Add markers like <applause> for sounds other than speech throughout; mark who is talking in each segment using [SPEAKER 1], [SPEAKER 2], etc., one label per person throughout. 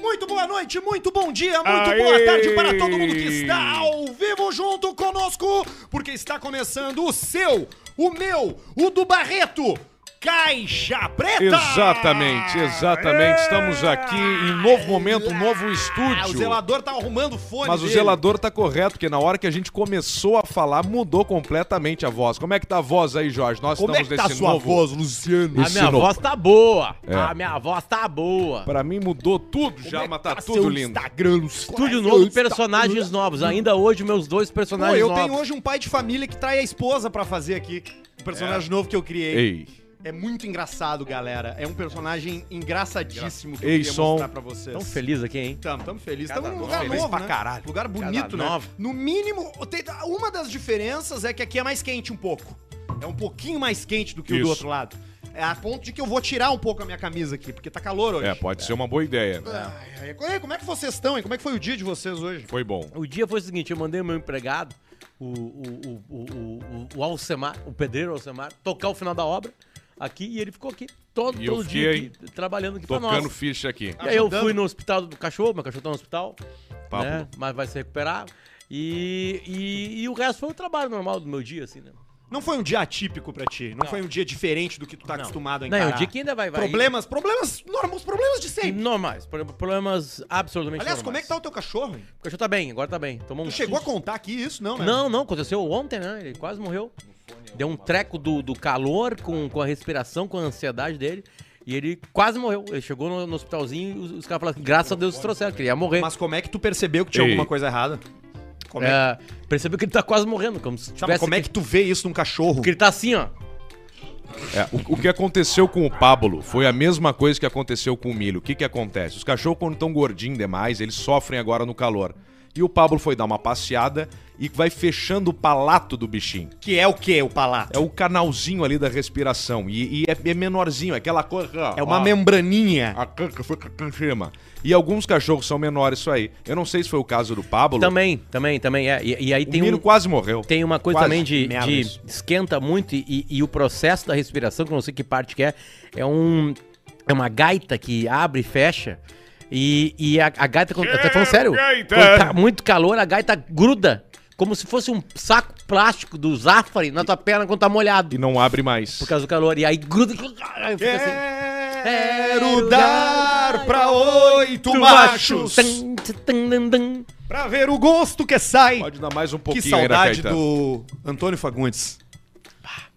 [SPEAKER 1] Muito boa noite, muito bom dia, muito boa tarde para todo mundo que está ao vivo junto conosco, porque está começando o seu, o meu, o do Barreto. Caixa Preta! É!
[SPEAKER 2] Exatamente, exatamente. Estamos aqui em novo momento, um novo
[SPEAKER 1] Ah, o
[SPEAKER 2] estúdio.
[SPEAKER 1] zelador tá arrumando o fone
[SPEAKER 2] Mas o
[SPEAKER 1] dele.
[SPEAKER 2] zelador tá correto, porque na hora que a gente começou a falar, mudou completamente a voz. Como é que tá a voz aí, Jorge? Nós
[SPEAKER 1] Como é
[SPEAKER 2] estamos
[SPEAKER 1] que tá a
[SPEAKER 2] nesse
[SPEAKER 1] sua
[SPEAKER 2] novo.
[SPEAKER 1] voz, Luciano?
[SPEAKER 2] Esse-
[SPEAKER 3] A minha
[SPEAKER 2] Ensinou.
[SPEAKER 3] voz tá boa.
[SPEAKER 2] É.
[SPEAKER 3] A minha voz tá boa.
[SPEAKER 2] Pra mim mudou tudo já,
[SPEAKER 1] Como é
[SPEAKER 2] mas
[SPEAKER 1] que
[SPEAKER 2] tá,
[SPEAKER 1] seu
[SPEAKER 2] tudo lindo.
[SPEAKER 1] Instagram, Luciano?
[SPEAKER 3] Estúdio novo, personagens novos. Ainda hoje, meus dois
[SPEAKER 1] Pô,
[SPEAKER 3] personagens
[SPEAKER 1] eu
[SPEAKER 3] novos.
[SPEAKER 1] tenho hoje um pai de família que trai a esposa pra fazer aqui. Um personagem novo que eu criei.
[SPEAKER 2] É. Ei,
[SPEAKER 1] É muito engraçado, galera. É um personagem engraçadíssimo que eu
[SPEAKER 2] Ei,
[SPEAKER 1] queria
[SPEAKER 2] som.
[SPEAKER 1] mostrar pra vocês.
[SPEAKER 3] Tão feliz aqui, hein?
[SPEAKER 1] Tamo, tamo feliz.
[SPEAKER 3] Cada
[SPEAKER 1] Tamo num
[SPEAKER 3] novo
[SPEAKER 1] lugar
[SPEAKER 3] feliz
[SPEAKER 1] novo,
[SPEAKER 3] pra
[SPEAKER 1] né?
[SPEAKER 3] caralho.
[SPEAKER 1] Lugar bonito,
[SPEAKER 3] Cada
[SPEAKER 1] né?
[SPEAKER 3] novo.
[SPEAKER 1] No mínimo, tem- uma das diferenças é que aqui é mais quente um pouco. É um pouquinho mais quente do que o do
[SPEAKER 2] Isso.
[SPEAKER 1] outro lado. É a ponto de que eu vou tirar um pouco a minha camisa aqui, porque tá calor hoje.
[SPEAKER 2] é, pode ser uma boa ideia. né?
[SPEAKER 1] Ai, ai, ei, como é que vocês estão, hein? Como é que foi o dia de vocês hoje?
[SPEAKER 2] Foi bom.
[SPEAKER 3] O dia foi o seguinte, eu mandei o meu empregado, o, o, o, o, o, o Alcemar, o pedreiro Alcemar, tocar o final da obra aqui e ele ficou aqui todo,
[SPEAKER 2] E eu
[SPEAKER 3] todo dia
[SPEAKER 2] fiquei
[SPEAKER 3] aqui, trabalhando aqui pra
[SPEAKER 2] Tocando
[SPEAKER 3] nós.
[SPEAKER 2] ficha aqui.
[SPEAKER 3] E aí eu
[SPEAKER 1] Ajudando.
[SPEAKER 3] fui no hospital do cachorro, meu cachorro tá no hospital,
[SPEAKER 2] Pablo.
[SPEAKER 3] né? Mas vai se recuperar. E, e, e o resto foi o trabalho normal do meu dia, assim, né?
[SPEAKER 1] Não foi um dia atípico pra ti. Não, foi um dia diferente do que tu tá acostumado a
[SPEAKER 3] Não,
[SPEAKER 1] encarar.
[SPEAKER 3] é um dia que ainda vai... vai
[SPEAKER 1] Problemas, problemas, norma- os problemas de sempre.
[SPEAKER 3] Normais, pro- problemas absolutamente
[SPEAKER 1] Aliás,
[SPEAKER 3] normais.
[SPEAKER 1] como é que tá o teu cachorro? hein?
[SPEAKER 3] O cachorro tá bem, agora tá bem. Tomou
[SPEAKER 1] Tu
[SPEAKER 3] um
[SPEAKER 1] chegou a
[SPEAKER 3] susto.
[SPEAKER 1] contar aqui isso, não, né?
[SPEAKER 3] Não, não, aconteceu ontem, né? Ele quase morreu. Deu um treco do, do calor com, com a respiração, com a ansiedade dele. E ele quase morreu. Ele chegou no, no hospitalzinho e os, os caras falaram que graças a Deus trouxeram, que ele ia morrer.
[SPEAKER 1] Mas como é que tu percebeu que tinha
[SPEAKER 2] Ei.
[SPEAKER 1] alguma coisa errada? Como é, que-
[SPEAKER 3] É, percebeu que ele tá quase morrendo, como se
[SPEAKER 1] Tá, mas
[SPEAKER 3] tivesse...
[SPEAKER 1] como é que tu vê isso num cachorro?
[SPEAKER 3] Porque ele tá assim, ó.
[SPEAKER 2] É, o, o que aconteceu com o Pablo foi a mesma coisa que aconteceu com o milho. O que, que acontece? Os cachorros, quando estão gordinhos demais, eles sofrem agora no calor. E o Pablo foi dar uma passeada e vai fechando o palato do bichinho.
[SPEAKER 1] Que é o quê, o palato?
[SPEAKER 2] É o canalzinho ali da respiração. E, e é, é menorzinho, é aquela coisa.
[SPEAKER 1] É uma membraninha.
[SPEAKER 2] A canca foi com a chama. E alguns cachorros são menores, isso aí. Eu não sei se foi o caso do Pablo.
[SPEAKER 3] Também, também, também. É. E, e aí
[SPEAKER 2] o
[SPEAKER 3] tem
[SPEAKER 2] milho
[SPEAKER 3] um...
[SPEAKER 2] quase morreu.
[SPEAKER 3] Tem uma coisa
[SPEAKER 2] Quase.
[SPEAKER 3] também de,
[SPEAKER 1] Merda
[SPEAKER 3] de
[SPEAKER 1] isso.
[SPEAKER 3] esquenta muito e, e- e o processo da respiração, que eu não sei que parte que é, é um é uma gaita que abre e fecha. E, e a, a gaita, quando, eu tô falando sério,
[SPEAKER 2] gaita!
[SPEAKER 3] quando tá muito calor, a gaita gruda, como se fosse um saco plástico do Zafari na tua perna quando tá
[SPEAKER 1] um-
[SPEAKER 3] molhado,
[SPEAKER 2] E não abre mais. É.
[SPEAKER 3] por causa do calor. E aí gruda, aí fica assim.
[SPEAKER 1] Quero dar pra oito
[SPEAKER 3] Tu
[SPEAKER 1] machos
[SPEAKER 3] tum, tum, tum, tum.
[SPEAKER 1] pra ver o gosto que sai.
[SPEAKER 2] Pode dar mais um
[SPEAKER 1] Que
[SPEAKER 2] pouquinho aí, né,
[SPEAKER 1] saudade
[SPEAKER 2] Caetano?
[SPEAKER 1] do Antônio Fagundes.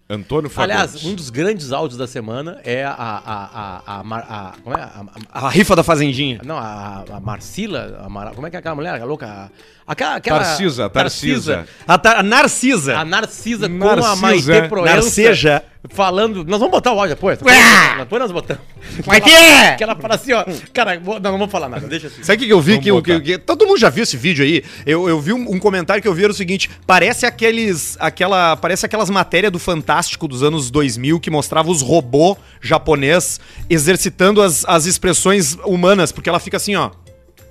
[SPEAKER 2] Antônio Fagundes.
[SPEAKER 3] Aliás, um dos grandes áudios da semana é a. a, a, a, Mar- a- como é? A- a-
[SPEAKER 1] A rifa da fazendinha.
[SPEAKER 3] Não, a, a Marcila, a Mara- como é que é aquela mulher? A louca. a- Aquela, aquela,
[SPEAKER 2] Tarcisa, Tarcisa.
[SPEAKER 1] A, ta- a Narcisa.
[SPEAKER 3] A Narcisa, com
[SPEAKER 2] Narcisa.
[SPEAKER 3] a Maite Proença.
[SPEAKER 1] Narceja.
[SPEAKER 3] Falando. Nós vamos botar o áudio depois.
[SPEAKER 1] Ah!
[SPEAKER 3] Depois nós botamos.
[SPEAKER 1] Vai
[SPEAKER 3] Que
[SPEAKER 1] ter!
[SPEAKER 3] ela- Que ela fala assim, ó. Cara, vou- não, não vou falar nada, deixa assim.
[SPEAKER 1] Sabe o que que eu vi?
[SPEAKER 2] Vamos
[SPEAKER 1] Que, o-
[SPEAKER 2] botar.
[SPEAKER 1] que- que- todo mundo já viu esse vídeo aí. Eu, eu vi um, um comentário que eu vi era o seguinte: parece aqueles, aquela, parece aquelas matérias do Fantástico dos anos 2000 que mostrava os robô japonês exercitando as, as expressões humanas, porque ela fica assim, ó.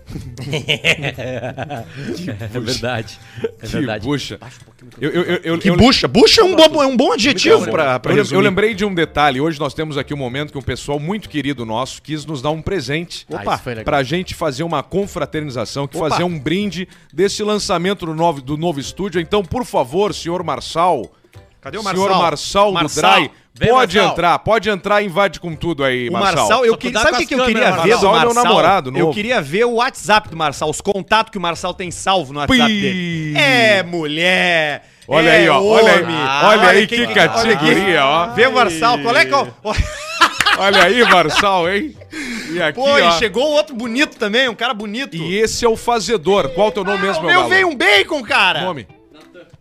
[SPEAKER 3] <laughs> é verdade. É
[SPEAKER 2] Que
[SPEAKER 3] verdade.
[SPEAKER 2] bucha.
[SPEAKER 1] um
[SPEAKER 2] Eu, eu, eu, eu,
[SPEAKER 1] Que
[SPEAKER 2] eu-
[SPEAKER 1] bucha. Bucha é um bom, é um bom adjetivo
[SPEAKER 2] eu-
[SPEAKER 1] pra, pra
[SPEAKER 2] Então, eu,
[SPEAKER 1] resumir.
[SPEAKER 2] eu lembrei de um detalhe. Hoje nós temos aqui um momento que um pessoal muito querido nosso quis nos dar um presente.
[SPEAKER 3] Ah, isso foi legal.
[SPEAKER 2] pra gente fazer uma confraternização, que
[SPEAKER 1] Opa.
[SPEAKER 2] fazer um brinde desse lançamento do novo, do novo estúdio. Então, por favor, senhor Marçal.
[SPEAKER 1] Cadê o
[SPEAKER 2] Senhor
[SPEAKER 1] Marçal?
[SPEAKER 2] Marçal,
[SPEAKER 1] Marçal,
[SPEAKER 2] do Dry,
[SPEAKER 3] vem,
[SPEAKER 2] pode
[SPEAKER 3] Marçal.
[SPEAKER 2] entrar, pode entrar e invade com tudo aí,
[SPEAKER 1] O
[SPEAKER 2] Marçal.
[SPEAKER 1] Marçal, eu
[SPEAKER 3] Só
[SPEAKER 1] queria.
[SPEAKER 3] cuidado
[SPEAKER 1] Sabe o
[SPEAKER 3] com
[SPEAKER 1] que,
[SPEAKER 3] as
[SPEAKER 1] que eu queria
[SPEAKER 3] câmeras,
[SPEAKER 1] ver do
[SPEAKER 2] Marçal.
[SPEAKER 1] Marçal?
[SPEAKER 2] Marçal é meu namorado
[SPEAKER 1] eu
[SPEAKER 2] novo.
[SPEAKER 1] queria ver o WhatsApp do Marçal, os contatos que o Marçal tem salvo no WhatsApp
[SPEAKER 2] Pi.
[SPEAKER 1] dele. É mulher.
[SPEAKER 2] Olha
[SPEAKER 1] é
[SPEAKER 2] aí, ó, olha aí,
[SPEAKER 1] homem,
[SPEAKER 2] olha aí que
[SPEAKER 1] quem- olha
[SPEAKER 2] categoria, ó.
[SPEAKER 1] Vê o Marçal, qual é
[SPEAKER 2] <laughs>
[SPEAKER 1] que é o-
[SPEAKER 2] Olha aí, Marçal, hein? E aqui,
[SPEAKER 1] Pô, e
[SPEAKER 2] ó,
[SPEAKER 1] chegou outro bonito também, um cara bonito.
[SPEAKER 2] E esse é o fazedor. Qual é o teu nome mesmo,
[SPEAKER 1] o meu
[SPEAKER 2] galo?
[SPEAKER 1] veio um bacon, cara.
[SPEAKER 2] nome?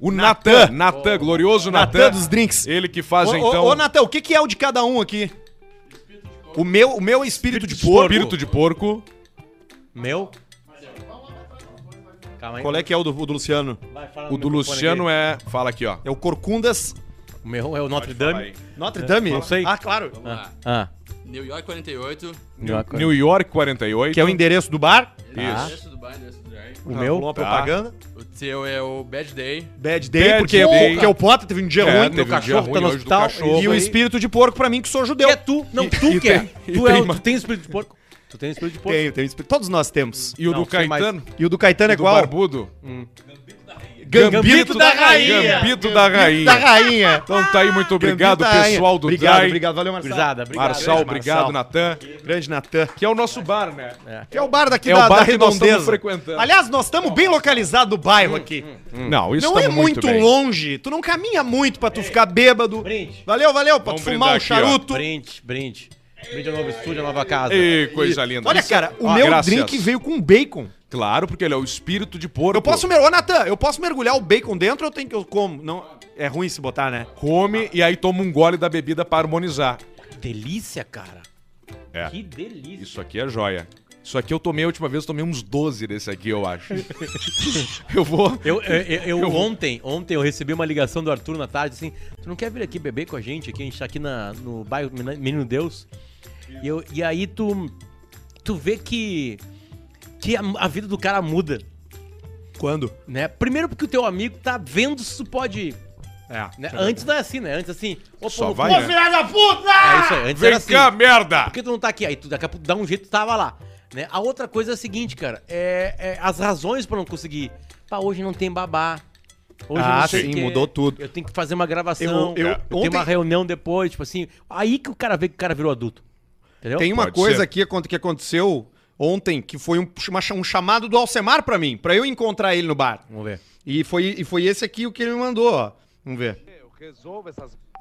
[SPEAKER 2] O Natan, Natan, glorioso Natan.
[SPEAKER 1] Natan dos drinks.
[SPEAKER 2] Ele que faz
[SPEAKER 1] Ô,
[SPEAKER 2] então
[SPEAKER 1] ô, ô Natan, o que, que é o de cada um aqui? O meu, o meu é espírito, de porco.
[SPEAKER 2] espírito de porco.
[SPEAKER 3] Meu? Calma aí.
[SPEAKER 1] Qual é que é o do, o do Luciano?
[SPEAKER 3] Vai, fala no
[SPEAKER 2] O do
[SPEAKER 3] microfone
[SPEAKER 2] Luciano
[SPEAKER 3] aqui.
[SPEAKER 2] é. Fala aqui, ó.
[SPEAKER 1] É o Corcundas
[SPEAKER 3] O meu é o Notre
[SPEAKER 2] Fala aí.
[SPEAKER 3] Dame.
[SPEAKER 1] Notre Dame?
[SPEAKER 3] É, Não sei.
[SPEAKER 1] Ah, claro.
[SPEAKER 4] Vamos lá.
[SPEAKER 3] Ah.
[SPEAKER 4] New York 48.
[SPEAKER 2] New York 48.
[SPEAKER 1] Que é o endereço do bar.
[SPEAKER 3] Tá.
[SPEAKER 4] Endereço do bar, endereço do drive.
[SPEAKER 3] é O
[SPEAKER 1] Rolou
[SPEAKER 3] meu?
[SPEAKER 1] uma propaganda.
[SPEAKER 4] O teu é o Bad Day.
[SPEAKER 1] Bad Day,
[SPEAKER 2] Tá. Bad
[SPEAKER 1] porque,
[SPEAKER 2] Day.
[SPEAKER 1] O, porque o Potter teve um dia
[SPEAKER 2] É,
[SPEAKER 1] ruim.
[SPEAKER 2] teve um dia
[SPEAKER 3] cachorro
[SPEAKER 2] ruim
[SPEAKER 3] tá no
[SPEAKER 2] hoje do
[SPEAKER 3] hospital.
[SPEAKER 2] cachorro.
[SPEAKER 1] E o espírito de porco pra mim, que sou judeu.
[SPEAKER 3] Que é tu? Não, tu que é.
[SPEAKER 2] tem- Então, e
[SPEAKER 3] Tu é
[SPEAKER 2] tem
[SPEAKER 3] o-
[SPEAKER 2] ma-
[SPEAKER 3] tu tem espírito de porco. Tu tem espírito de porco?
[SPEAKER 1] Tenho, tenho. espírito. Todos nós temos.
[SPEAKER 2] E o
[SPEAKER 3] Não,
[SPEAKER 2] do
[SPEAKER 3] sei mais.
[SPEAKER 2] Caetano?
[SPEAKER 1] E o do Caetano é
[SPEAKER 2] do
[SPEAKER 1] qual? Hum.
[SPEAKER 2] Barbudo?
[SPEAKER 1] Gambito da
[SPEAKER 2] Rainha. Gambito da Rainha.
[SPEAKER 1] Da rainha. Ah,
[SPEAKER 2] Então tá aí, muito obrigado,
[SPEAKER 1] Gambito da Rainha.
[SPEAKER 2] pessoal do
[SPEAKER 1] Obrigado,
[SPEAKER 2] Dai.
[SPEAKER 1] obrigado. Valeu, Marçal.
[SPEAKER 3] Gurizada, obrigado.
[SPEAKER 2] Marçal,
[SPEAKER 1] Grande
[SPEAKER 2] obrigado,
[SPEAKER 1] Marçal.
[SPEAKER 2] Natan.
[SPEAKER 1] Grande Natan.
[SPEAKER 2] Que é o nosso bar, né?
[SPEAKER 1] Que é o bar daqui
[SPEAKER 2] É
[SPEAKER 1] da,
[SPEAKER 2] o bar
[SPEAKER 1] da
[SPEAKER 2] que nós
[SPEAKER 1] Redondeza.
[SPEAKER 2] estamos frequentando. Hum,
[SPEAKER 1] Aliás, nós estamos bem localizados no bairro aqui.
[SPEAKER 2] Não, isso
[SPEAKER 1] Não é muito, longe. Tu não caminha muito pra tu ficar bêbado.
[SPEAKER 3] Brinde.
[SPEAKER 1] Valeu, valeu. Pra
[SPEAKER 2] É. Vamos
[SPEAKER 1] tu
[SPEAKER 2] brindar
[SPEAKER 1] fumar um
[SPEAKER 2] aqui, ó.
[SPEAKER 1] charuto.
[SPEAKER 3] Brinde, brinde. Brinde ao novo estúdio, à nova casa.
[SPEAKER 2] E coisa linda.
[SPEAKER 1] né? Olha,
[SPEAKER 2] Isso-
[SPEAKER 1] cara, o
[SPEAKER 2] Ah,
[SPEAKER 1] meu
[SPEAKER 2] graças.
[SPEAKER 1] drink veio com bacon.
[SPEAKER 2] Claro, porque ele é o espírito de porco.
[SPEAKER 1] Eu posso... mer- Ô, Natan, eu posso mergulhar o bacon dentro ou eu tenho que... Eu como? Não... É ruim se botar, né?
[SPEAKER 2] Come e aí toma um gole da bebida pra harmonizar.
[SPEAKER 3] Que delícia, cara.
[SPEAKER 2] É.
[SPEAKER 3] Que delícia.
[SPEAKER 2] Isso aqui é joia. Isso aqui eu tomei a última vez, eu tomei uns 12 desse aqui, eu
[SPEAKER 3] <laughs>
[SPEAKER 2] acho. eu vou.
[SPEAKER 3] Eu, eu, eu- eu ontem, ontem eu recebi uma ligação do Arthur na tarde, assim, tu não quer vir aqui beber com a gente? Aqui, a gente tá aqui na, no bairro Mena- Menino Deus. E, eu- e aí tu, tu vê que, que a, a vida do cara muda,
[SPEAKER 1] Quando?
[SPEAKER 3] né? Primeiro porque o teu amigo tá vendo se tu pode ir.
[SPEAKER 1] É.
[SPEAKER 3] né? Antes não é assim, né? Antes assim, ô,
[SPEAKER 2] Só
[SPEAKER 3] no
[SPEAKER 2] vai,
[SPEAKER 3] cu,
[SPEAKER 2] né?
[SPEAKER 3] filha da puta! É isso aí, antes
[SPEAKER 2] Vem
[SPEAKER 3] era assim.
[SPEAKER 2] cá, merda!
[SPEAKER 3] Por que tu não tá aqui? Aí tu daqui a pouco dá um jeito, tu tava lá. Né? A outra coisa é a seguinte, cara, é, é as razões pra não conseguir. Pá, hoje não tem babá. Hoje
[SPEAKER 1] Ah,
[SPEAKER 3] não sei
[SPEAKER 1] sim,
[SPEAKER 3] o quê.
[SPEAKER 1] mudou tudo.
[SPEAKER 3] Eu tenho que fazer uma gravação, eu,
[SPEAKER 1] Eu- eu-
[SPEAKER 3] tenho
[SPEAKER 1] ontem-
[SPEAKER 3] uma reunião depois, tipo assim. Aí que o cara vê que o cara virou adulto. Entendeu?
[SPEAKER 1] Tem um- uma
[SPEAKER 2] Pode
[SPEAKER 1] coisa
[SPEAKER 2] ser.
[SPEAKER 1] aqui acon- que aconteceu ontem, que foi um, uma cha- um chamado do Alcemar pra mim, pra eu encontrar ele no bar.
[SPEAKER 3] Vamos ver.
[SPEAKER 1] E foi, e foi esse aqui o que ele me mandou, ó. Vamos ver.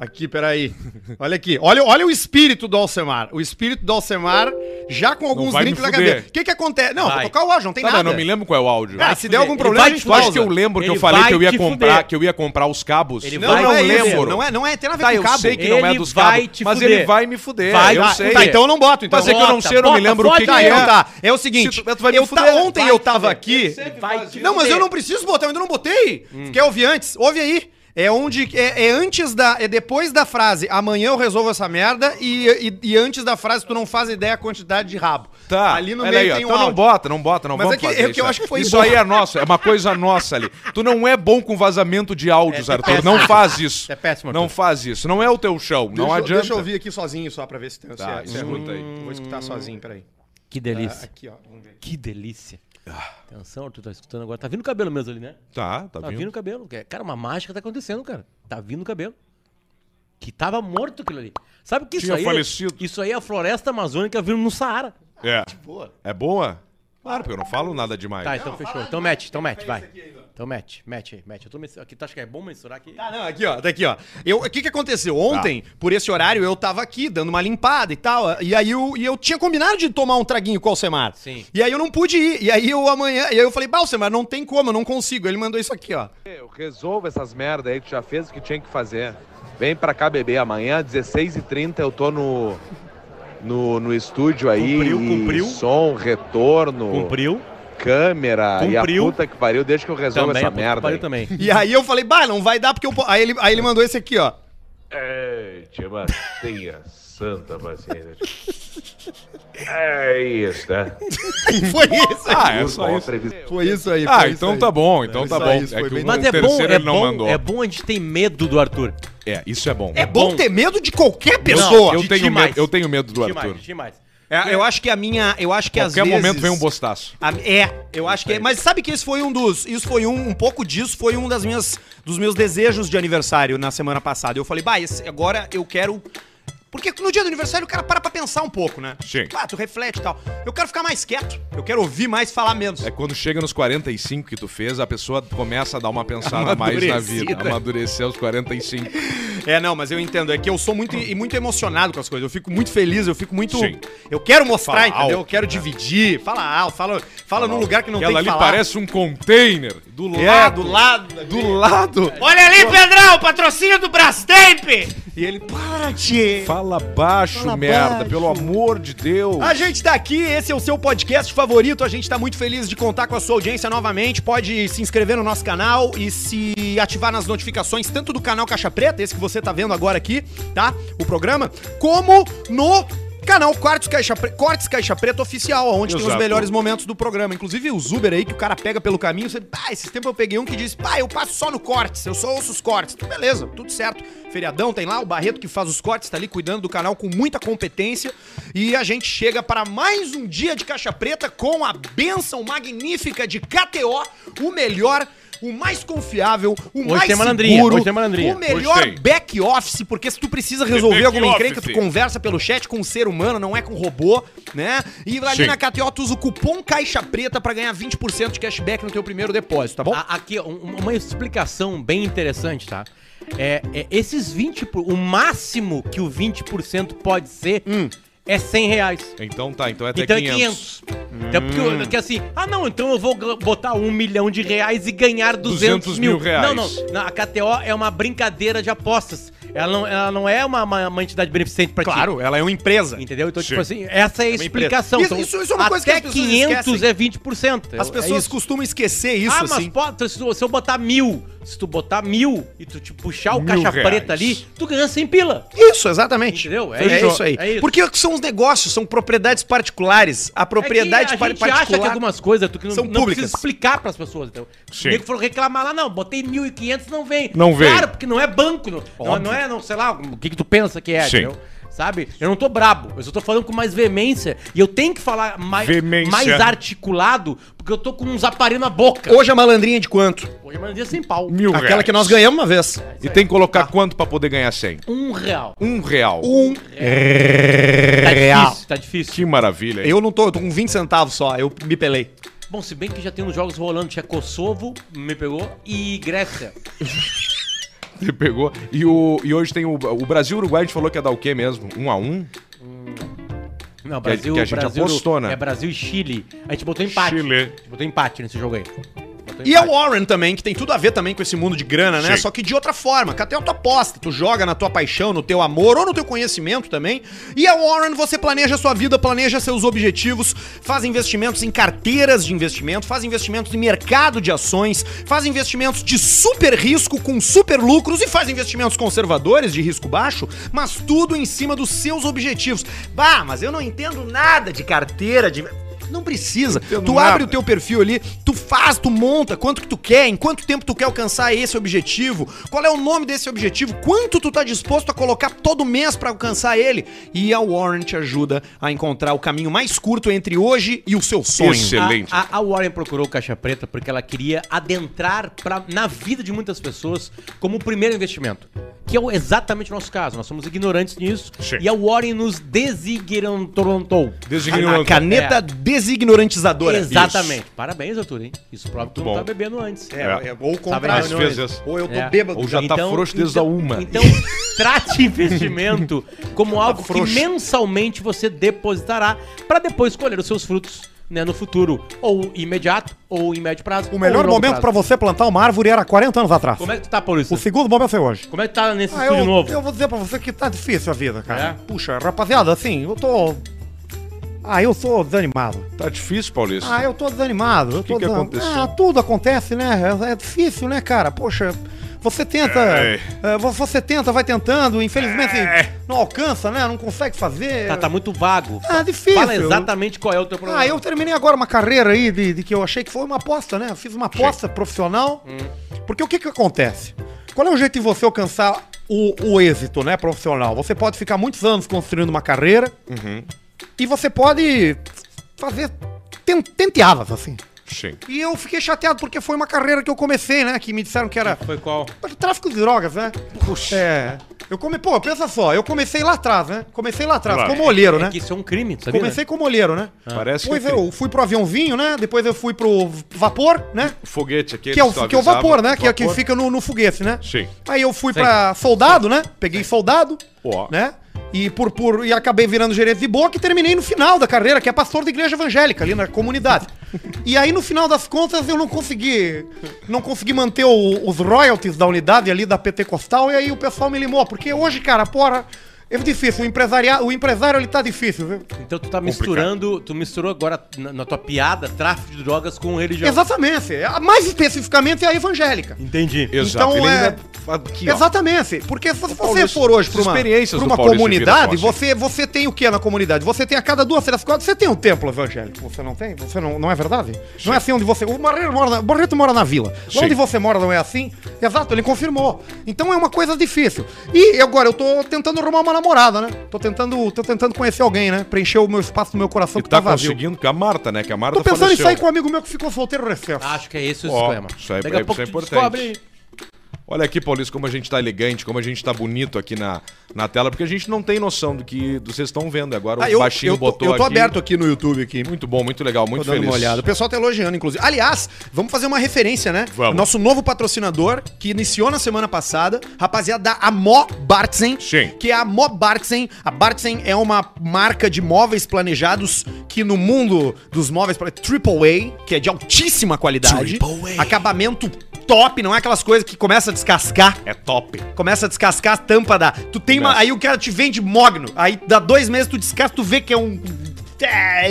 [SPEAKER 1] Aqui, peraí. Olha aqui. Olha, olha o espírito do Alcemar. O espírito do Alcemar, já com alguns
[SPEAKER 2] vai me
[SPEAKER 1] drinks na
[SPEAKER 2] fuder.
[SPEAKER 1] cabeça. O que que acontece? Não,
[SPEAKER 3] Vai.
[SPEAKER 1] vou tocar o áudio, não tem
[SPEAKER 2] Tá, mas
[SPEAKER 1] nada.
[SPEAKER 2] não me lembro qual é o áudio.
[SPEAKER 1] Ah, se der algum problema,
[SPEAKER 3] vai
[SPEAKER 1] a
[SPEAKER 3] te
[SPEAKER 1] gente
[SPEAKER 2] Eu
[SPEAKER 3] fuder.
[SPEAKER 1] pausa.
[SPEAKER 2] acho que eu lembro que
[SPEAKER 3] um Ele
[SPEAKER 2] eu falei
[SPEAKER 3] vai
[SPEAKER 2] que eu ia
[SPEAKER 3] te
[SPEAKER 2] comprar,
[SPEAKER 3] fuder.
[SPEAKER 2] que eu ia comprar os cabos.
[SPEAKER 3] Ele
[SPEAKER 1] Não,
[SPEAKER 3] vai-
[SPEAKER 1] não, é
[SPEAKER 3] Vai,
[SPEAKER 1] isso.
[SPEAKER 2] lembro.
[SPEAKER 1] Não é, não é, tem nada a ver
[SPEAKER 2] Tá,
[SPEAKER 1] com
[SPEAKER 2] eu
[SPEAKER 1] cabo.
[SPEAKER 2] sei que não é
[SPEAKER 3] Ele
[SPEAKER 2] dos
[SPEAKER 3] vai
[SPEAKER 2] cabos,
[SPEAKER 3] te
[SPEAKER 2] mas
[SPEAKER 3] fuder.
[SPEAKER 2] ele vai me fuder.
[SPEAKER 3] Vai,
[SPEAKER 2] eu
[SPEAKER 3] vai.
[SPEAKER 2] sei.
[SPEAKER 1] Tá, então eu não boto, então.
[SPEAKER 2] Mas é que eu não
[SPEAKER 3] Bota,
[SPEAKER 2] sei, eu não me
[SPEAKER 3] bota,
[SPEAKER 2] lembro o que, que
[SPEAKER 3] bota
[SPEAKER 1] Tá,
[SPEAKER 3] aí,
[SPEAKER 2] é.
[SPEAKER 1] então tá. É o seguinte,
[SPEAKER 2] Se tu- tu vai me
[SPEAKER 1] eu
[SPEAKER 2] fuder.
[SPEAKER 1] tá, ontem
[SPEAKER 3] Vai
[SPEAKER 1] eu
[SPEAKER 3] te
[SPEAKER 1] tava
[SPEAKER 3] fuder.
[SPEAKER 1] aqui.
[SPEAKER 3] Vai te
[SPEAKER 1] Não, mas
[SPEAKER 3] fuder.
[SPEAKER 1] eu não preciso botar, eu ainda não botei.
[SPEAKER 2] Hum.
[SPEAKER 1] Quer ouvir antes? Ouve aí. É onde. É, é antes da. É depois da frase amanhã eu resolvo essa merda e, e, e antes da frase tu não faz ideia a quantidade de rabo.
[SPEAKER 2] Tá,
[SPEAKER 1] Ali no
[SPEAKER 2] olha
[SPEAKER 1] meio
[SPEAKER 2] aí, ó.
[SPEAKER 1] tem um
[SPEAKER 2] Então não
[SPEAKER 1] áudio.
[SPEAKER 2] bota, não bota, não
[SPEAKER 1] Mas
[SPEAKER 2] vamos
[SPEAKER 1] é que-
[SPEAKER 2] fazer
[SPEAKER 1] é que
[SPEAKER 2] isso
[SPEAKER 1] eu
[SPEAKER 2] aí.
[SPEAKER 1] acho que foi
[SPEAKER 2] Isso
[SPEAKER 1] bom.
[SPEAKER 2] aí é nosso, é uma coisa nossa ali. Tu não é bom com vazamento de
[SPEAKER 1] É,
[SPEAKER 2] áudios, Arthur. Não faz isso.
[SPEAKER 3] É péssimo, Arthur.
[SPEAKER 2] Não faz isso. Não é o teu chão,
[SPEAKER 1] Deixa,
[SPEAKER 2] não
[SPEAKER 1] eu-
[SPEAKER 2] adianta.
[SPEAKER 1] Deixa eu ouvir aqui sozinho só pra ver se tem. se
[SPEAKER 2] Tá,
[SPEAKER 1] é- se é
[SPEAKER 2] escuta
[SPEAKER 1] ruim.
[SPEAKER 2] aí.
[SPEAKER 1] Vou escutar sozinho, peraí.
[SPEAKER 3] Que delícia.
[SPEAKER 1] Aqui, ó. Vamos ver.
[SPEAKER 3] Que delícia.
[SPEAKER 1] Ah.
[SPEAKER 3] Atenção, tu tá escutando agora. Tá vindo o cabelo mesmo ali, né?
[SPEAKER 2] Tá, tá,
[SPEAKER 3] Tá
[SPEAKER 2] vindo.
[SPEAKER 3] vindo o cabelo. que é- Cara, uma mágica tá acontecendo, cara. Tá vindo o cabelo. Que tava morto aquilo ali. Sabe que isso
[SPEAKER 2] Tinha
[SPEAKER 3] aí.
[SPEAKER 2] falecido.
[SPEAKER 3] Isso aí é a floresta amazônica vindo no Saara.
[SPEAKER 2] É. É boa? Claro, porque eu não falo nada demais.
[SPEAKER 3] Tá, então fechou. Então mete, então mete, vai. Então mete, mete aí, mete. Eu tô mens- aqui, tu acha que é bom mensurar aqui?
[SPEAKER 1] Tá, não, aqui, ó, daqui, ó. Eu- O que que
[SPEAKER 2] Tá.
[SPEAKER 1] aconteceu? Ontem, por esse horário, eu tava aqui dando uma limpada e tal. E aí eu, e eu tinha combinado de tomar um traguinho com o Alcemar.
[SPEAKER 3] Sim.
[SPEAKER 1] E aí eu não pude ir. E aí eu amanhã. E aí eu falei, bah, Alcemar, não tem como, eu não consigo. Ele mandou isso aqui, ó.
[SPEAKER 5] Eu resolvo essas merda aí, tu já fez o que tinha que fazer. Vem pra cá beber amanhã, 16h30, eu tô no, no, no estúdio aí.
[SPEAKER 3] Cumpriu,
[SPEAKER 5] e
[SPEAKER 3] cumpriu.
[SPEAKER 5] Som, retorno,
[SPEAKER 3] Cumpriu.
[SPEAKER 5] câmera
[SPEAKER 3] Cumpriu.
[SPEAKER 5] e a puta que pariu, deixa que eu
[SPEAKER 2] Tá
[SPEAKER 5] resolvo
[SPEAKER 3] Também,
[SPEAKER 5] essa
[SPEAKER 3] a puta que
[SPEAKER 5] merda.
[SPEAKER 3] pariu
[SPEAKER 5] aí.
[SPEAKER 3] também.
[SPEAKER 1] E aí eu falei, bah, não vai dar porque eu. po-" Aí ele, aí ele mandou esse aqui, ó. <laughs>
[SPEAKER 5] Ei, tia Matinha, santa paciência. <laughs> É isso, tá?
[SPEAKER 1] Foi isso.
[SPEAKER 2] Ah, é só isso.
[SPEAKER 1] Foi isso aí.
[SPEAKER 2] Ah,
[SPEAKER 1] foi isso
[SPEAKER 2] então
[SPEAKER 1] aí.
[SPEAKER 2] tá bom, então tá
[SPEAKER 1] Isso
[SPEAKER 2] bom.
[SPEAKER 1] aí, isso
[SPEAKER 2] É
[SPEAKER 1] foi
[SPEAKER 2] que
[SPEAKER 1] bem-
[SPEAKER 2] o
[SPEAKER 3] Mas é bom,
[SPEAKER 2] terceiro
[SPEAKER 3] é
[SPEAKER 2] ele não
[SPEAKER 3] bom,
[SPEAKER 2] mandou.
[SPEAKER 3] é bom a gente ter medo do Arthur.
[SPEAKER 2] É, isso é bom.
[SPEAKER 1] É bom
[SPEAKER 3] bom.
[SPEAKER 1] ter medo de qualquer pessoa.
[SPEAKER 2] eu,
[SPEAKER 3] de
[SPEAKER 2] tenho
[SPEAKER 3] demais.
[SPEAKER 2] medo, eu tenho medo do
[SPEAKER 3] Demais,
[SPEAKER 2] Arthur.
[SPEAKER 3] demais.
[SPEAKER 1] É, eu acho que a minha. Eu acho que às
[SPEAKER 2] Qualquer
[SPEAKER 1] vezes.
[SPEAKER 2] momento vem um bostaço.
[SPEAKER 1] A- é, eu acho que é. Mas sabe que esse foi um dos. Isso foi um. Um pouco disso foi um das minhas, dos meus desejos de aniversário na semana passada. Eu falei, bah, esse- agora eu quero. Porque no dia do aniversário o cara para pra pensar um pouco, né?
[SPEAKER 2] Sim.
[SPEAKER 1] Ah, tu reflete e tal. Eu quero ficar mais quieto. Eu quero ouvir mais, falar menos.
[SPEAKER 2] É quando chega nos 45 que tu fez, a pessoa começa a dar uma pensada mais na vida.
[SPEAKER 1] Amadurecida.
[SPEAKER 2] Amadurecer aos 45.
[SPEAKER 1] É, não, mas eu entendo. É que eu sou muito, e muito emocionado com as coisas. Eu fico muito feliz, eu fico muito.
[SPEAKER 2] Sim.
[SPEAKER 1] Eu quero mostrar,
[SPEAKER 2] Fala
[SPEAKER 1] entendeu? eu
[SPEAKER 2] alto, né?
[SPEAKER 1] quero dividir. Fala alto, fala, fala, num lugar que não
[SPEAKER 2] Ela
[SPEAKER 1] tem
[SPEAKER 2] ali
[SPEAKER 1] que falar.
[SPEAKER 2] parece um container. Do
[SPEAKER 1] É,
[SPEAKER 2] lado. né?
[SPEAKER 1] do lado.
[SPEAKER 2] Do lado.
[SPEAKER 1] Olha ali, Pedrão, patrocínio do Brastemp! E ele, para, tchê!
[SPEAKER 2] Fala baixo,
[SPEAKER 1] Fala
[SPEAKER 2] merda.
[SPEAKER 1] baixo.
[SPEAKER 2] Pelo amor de Deus.
[SPEAKER 6] Ah,
[SPEAKER 1] A gente tá aqui, esse é o seu podcast favorito. A gente tá muito feliz de contar com a sua audiência novamente. Pode se inscrever no nosso canal e se ativar nas notificações, tanto do canal Caixa Preta, esse que você tá vendo agora aqui, tá? O programa, como no Canal Cortes Caixa, Pre- Cortes Caixa Preta Oficial, onde tem os
[SPEAKER 2] Exato.
[SPEAKER 1] melhores momentos do programa. Inclusive os Uber aí que o cara pega pelo caminho. Você, ah, esses tempos eu peguei um que disse, pá, eu passo só no Cortes, eu só ouço os cortes. Então, beleza, tudo certo. Feriadão tem lá, o Barreto que faz os cortes, tá ali cuidando do canal com muita competência. E a gente chega para mais um dia de Caixa Preta com a benção magnífica de KTO, o melhor. O mais confiável, o mais
[SPEAKER 3] tem malandrinha,
[SPEAKER 1] seguro,
[SPEAKER 3] hoje tem malandrinha.
[SPEAKER 1] o melhor
[SPEAKER 2] Gostei.
[SPEAKER 1] back office, porque se tu precisa resolver
[SPEAKER 2] back
[SPEAKER 1] alguma encrenca, tu
[SPEAKER 2] office.
[SPEAKER 1] conversa pelo chat com um ser humano, não é com robô, né? E ali
[SPEAKER 2] Sim.
[SPEAKER 1] na KTO tu usa o cupom Caixa Preta pra ganhar 20% de cashback no teu primeiro depósito, tá bom?
[SPEAKER 3] A- Aqui, ó, um- uma explicação bem interessante, tá? É, é, esses 20%, por- o máximo que o 20% pode ser
[SPEAKER 2] Hum.
[SPEAKER 3] é 100 reais.
[SPEAKER 2] Então tá, então é até
[SPEAKER 3] Então
[SPEAKER 2] 500.
[SPEAKER 3] é 500. Então, porque, eu-
[SPEAKER 2] Hum.
[SPEAKER 3] porque assim, ah não, então eu vou g- botar um milhão de reais e ganhar 200,
[SPEAKER 2] 200
[SPEAKER 3] mil.
[SPEAKER 2] mil reais.
[SPEAKER 3] Não, não, não, a KTO é uma brincadeira de apostas. Ela não, ela não é uma, uma, uma entidade beneficente pra ti.
[SPEAKER 1] Claro, ela é uma empresa.
[SPEAKER 3] Entendeu? Então, tipo
[SPEAKER 2] Sim.
[SPEAKER 3] assim, essa é a
[SPEAKER 1] uma
[SPEAKER 3] explicação.
[SPEAKER 1] empresa.
[SPEAKER 3] Então,
[SPEAKER 1] Isso- isso- isso é uma coisa que
[SPEAKER 3] até
[SPEAKER 1] as pessoas
[SPEAKER 3] 500
[SPEAKER 1] esquecem.
[SPEAKER 3] é 20%.
[SPEAKER 1] As
[SPEAKER 3] É
[SPEAKER 1] pessoas
[SPEAKER 3] isso.
[SPEAKER 1] costumam esquecer isso,
[SPEAKER 3] ah, mas
[SPEAKER 1] assim.
[SPEAKER 3] pode, se, tu- se eu botar mil, se tu botar mil e tu te puxar o
[SPEAKER 2] Mil
[SPEAKER 3] caixa
[SPEAKER 2] reais.
[SPEAKER 3] preta ali, tu ganha 100 pila.
[SPEAKER 1] Isso, exatamente.
[SPEAKER 3] Entendeu? É
[SPEAKER 1] É,
[SPEAKER 3] isso.
[SPEAKER 1] isso aí.
[SPEAKER 3] É isso.
[SPEAKER 1] Porque são os negócios, são propriedades particulares. A propriedade
[SPEAKER 3] é que a
[SPEAKER 1] par-
[SPEAKER 3] gente acha que
[SPEAKER 1] particular.
[SPEAKER 3] algumas coisas tu que não,
[SPEAKER 1] são
[SPEAKER 3] não precisa
[SPEAKER 1] públicas.
[SPEAKER 3] explicar pras pessoas. Então,
[SPEAKER 2] Sim.
[SPEAKER 3] O nego falou reclamar lá, não, botei 1.500, não vem.
[SPEAKER 2] Não vem.
[SPEAKER 3] Claro, porque não é banco. Não, não, não é, não, sei lá, o que, que tu pensa que é,
[SPEAKER 2] Sim.
[SPEAKER 3] entendeu? Sabe? Eu não tô brabo, eu só tô falando com mais veemência. E eu tenho que falar mais,
[SPEAKER 2] Veemência.
[SPEAKER 3] mais articulado, porque eu tô com uns aparelhos na boca.
[SPEAKER 1] Hoje a malandrinha é de quanto?
[SPEAKER 3] Hoje é um dia sem pau.
[SPEAKER 2] Mil
[SPEAKER 1] Aquela
[SPEAKER 2] reais.
[SPEAKER 1] que nós ganhamos uma vez.
[SPEAKER 2] E tem que
[SPEAKER 6] Tá.
[SPEAKER 2] colocar quanto pra poder ganhar 100?
[SPEAKER 3] Um real.
[SPEAKER 2] Um real.
[SPEAKER 1] Um
[SPEAKER 3] Tá
[SPEAKER 1] real.
[SPEAKER 3] difícil, tá difícil.
[SPEAKER 2] Que maravilha. hein?
[SPEAKER 1] Eu não tô, eu tô com 20 centavos só, eu me pelei.
[SPEAKER 3] Bom, se bem que já tem uns jogos rolando, tinha Kosovo, me pegou, e Grécia.
[SPEAKER 2] Ele pegou. E, o, e hoje tem o, o Brasil e o Uruguai, a gente falou que ia dar o quê mesmo? Um a um?
[SPEAKER 3] Não,
[SPEAKER 2] Que a-
[SPEAKER 3] Brasil,
[SPEAKER 2] que a gente
[SPEAKER 3] Brasil,
[SPEAKER 2] apostou, né?
[SPEAKER 3] É Brasil e Chile. A gente botou empate.
[SPEAKER 2] Chile.
[SPEAKER 3] A gente botou empate nesse jogo aí. Botou
[SPEAKER 1] E é
[SPEAKER 3] empate.
[SPEAKER 1] o Warren também, que tem tudo a ver também com esse mundo de grana, né?
[SPEAKER 2] Sim.
[SPEAKER 1] Só que de outra forma. Catel tu aposta, tu joga na tua paixão, no teu amor ou no teu conhecimento também. E a Warren, você planeja sua vida, planeja seus objetivos, faz investimentos em carteiras de investimento, faz investimentos em mercado de ações, faz investimentos de super risco com super lucros e faz investimentos conservadores de risco baixo, mas tudo em cima dos seus objetivos. Bah, mas eu não entendo nada de carteira de não precisa.
[SPEAKER 2] entendo
[SPEAKER 1] tu abre
[SPEAKER 2] nada.
[SPEAKER 1] o teu perfil ali, tu faz, tu monta quanto que tu quer, em quanto tempo tu quer alcançar esse objetivo, qual é o nome desse objetivo, quanto tu tá disposto a colocar todo mês pra alcançar ele. E a Warren te ajuda a encontrar o caminho mais curto entre hoje e o seu sonho.
[SPEAKER 2] Excelente.
[SPEAKER 3] A, a- a Warren procurou o Caixa Preta porque ela queria adentrar pra, na vida de muitas pessoas como o primeiro investimento. Que é o- exatamente o nosso caso. Nós somos ignorantes nisso.
[SPEAKER 2] Sim.
[SPEAKER 3] E a Warren nos
[SPEAKER 6] Ah,
[SPEAKER 3] designorantou.
[SPEAKER 1] A, a
[SPEAKER 2] Designou.
[SPEAKER 1] caneta
[SPEAKER 3] É.
[SPEAKER 1] designorantizadora.
[SPEAKER 3] Exatamente. Parabéns, Arthur, hein? Isso prova que tu não
[SPEAKER 2] bom.
[SPEAKER 3] tá bebendo antes.
[SPEAKER 1] É, é, ou o
[SPEAKER 3] Às
[SPEAKER 1] contrário.
[SPEAKER 2] vezes.
[SPEAKER 1] né? Ou eu tô
[SPEAKER 3] Tá É.
[SPEAKER 1] bêbado.
[SPEAKER 2] Ou já tá frouxo desde
[SPEAKER 3] então,
[SPEAKER 2] a uma. tá
[SPEAKER 3] Então,
[SPEAKER 2] <laughs>
[SPEAKER 3] trate investimento como algo que mensalmente você depositará para depois escolher os seus frutos né, no futuro, ou imediato, ou em médio prazo.
[SPEAKER 6] O melhor momento pra você plantar uma árvore era 40 anos atrás.
[SPEAKER 3] Como é que tu tá, Paulista?
[SPEAKER 6] O segundo momento é hoje.
[SPEAKER 3] Como é que tá nesse
[SPEAKER 6] Ah,
[SPEAKER 3] estúdio
[SPEAKER 6] eu,
[SPEAKER 3] novo?
[SPEAKER 6] eu vou dizer pra você que tá difícil a vida, cara.
[SPEAKER 3] É?
[SPEAKER 6] Puxa, rapaziada, assim, eu tô. Ah, eu sou desanimado.
[SPEAKER 2] Tá difícil, Paulista.
[SPEAKER 6] Ah, eu tô desanimado. eu tô
[SPEAKER 2] que que
[SPEAKER 6] desan-
[SPEAKER 2] aconteceu?
[SPEAKER 6] Ah, tudo acontece, né? É, é difícil, né, cara? Poxa, você tenta.
[SPEAKER 2] É.
[SPEAKER 6] é, vo- você tenta, vai tentando, infelizmente não alcança, né? Não consegue fazer.
[SPEAKER 3] Tá, tá muito vago.
[SPEAKER 6] Ah, difícil.
[SPEAKER 3] Fala exatamente qual é o teu problema.
[SPEAKER 6] Ah, eu terminei agora uma carreira aí de, de que eu achei que foi uma aposta, né? Eu fiz uma aposta profissional. Porque o que que acontece? Qual é o jeito de você alcançar o, o êxito, né, profissional? Você pode ficar muitos anos construindo uma carreira
[SPEAKER 2] Uhum.
[SPEAKER 6] e você pode fazer ten- tenteadas, assim.
[SPEAKER 2] Sim.
[SPEAKER 6] E eu fiquei chateado porque foi uma carreira que eu comecei, né? Que me disseram que era
[SPEAKER 3] Foi qual?
[SPEAKER 6] tráfico de drogas, né?
[SPEAKER 2] Puxa.
[SPEAKER 6] É. Eu come... Pô, pensa só, eu comecei lá atrás, né? Comecei lá atrás,
[SPEAKER 2] Claro.
[SPEAKER 6] como olheiro, né?
[SPEAKER 3] É que isso é um crime, tu sabia? né?
[SPEAKER 6] Comecei como olheiro, né?
[SPEAKER 2] Parece
[SPEAKER 6] Depois
[SPEAKER 2] que
[SPEAKER 6] eu fui pro aviãozinho, né? Depois eu fui pro vapor, né?
[SPEAKER 2] foguete aqui.
[SPEAKER 6] Que é, o, que é o vapor, né? Que é que fica no, no foguete, né?
[SPEAKER 2] Sim.
[SPEAKER 6] Aí eu fui pra soldado, né? Peguei soldado,
[SPEAKER 2] Ó.
[SPEAKER 6] né? E, por, por, e acabei virando gerente de boca e terminei no final da carreira, que é pastor da igreja evangélica ali na comunidade. E aí, no final das contas, eu não consegui não consegui manter o- os royalties da unidade ali da PT Costal, e aí o pessoal me limou, porque hoje, cara, porra, Eu disse isso, o, empresaria, o empresário ele tá difícil, viu?
[SPEAKER 3] Então tu tá misturando, tu misturou agora na, na tua piada tráfico de drogas com religião.
[SPEAKER 6] Exatamente. É, Mais especificamente é a evangélica.
[SPEAKER 3] Entendi.
[SPEAKER 6] Então,
[SPEAKER 2] Exato. Ele
[SPEAKER 6] é-
[SPEAKER 2] ainda fa- aqui, ó.
[SPEAKER 6] Exatamente. assim, Porque se você
[SPEAKER 2] Paulista,
[SPEAKER 6] for hoje pra
[SPEAKER 2] as
[SPEAKER 6] uma,
[SPEAKER 2] experiências
[SPEAKER 6] pra
[SPEAKER 2] do
[SPEAKER 6] uma
[SPEAKER 2] Paulista
[SPEAKER 6] comunidade,
[SPEAKER 2] vira forte.
[SPEAKER 6] você, você tem o que na comunidade? Você tem a cada duas, três quadras, você tem um templo evangélico. Você não tem? Você não, não é verdade? Não é assim onde você. O Barreto mora na, o Barreto mora na vila. Lá
[SPEAKER 2] Sim.
[SPEAKER 6] Onde você mora não é assim? Exato, ele confirmou. Então é uma coisa difícil. E agora eu tô tentando arrumar uma namorada, né? Tô tentando, tô tentando conhecer alguém, né? Preencher o meu espaço do meu coração
[SPEAKER 2] E
[SPEAKER 6] que
[SPEAKER 2] tá
[SPEAKER 6] tá vazio.
[SPEAKER 2] conseguindo com a Marta, né? Que a Marta
[SPEAKER 6] Tô pensando em
[SPEAKER 2] faleceu.
[SPEAKER 6] sair com um amigo meu que ficou solteiro recente.
[SPEAKER 3] Acho que é esse o
[SPEAKER 2] Ó,
[SPEAKER 3] esquema.
[SPEAKER 2] isso aí-
[SPEAKER 3] Daqui a
[SPEAKER 2] isso
[SPEAKER 3] pouco
[SPEAKER 2] é
[SPEAKER 3] tu
[SPEAKER 2] importante.
[SPEAKER 3] descobre.
[SPEAKER 2] Olha aqui, Paulista, como a gente tá elegante, como a gente tá bonito aqui na, na tela, porque a gente não tem noção do que do- vocês estão vendo. Agora o
[SPEAKER 1] Ah, eu,
[SPEAKER 2] baixinho
[SPEAKER 1] eu tô,
[SPEAKER 2] botou
[SPEAKER 1] eu tô
[SPEAKER 2] aqui.
[SPEAKER 1] aberto aqui no YouTube aqui.
[SPEAKER 2] Muito bom, muito legal, muito
[SPEAKER 1] Tô dando
[SPEAKER 2] feliz.
[SPEAKER 1] uma olhada. O pessoal tá elogiando, inclusive. Aliás, vamos fazer uma referência, né?
[SPEAKER 2] Vamos.
[SPEAKER 1] Nosso novo patrocinador, que iniciou na semana passada, rapaziada da Amó Bartzen.
[SPEAKER 2] Sim.
[SPEAKER 1] Que é a Amó Bartzen. A Bartzen é uma marca de móveis planejados que no mundo dos móveis... plane- Triple A, que é de altíssima qualidade.
[SPEAKER 2] Triple A.
[SPEAKER 1] Acabamento top, não é aquelas coisas que começa a descascar
[SPEAKER 2] É top.
[SPEAKER 1] começa a descascar a tampa da. Tu tem uma.
[SPEAKER 2] Começa.
[SPEAKER 1] Aí o cara te vende mogno. Aí dá dois meses, tu descasca, tu vê que é um. É,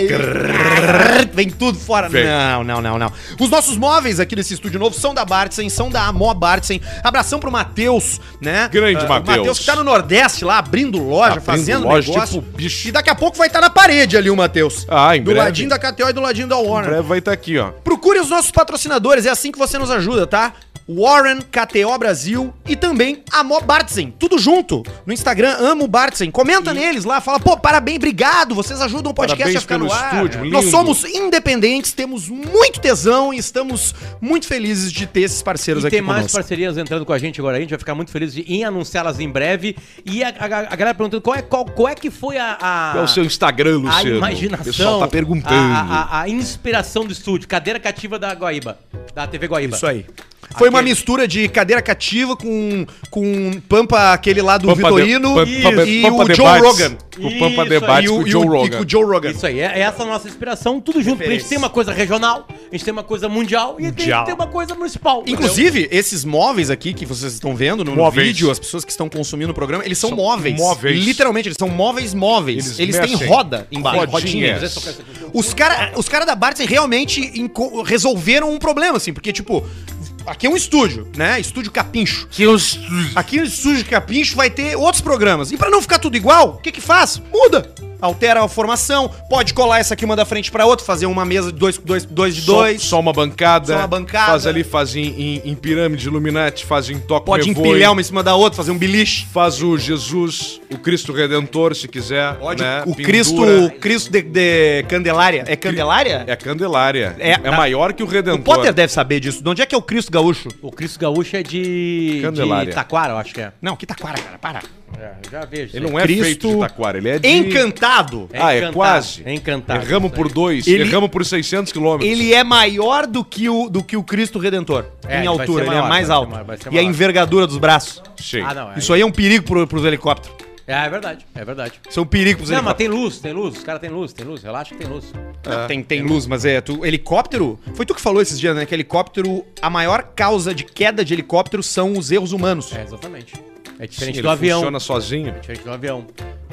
[SPEAKER 1] Vem tudo fora.
[SPEAKER 2] Vem.
[SPEAKER 1] Não, não, não, não. Os nossos móveis aqui nesse estúdio novo são da Bartzen, são da Amó Bartzen. Abração pro Matheus, né?
[SPEAKER 2] Grande
[SPEAKER 1] Ah, o
[SPEAKER 2] Matheus.
[SPEAKER 1] Matheus que tá no Nordeste lá, abrindo loja,
[SPEAKER 2] Abrindo
[SPEAKER 1] fazendo
[SPEAKER 2] loja,
[SPEAKER 1] negócio.
[SPEAKER 2] tipo bicho.
[SPEAKER 1] E daqui a pouco vai estar na parede ali o Matheus.
[SPEAKER 2] Ah, em
[SPEAKER 1] do
[SPEAKER 2] breve.
[SPEAKER 1] ladinho da KTO e do ladinho da
[SPEAKER 2] Em
[SPEAKER 1] Warner.
[SPEAKER 2] breve vai estar aqui, ó.
[SPEAKER 1] Procure os nossos patrocinadores, é assim que você nos ajuda, tá? Warren, KTO Brasil e também Amó Bartzen. Tudo junto no Instagram, amo Bartzen. Comenta neles lá, fala, pô, parabéns, obrigado, vocês ajudam o podcast
[SPEAKER 2] Parabéns
[SPEAKER 1] a ficar no
[SPEAKER 2] pelo
[SPEAKER 1] ar.
[SPEAKER 2] estúdio,
[SPEAKER 1] Nós
[SPEAKER 2] lindo.
[SPEAKER 1] somos independentes, temos muito tesão e estamos muito felizes de ter esses parceiros
[SPEAKER 3] E
[SPEAKER 1] aqui
[SPEAKER 3] tem mais
[SPEAKER 1] conosco.
[SPEAKER 3] parcerias entrando com a gente agora. A gente vai ficar muito feliz de- em anunciá-las em breve. E a, a- a galera perguntando qual é, qual, qual é que foi a. a-
[SPEAKER 1] Ah.
[SPEAKER 2] Qual é o seu Instagram,
[SPEAKER 3] a
[SPEAKER 2] Luciano?
[SPEAKER 3] imaginação.
[SPEAKER 2] O pessoal tá perguntando.
[SPEAKER 1] ah.
[SPEAKER 3] A, a- a inspiração do estúdio. Cadeira cativa da Guaíba. Da TV Guaíba.
[SPEAKER 1] Isso aí. Foi uma
[SPEAKER 3] Aquele-
[SPEAKER 1] mistura de cadeira cativa com, com Pampa, aquele lá do
[SPEAKER 2] Pampa de-
[SPEAKER 1] Vitorino,
[SPEAKER 2] Pampa- Pampa-
[SPEAKER 1] e, e
[SPEAKER 2] Pampa
[SPEAKER 1] o Joe
[SPEAKER 2] Debates.
[SPEAKER 1] Rogan.
[SPEAKER 2] O Pampa
[SPEAKER 3] Isso
[SPEAKER 2] Debates
[SPEAKER 1] E
[SPEAKER 2] com
[SPEAKER 1] o,
[SPEAKER 2] o
[SPEAKER 1] e o-
[SPEAKER 2] Joe
[SPEAKER 1] e
[SPEAKER 2] Rogan.
[SPEAKER 1] com o Joe Rogan.
[SPEAKER 3] Isso aí, é é essa a nossa inspiração, tudo junto. Porque a gente tem uma coisa regional, a gente tem uma coisa mundial e a gente
[SPEAKER 1] Mundial.
[SPEAKER 3] tem uma coisa municipal. entendeu?
[SPEAKER 1] Inclusive, esses móveis aqui que vocês estão vendo no, no
[SPEAKER 2] Móveis.
[SPEAKER 1] vídeo, as pessoas que estão consumindo o programa, eles são,
[SPEAKER 2] São
[SPEAKER 1] móveis.
[SPEAKER 2] móveis.
[SPEAKER 1] Literalmente, eles são móveis móveis.
[SPEAKER 2] Eles
[SPEAKER 1] Eles, têm
[SPEAKER 2] mexem.
[SPEAKER 1] roda embaixo,
[SPEAKER 2] Rodinhas.
[SPEAKER 1] rodinhas. é Os caras os cara da Bartzen realmente enco- resolveram um problema, assim, porque, tipo, aqui é um estúdio, né? Estúdio Capincho.
[SPEAKER 2] é um
[SPEAKER 1] Aqui no Estúdio Capincho vai ter outros programas. E pra não ficar tudo igual, o que que faz? Muda. Altera a formação, pode colar essa aqui uma da frente pra outra, fazer uma mesa de dois, dois, dois de
[SPEAKER 2] Só-
[SPEAKER 1] dois.
[SPEAKER 2] Só, uma bancada.
[SPEAKER 1] Só uma bancada.
[SPEAKER 2] Faz ali, faz em, em- em pirâmide, Illuminati, faz em toque
[SPEAKER 1] Pode
[SPEAKER 2] Mevoi,
[SPEAKER 1] empilhar uma em cima da outra, fazer um biliche.
[SPEAKER 2] Faz o Jesus, o Cristo Redentor, se quiser.
[SPEAKER 1] Pode,
[SPEAKER 2] né?
[SPEAKER 1] o
[SPEAKER 2] Pendura.
[SPEAKER 1] Cristo, o Cristo de, de Candelária. É Candelária?
[SPEAKER 2] É Candelária. É,
[SPEAKER 1] É- tá-
[SPEAKER 2] maior que o Redentor.
[SPEAKER 1] o Potter deve saber disso. De onde é que é o Cristo gaúcho?
[SPEAKER 3] O Cristo Gaúcho é de.
[SPEAKER 2] Candelária.
[SPEAKER 3] De Taquara, eu acho que é.
[SPEAKER 1] Não, que taquara, cara, para.
[SPEAKER 3] É, já vejo.
[SPEAKER 2] Ele não é
[SPEAKER 1] Cristo
[SPEAKER 2] feito de taquara, ele é de...
[SPEAKER 1] Encantado.
[SPEAKER 3] É
[SPEAKER 2] ah, é
[SPEAKER 3] encantado,
[SPEAKER 2] quase.
[SPEAKER 3] é encantado.
[SPEAKER 2] Erramos por dois,
[SPEAKER 1] Ele-
[SPEAKER 2] erramos por 600 quilômetros.
[SPEAKER 1] Ele é maior do que o, do que o Cristo Redentor.
[SPEAKER 3] É,
[SPEAKER 1] em
[SPEAKER 3] ele vai
[SPEAKER 1] altura, ele
[SPEAKER 3] ser
[SPEAKER 1] é
[SPEAKER 3] maior,
[SPEAKER 1] mais
[SPEAKER 3] vai ser
[SPEAKER 1] alto.
[SPEAKER 3] maior, vai ser
[SPEAKER 1] e a
[SPEAKER 3] maior.
[SPEAKER 1] envergadura dos braços.
[SPEAKER 2] Sim.
[SPEAKER 3] Ah, não. É,
[SPEAKER 1] Isso aí é um perigo pro, pros helicópteros.
[SPEAKER 3] É, é verdade, é verdade.
[SPEAKER 1] Isso é um perigo pros
[SPEAKER 3] Não, mas
[SPEAKER 1] helicópteros.
[SPEAKER 3] tem luz, tem luz. Os caras tem luz, tem luz. Relaxa que tem luz.
[SPEAKER 1] Não, tem, tem luz, mas é. Tu, helicóptero. Foi tu que falou esses dias, né? Que helicóptero. A maior causa de queda de helicóptero são os erros humanos.
[SPEAKER 3] É, exatamente. É
[SPEAKER 2] assim,
[SPEAKER 3] diferente
[SPEAKER 2] Ele
[SPEAKER 3] do avião.
[SPEAKER 2] funciona sozinho.
[SPEAKER 3] Diferente do avião.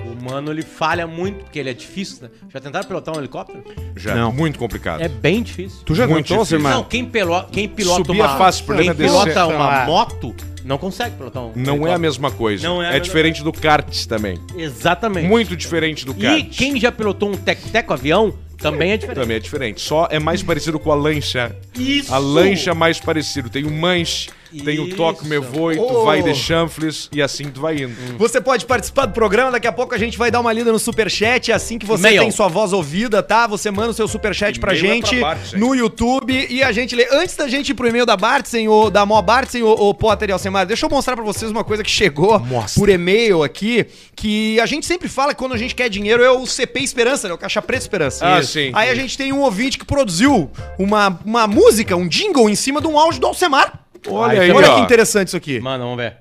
[SPEAKER 3] O humano, ele falha muito, porque ele é difícil, né? Já tentaram pilotar um helicóptero?
[SPEAKER 2] Já,
[SPEAKER 1] Não.
[SPEAKER 2] muito complicado.
[SPEAKER 3] É bem difícil.
[SPEAKER 2] já Muito tentou, difícil. Zirmar?
[SPEAKER 3] Não, quem, pelo, quem pilota
[SPEAKER 2] Subir é
[SPEAKER 3] uma...
[SPEAKER 2] fácil, o problema
[SPEAKER 3] quem
[SPEAKER 2] é descer.
[SPEAKER 3] pilota uma
[SPEAKER 1] Ah.
[SPEAKER 3] moto, não consegue pilotar um
[SPEAKER 2] Não é a
[SPEAKER 3] helicóptero.
[SPEAKER 2] mesma coisa.
[SPEAKER 3] Não é a
[SPEAKER 2] é
[SPEAKER 3] mesma
[SPEAKER 2] diferente do kart também.
[SPEAKER 3] Exatamente.
[SPEAKER 2] Muito diferente do kart.
[SPEAKER 3] E quem já pilotou um tec-tec avião, também é diferente.
[SPEAKER 2] Também é diferente. Só é mais parecido com a lancha.
[SPEAKER 3] Isso!
[SPEAKER 2] A lancha é mais parecido. Tem o manche, tem o
[SPEAKER 3] Isso.
[SPEAKER 2] toque mevoi, tu
[SPEAKER 1] Oh. Hum.
[SPEAKER 2] vai de chanfles e assim tu vai indo.
[SPEAKER 1] Você pode participar do programa, daqui a pouco a gente vai dar uma lida no superchat, assim que você
[SPEAKER 3] E-mail.
[SPEAKER 1] tem sua voz ouvida, tá? Você manda o seu superchat pra
[SPEAKER 2] E-mail é
[SPEAKER 1] gente
[SPEAKER 2] pra Bartzen.
[SPEAKER 1] no YouTube e a gente lê. Antes da gente ir pro e-mail da Bartzen, ou da Mó Bartzen, ou, Potter e Alcemar, deixa eu mostrar pra vocês uma coisa que chegou por e-mail aqui, que a gente sempre fala que quando a gente quer dinheiro é o CP Esperança, né? O Caixa Preto Esperança.
[SPEAKER 2] Ah, sim.
[SPEAKER 1] Aí a gente tem um ouvinte que produziu uma, uma música, um jingle em cima de um áudio do Alcemar.
[SPEAKER 2] Olha
[SPEAKER 3] Ah,
[SPEAKER 2] aí,
[SPEAKER 3] isso é
[SPEAKER 1] Olha
[SPEAKER 2] ó.
[SPEAKER 1] que interessante isso aqui.
[SPEAKER 3] Mano, vamos ver.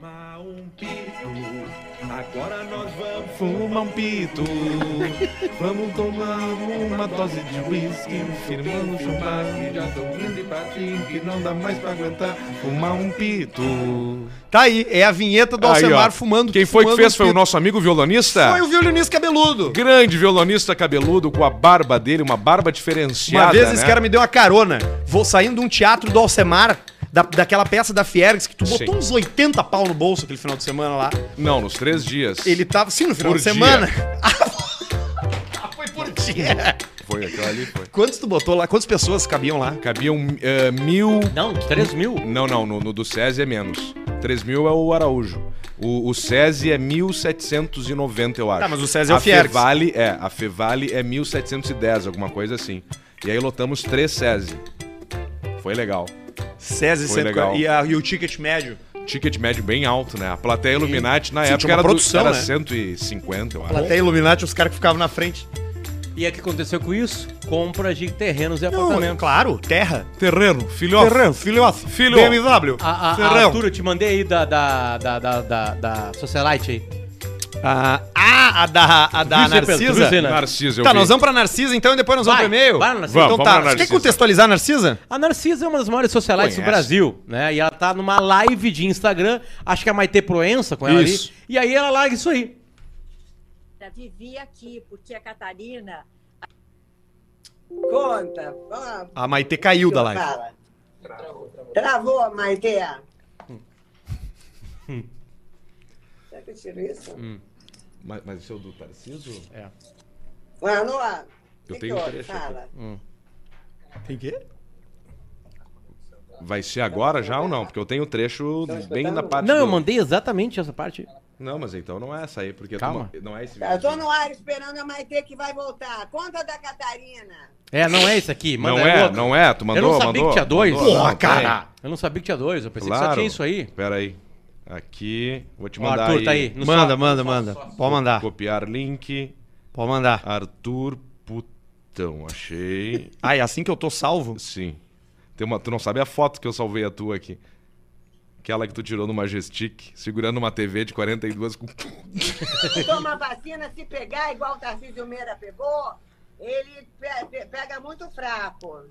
[SPEAKER 7] Maumpiru, agora
[SPEAKER 2] Agora nós vamos fumar um pito. Vamos tomar uma dose de whisky, firmando churrasco. Já tô indo e patinho que não dá mais pra aguentar. Fumar um pito.
[SPEAKER 1] Tá aí, é a vinheta do
[SPEAKER 2] Aí,
[SPEAKER 1] Alcemar
[SPEAKER 2] ó.
[SPEAKER 1] fumando.
[SPEAKER 2] Quem foi que
[SPEAKER 1] fumando
[SPEAKER 2] fez foi o
[SPEAKER 1] pito.
[SPEAKER 2] nosso amigo violonista?
[SPEAKER 1] Foi o violinista cabeludo.
[SPEAKER 2] Grande violonista cabeludo com a barba dele, uma barba diferenciada.
[SPEAKER 1] Uma vez esse
[SPEAKER 2] né?
[SPEAKER 1] cara me deu uma carona. Vou saindo de um teatro do Alcemar, da, daquela peça da Fiergs, que tu botou
[SPEAKER 2] Sim.
[SPEAKER 1] uns 80 pau no bolso aquele final de semana lá.
[SPEAKER 2] Não, nos três dias.
[SPEAKER 1] Ele tava. Sim, no final
[SPEAKER 2] Por
[SPEAKER 1] de
[SPEAKER 2] dia.
[SPEAKER 1] semana. <laughs> Ah, foi por dia.
[SPEAKER 2] Foi aquilo ali, foi.
[SPEAKER 1] Quantos tu botou lá? Quantas pessoas cabiam lá?
[SPEAKER 2] Cabiam eh, mil.
[SPEAKER 3] Não, 3 mil.
[SPEAKER 2] Não, não, no, no do SESI é menos. 3 mil é o Araújo. O, o SESI é 1.790, eu acho.
[SPEAKER 1] Tá, mas o SESI é o
[SPEAKER 2] a
[SPEAKER 1] Fiergs.
[SPEAKER 2] Fevale, é, a Fevale é 1.710, alguma coisa assim. E aí lotamos três SESI. Foi legal.
[SPEAKER 1] SESI
[SPEAKER 2] Foi
[SPEAKER 1] 140.
[SPEAKER 2] legal.
[SPEAKER 1] E, a- e o ticket médio.
[SPEAKER 2] Ticket médio bem alto, né? A plateia Illuminati na
[SPEAKER 1] Sim, tinha
[SPEAKER 2] época
[SPEAKER 1] uma
[SPEAKER 2] era, do-
[SPEAKER 1] produção,
[SPEAKER 2] era
[SPEAKER 1] né?
[SPEAKER 2] 150, eu acho.
[SPEAKER 1] Plateia Illuminati, os caras que ficavam na frente.
[SPEAKER 3] E o que aconteceu com isso? Compra de terrenos e
[SPEAKER 1] Não,
[SPEAKER 3] apartamentos.
[SPEAKER 1] claro, terra.
[SPEAKER 2] Terreno, filhote.
[SPEAKER 1] filhote. Filho.
[SPEAKER 2] Filho.
[SPEAKER 1] BMW.
[SPEAKER 3] A, a, a
[SPEAKER 1] Ferrão.
[SPEAKER 3] Arthur, eu te mandei aí da, da, da, da, da, da Socialite aí. é
[SPEAKER 1] Ah, ah, a da, a da
[SPEAKER 3] Cruzeiro,
[SPEAKER 1] Narcisa.
[SPEAKER 3] Cruzeiro.
[SPEAKER 2] Narciso, eu
[SPEAKER 1] Tá,
[SPEAKER 2] vi.
[SPEAKER 1] nós vamos pra Narcisa então e depois nós vamos
[SPEAKER 3] Vai,
[SPEAKER 1] pro e-mail?
[SPEAKER 3] vai na Narcisa.
[SPEAKER 2] Vamos,
[SPEAKER 1] então
[SPEAKER 2] vamos
[SPEAKER 1] tá,
[SPEAKER 2] na
[SPEAKER 1] você quer
[SPEAKER 2] Narcisa.
[SPEAKER 1] contextualizar a Narcisa?
[SPEAKER 3] A Narcisa é uma das maiores socialites do
[SPEAKER 2] Conhece.
[SPEAKER 3] Brasil, né? E ela tá numa live de Instagram, acho que é a Maite Proença com ela
[SPEAKER 2] Isso.
[SPEAKER 3] ali. E aí ela larga isso aí.
[SPEAKER 7] vivi aqui, porque a Catarina
[SPEAKER 8] Conta. fala,
[SPEAKER 1] A Maitê caiu da live.
[SPEAKER 8] fala. Travou, Maite.
[SPEAKER 2] Hum.
[SPEAKER 8] <laughs> Será que eu tiro isso?
[SPEAKER 2] Mas, mas esse é o do Narciso?
[SPEAKER 8] Mano, ó.
[SPEAKER 2] Eu
[SPEAKER 8] que
[SPEAKER 2] tenho
[SPEAKER 8] que
[SPEAKER 2] um
[SPEAKER 8] houve?
[SPEAKER 2] trecho aqui.
[SPEAKER 8] Fala.
[SPEAKER 1] Tem quê?
[SPEAKER 2] Vai ser agora já ou não? Porque eu tenho o trecho
[SPEAKER 8] Estão escutando?
[SPEAKER 2] bem na parte
[SPEAKER 3] Não, eu
[SPEAKER 2] do-
[SPEAKER 3] mandei exatamente essa parte.
[SPEAKER 2] Não, mas então não é essa aí, porque tu
[SPEAKER 3] Calma.
[SPEAKER 2] ma- não é esse
[SPEAKER 8] Tá, Eu
[SPEAKER 2] vídeo.
[SPEAKER 8] tô no ar esperando a Maite que vai voltar. Conta da Catarina.
[SPEAKER 3] É, não é isso aqui.
[SPEAKER 2] Não
[SPEAKER 3] manda
[SPEAKER 2] é,
[SPEAKER 3] outro.
[SPEAKER 2] não é, tu mandou,
[SPEAKER 3] eu não sabia
[SPEAKER 2] mandou.
[SPEAKER 3] que tinha dois.
[SPEAKER 2] mandou,
[SPEAKER 1] Porra,
[SPEAKER 2] não,
[SPEAKER 1] cara.
[SPEAKER 2] tem.
[SPEAKER 3] Eu não sabia que tinha dois, eu pensei que só
[SPEAKER 2] Claro.
[SPEAKER 3] tinha isso aí.
[SPEAKER 2] Pera aí. Aqui, vou te
[SPEAKER 3] Ó,
[SPEAKER 2] mandar
[SPEAKER 3] Arthur,
[SPEAKER 2] aí.
[SPEAKER 3] tá aí. No
[SPEAKER 1] Manda,
[SPEAKER 3] só-
[SPEAKER 1] manda, manda. Pode mandar.
[SPEAKER 2] Copiar link,
[SPEAKER 1] Pode mandar.
[SPEAKER 2] Arthur Putão, achei.
[SPEAKER 1] Ah, é assim que eu tô salvo?
[SPEAKER 2] Sim. Tem uma, tu não sabe a foto que eu salvei a tua aqui. Aquela que tu tirou no Majestic, segurando uma TV de 42 com... <laughs>
[SPEAKER 8] Toma vacina, se pegar igual o Tarcísio Meira pegou, ele pe- pe- pega muito fraco.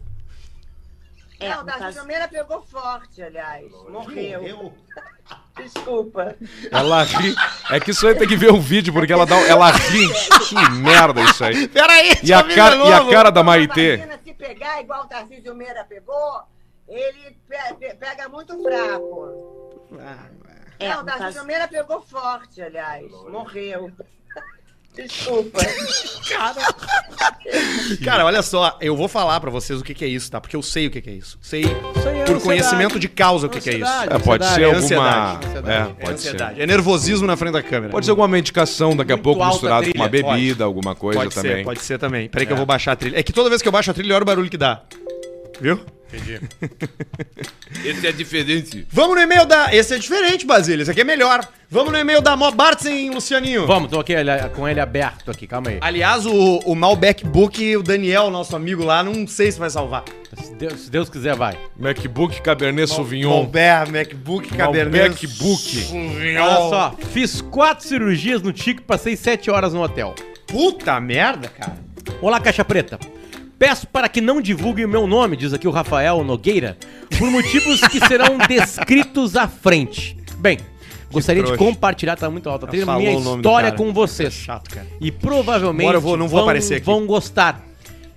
[SPEAKER 7] É,
[SPEAKER 8] não, o
[SPEAKER 7] no
[SPEAKER 8] Tarcísio
[SPEAKER 7] caso-
[SPEAKER 8] Meira pegou forte, aliás. Morreu. <laughs> Desculpa.
[SPEAKER 2] Ela ri. É que isso aí tem que ver o vídeo, porque ela dá. Ela ri. Que merda isso aí.
[SPEAKER 1] Pera aí,
[SPEAKER 2] E
[SPEAKER 3] é
[SPEAKER 2] a, cara, e a cara da
[SPEAKER 8] Toma
[SPEAKER 2] Maitê?
[SPEAKER 8] vacina, se pegar igual o Tarcísio Meira pegou, ele pe- pe- pega muito fraco.
[SPEAKER 7] é,
[SPEAKER 8] não,
[SPEAKER 7] no
[SPEAKER 8] o Tarcísio
[SPEAKER 7] caso,
[SPEAKER 8] Meira pegou forte, aliás. Morreu. Desculpa.
[SPEAKER 1] Cara, olha só, eu vou falar pra vocês o que, que é isso, tá? Porque eu sei o que, que é isso. Sei
[SPEAKER 3] Isso aí é
[SPEAKER 1] por
[SPEAKER 3] ansiedade.
[SPEAKER 1] conhecimento de causa o que, que é isso.
[SPEAKER 3] Ansiedade,
[SPEAKER 2] É, pode
[SPEAKER 3] ansiedade,
[SPEAKER 2] ser alguma.
[SPEAKER 1] ansiedade,
[SPEAKER 2] É,
[SPEAKER 1] É
[SPEAKER 2] pode ser.
[SPEAKER 1] ansiedade. É nervosismo na frente da câmera.
[SPEAKER 2] Pode ser alguma medicação daqui a
[SPEAKER 3] Muito
[SPEAKER 2] pouco
[SPEAKER 3] alta
[SPEAKER 2] misturada com uma
[SPEAKER 3] trilha,
[SPEAKER 2] bebida, alguma coisa
[SPEAKER 1] Pode ser,
[SPEAKER 2] também.
[SPEAKER 1] pode ser também. Peraí que eu vou baixar a trilha. É que toda vez que eu baixo a trilha, olha o barulho que dá. Viu?
[SPEAKER 4] Esse é diferente.
[SPEAKER 1] Vamos no e-mail da. Esse é diferente, Basílio. Esse aqui é melhor. Vamos no e-mail da Mo Bartzen, Lucianinho.
[SPEAKER 3] Vamos, tô aqui ele- com ele aberto aqui, calma aí.
[SPEAKER 1] Aliás, o, o Malbec Book, o Daniel, nosso amigo lá, não sei se vai salvar.
[SPEAKER 3] Se Deus, se Deus quiser, vai.
[SPEAKER 2] MacBook Cabernet Sauvignon.
[SPEAKER 1] um Malbec, MacBook, Cabernet.
[SPEAKER 2] MacBook.
[SPEAKER 1] Sauvignon.
[SPEAKER 3] Olha só, fiz quatro cirurgias no tico e passei sete horas no hotel.
[SPEAKER 1] Puta merda, cara.
[SPEAKER 3] Olá, Caixa Preta. Peço para que não divulguem o meu nome, diz aqui o Rafael Nogueira, por motivos que serão descritos à frente. Bem, gostaria de
[SPEAKER 1] trouxa.
[SPEAKER 3] compartilhar, tá muito alta a trilha,
[SPEAKER 1] Falou
[SPEAKER 3] minha
[SPEAKER 1] o nome do
[SPEAKER 3] história
[SPEAKER 1] cara. Tá
[SPEAKER 3] com vocês.
[SPEAKER 1] é Chato, cara.
[SPEAKER 3] E provavelmente
[SPEAKER 1] Bora, eu vou- não vou
[SPEAKER 3] vão,
[SPEAKER 1] aparecer aqui.
[SPEAKER 3] vão gostar,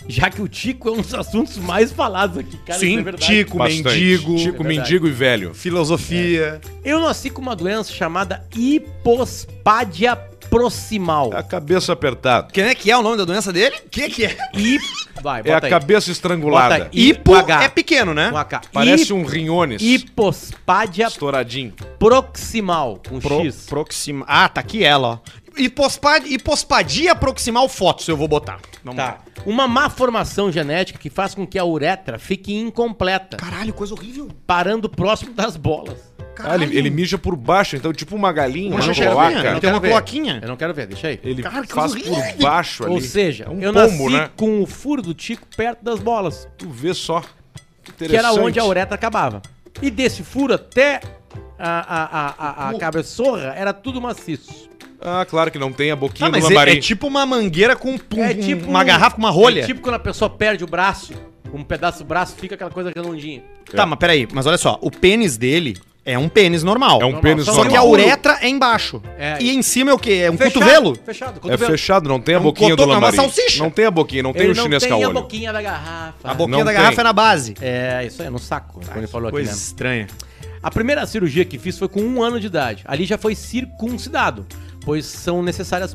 [SPEAKER 3] já que o Tico é um dos assuntos mais falados aqui, cara.
[SPEAKER 1] Sim,
[SPEAKER 3] isso é verdade.
[SPEAKER 1] Tico,
[SPEAKER 2] Bastante.
[SPEAKER 1] mendigo,
[SPEAKER 2] Tico, mendigo e velho.
[SPEAKER 1] filosofia.
[SPEAKER 3] Eu nasci com uma doença chamada hipospádia proximal.
[SPEAKER 2] A cabeça apertada.
[SPEAKER 1] Quem é que é o nome da doença dele? Quem é que é?
[SPEAKER 3] Hip... Vai,
[SPEAKER 2] É a
[SPEAKER 3] bota aí.
[SPEAKER 2] cabeça estrangulada.
[SPEAKER 3] Bota aí.
[SPEAKER 1] Hipo
[SPEAKER 3] Com H.
[SPEAKER 1] é pequeno, né?
[SPEAKER 3] Com H.
[SPEAKER 2] Parece
[SPEAKER 3] Hip-
[SPEAKER 2] um rinhones.
[SPEAKER 3] Hipospádia
[SPEAKER 2] Estouradinho.
[SPEAKER 3] proximal, com X.
[SPEAKER 1] proxima. Ah, tá aqui ela, ó. Hipospad... Hipospadia proximal fotos, eu vou botar. Vamos
[SPEAKER 3] Tá. Uma má formação genética que faz com que a uretra fique incompleta,
[SPEAKER 1] Caralho, coisa horrível.
[SPEAKER 3] parando próximo das bolas.
[SPEAKER 2] Ah, ele, ele mija por baixo, então tipo uma galinha,
[SPEAKER 1] Uma
[SPEAKER 2] uma
[SPEAKER 1] jacaré,
[SPEAKER 2] cloaca.
[SPEAKER 1] né? Tem uma
[SPEAKER 3] ver.
[SPEAKER 1] cloaquinha.
[SPEAKER 3] Eu não quero ver, deixa aí.
[SPEAKER 2] Ele
[SPEAKER 1] Cara, que
[SPEAKER 2] faz
[SPEAKER 1] coisa
[SPEAKER 2] por
[SPEAKER 1] horrível.
[SPEAKER 2] baixo ali.
[SPEAKER 3] Ou seja,
[SPEAKER 2] É um
[SPEAKER 3] eu
[SPEAKER 2] pombo,
[SPEAKER 3] nasci
[SPEAKER 2] né?
[SPEAKER 3] com o furo do tico perto das bolas,
[SPEAKER 2] Tu vê só.
[SPEAKER 3] que era onde a
[SPEAKER 2] Interessante.
[SPEAKER 3] uretra acabava. E desse furo até a, a, a, a, a cabeçorra era tudo maciço.
[SPEAKER 2] Ah, claro que não tem a boquinha
[SPEAKER 1] Tá,
[SPEAKER 2] do
[SPEAKER 1] mas é,
[SPEAKER 2] lambari.
[SPEAKER 1] é tipo uma mangueira com, com
[SPEAKER 3] É tipo
[SPEAKER 1] uma
[SPEAKER 3] um-
[SPEAKER 1] garrafa, com uma rolha.
[SPEAKER 3] É tipo quando a pessoa perde o braço, um pedaço do braço fica aquela coisa redondinha.
[SPEAKER 1] Tá, mas peraí, mas olha só, o pênis dele é um pênis normal.
[SPEAKER 2] É um pênis
[SPEAKER 3] só
[SPEAKER 1] Só
[SPEAKER 2] normal.
[SPEAKER 1] que a uretra é embaixo.
[SPEAKER 3] É.
[SPEAKER 1] E em cima é o quê? É um
[SPEAKER 3] Fechado,
[SPEAKER 1] cotovelo?
[SPEAKER 3] Fechado,
[SPEAKER 2] É
[SPEAKER 3] cotovelo.
[SPEAKER 2] fechado, não tem a
[SPEAKER 1] É um
[SPEAKER 2] boquinha do
[SPEAKER 1] cotô, é uma
[SPEAKER 2] lambari.
[SPEAKER 1] salsicha.
[SPEAKER 2] Não tem a boquinha, não tem
[SPEAKER 3] Ele
[SPEAKER 2] o
[SPEAKER 3] não
[SPEAKER 2] chinês
[SPEAKER 3] tem a
[SPEAKER 2] caolho. Tá
[SPEAKER 3] boquinha da garrafa.
[SPEAKER 1] A boquinha
[SPEAKER 2] Não
[SPEAKER 1] da
[SPEAKER 2] tem.
[SPEAKER 1] garrafa é na base.
[SPEAKER 3] É, isso aí, no saco, quando ele falou aqui, né?
[SPEAKER 1] estranha.
[SPEAKER 3] A primeira cirurgia que fiz foi com um ano de idade. Ali já foi circuncidado, pois são necessárias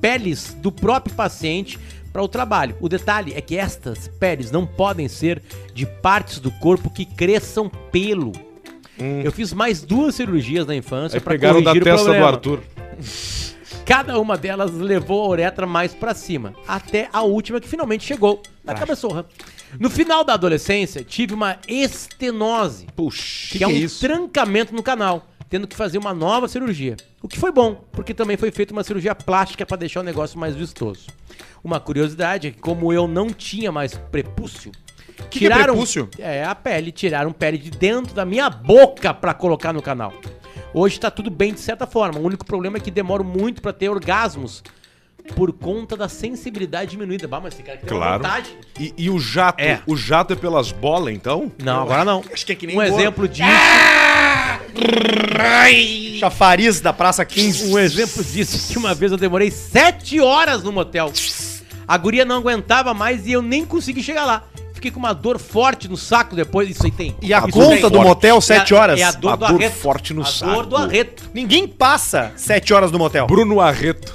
[SPEAKER 3] peles do próprio paciente para o trabalho. O detalhe é que estas peles não podem ser de partes do corpo que cresçam pelo. Eu fiz mais duas cirurgias na infância
[SPEAKER 2] Hum. Aí
[SPEAKER 3] para
[SPEAKER 2] pegaram da
[SPEAKER 3] corrigir o
[SPEAKER 2] testa do
[SPEAKER 3] problema.
[SPEAKER 2] Arthur.
[SPEAKER 3] Cada uma delas levou a uretra mais pra cima, até a última que finalmente chegou, na cabeçorra. No final da adolescência, tive uma estenose,
[SPEAKER 2] Puxa,
[SPEAKER 3] que, é um trancamento no canal, tendo que fazer uma nova cirurgia. O que foi bom, porque também foi feita uma cirurgia plástica pra deixar o negócio mais vistoso. Uma curiosidade é que como eu não tinha mais prepúcio,
[SPEAKER 1] que é prepúcio?
[SPEAKER 3] é a pele, tiraram pele de dentro da minha boca pra colocar no canal. Hoje tá tudo bem de certa forma. O único problema é que demoro muito pra ter orgasmos por conta da sensibilidade diminuída. Bah, mas esse cara aqui tem uma
[SPEAKER 2] Claro.
[SPEAKER 3] vantagem.
[SPEAKER 2] E, e o jato?
[SPEAKER 3] É.
[SPEAKER 2] O jato é pelas bolas, então?
[SPEAKER 3] Não, agora não.
[SPEAKER 1] Acho que é que nem
[SPEAKER 3] Um
[SPEAKER 1] bolo.
[SPEAKER 3] exemplo disso.
[SPEAKER 1] Chafariz da Praça 15.
[SPEAKER 3] Um exemplo disso é que uma vez eu demorei sete horas no motel. A guria não aguentava mais e eu nem consegui chegar lá. Fiquei com uma dor forte no saco depois. Isso aí tem.
[SPEAKER 1] E a
[SPEAKER 3] Isso
[SPEAKER 1] conta
[SPEAKER 3] tem.
[SPEAKER 1] do
[SPEAKER 3] Forte.
[SPEAKER 1] motel,
[SPEAKER 3] É a-
[SPEAKER 1] sete horas?
[SPEAKER 3] É a dor
[SPEAKER 2] Uma
[SPEAKER 3] do
[SPEAKER 2] dor
[SPEAKER 3] arreto.
[SPEAKER 2] forte no
[SPEAKER 3] a
[SPEAKER 2] saco.
[SPEAKER 3] A dor do arreto.
[SPEAKER 1] Ninguém passa 7 horas no motel.
[SPEAKER 2] Bruno Arreto.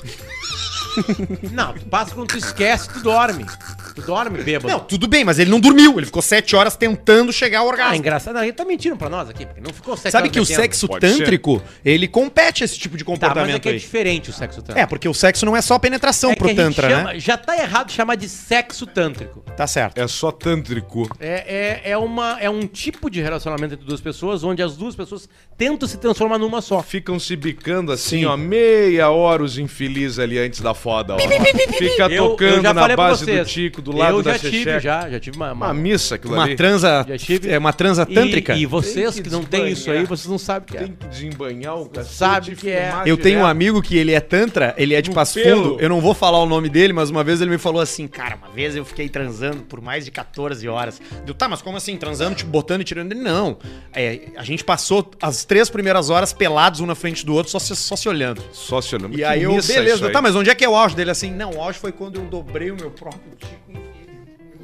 [SPEAKER 3] Não, tu passa quando tu esquece, tu dorme. Tu dorme, bêbado.
[SPEAKER 1] Não, tudo bem, mas ele não dormiu. Ele ficou 7 horas tentando chegar ao
[SPEAKER 3] Ah,
[SPEAKER 1] orgasmo.
[SPEAKER 3] engraçado, a gente tá mentindo pra nós aqui, porque não ficou sexo.
[SPEAKER 1] Sabe que o sexo
[SPEAKER 2] Pode ser.
[SPEAKER 1] tântrico, ele compete a esse tipo de
[SPEAKER 3] Tá, mas é
[SPEAKER 1] comportamento
[SPEAKER 3] que é
[SPEAKER 1] aí.
[SPEAKER 3] diferente o sexo tântrico.
[SPEAKER 1] É, porque o sexo não é só penetração
[SPEAKER 3] É que a
[SPEAKER 1] pro
[SPEAKER 3] gente
[SPEAKER 1] tantra,
[SPEAKER 3] chama-
[SPEAKER 1] né?
[SPEAKER 3] Já tá errado chamar de sexo tântrico.
[SPEAKER 1] Tá certo.
[SPEAKER 2] É só tântrico.
[SPEAKER 3] É, é, é, uma, é um tipo de relacionamento entre duas pessoas onde as duas pessoas tentam se transformar numa só.
[SPEAKER 2] Ficam se bicando assim, ó, meia hora os infeliz ali antes da foda, ó. Fica Tá tocando na base do Tico, do lado
[SPEAKER 3] eu
[SPEAKER 2] da
[SPEAKER 3] já tive,
[SPEAKER 2] Xexeca.
[SPEAKER 3] já, já tive uma... uma-
[SPEAKER 2] Uma missa aquilo
[SPEAKER 1] Uma
[SPEAKER 2] ali.
[SPEAKER 1] transa,
[SPEAKER 3] Já tive.
[SPEAKER 1] é uma transa
[SPEAKER 3] E-
[SPEAKER 1] tântrica.
[SPEAKER 3] E, vocês
[SPEAKER 2] Tem
[SPEAKER 3] que,
[SPEAKER 2] que
[SPEAKER 3] não têm isso aí,
[SPEAKER 2] desbanhar.
[SPEAKER 3] vocês não sabem o que é.
[SPEAKER 2] Tem que desembanhar o cacete.
[SPEAKER 3] Sabe que é.
[SPEAKER 2] fumar
[SPEAKER 1] Eu tenho um
[SPEAKER 2] direto.
[SPEAKER 1] amigo que ele é tantra, ele é de Passo
[SPEAKER 2] pelo.
[SPEAKER 1] Fundo. Eu não vou falar o nome dele, mas uma vez ele me falou assim, cara, uma vez eu fiquei transando por mais de 14 horas. Eu, tá, mas como assim? Transando, tipo, botando e tirando? Ele, não. É, a gente passou as três primeiras horas pelados um na frente do outro, só se, só se olhando.
[SPEAKER 2] Só se olhando.
[SPEAKER 1] E
[SPEAKER 2] Que
[SPEAKER 1] aí eu,
[SPEAKER 2] missa isso
[SPEAKER 1] beleza,
[SPEAKER 2] aí.
[SPEAKER 1] tá, mas onde é que é o auge dele? Assim, não, o auge foi quando eu dobrei o meu próprio tico.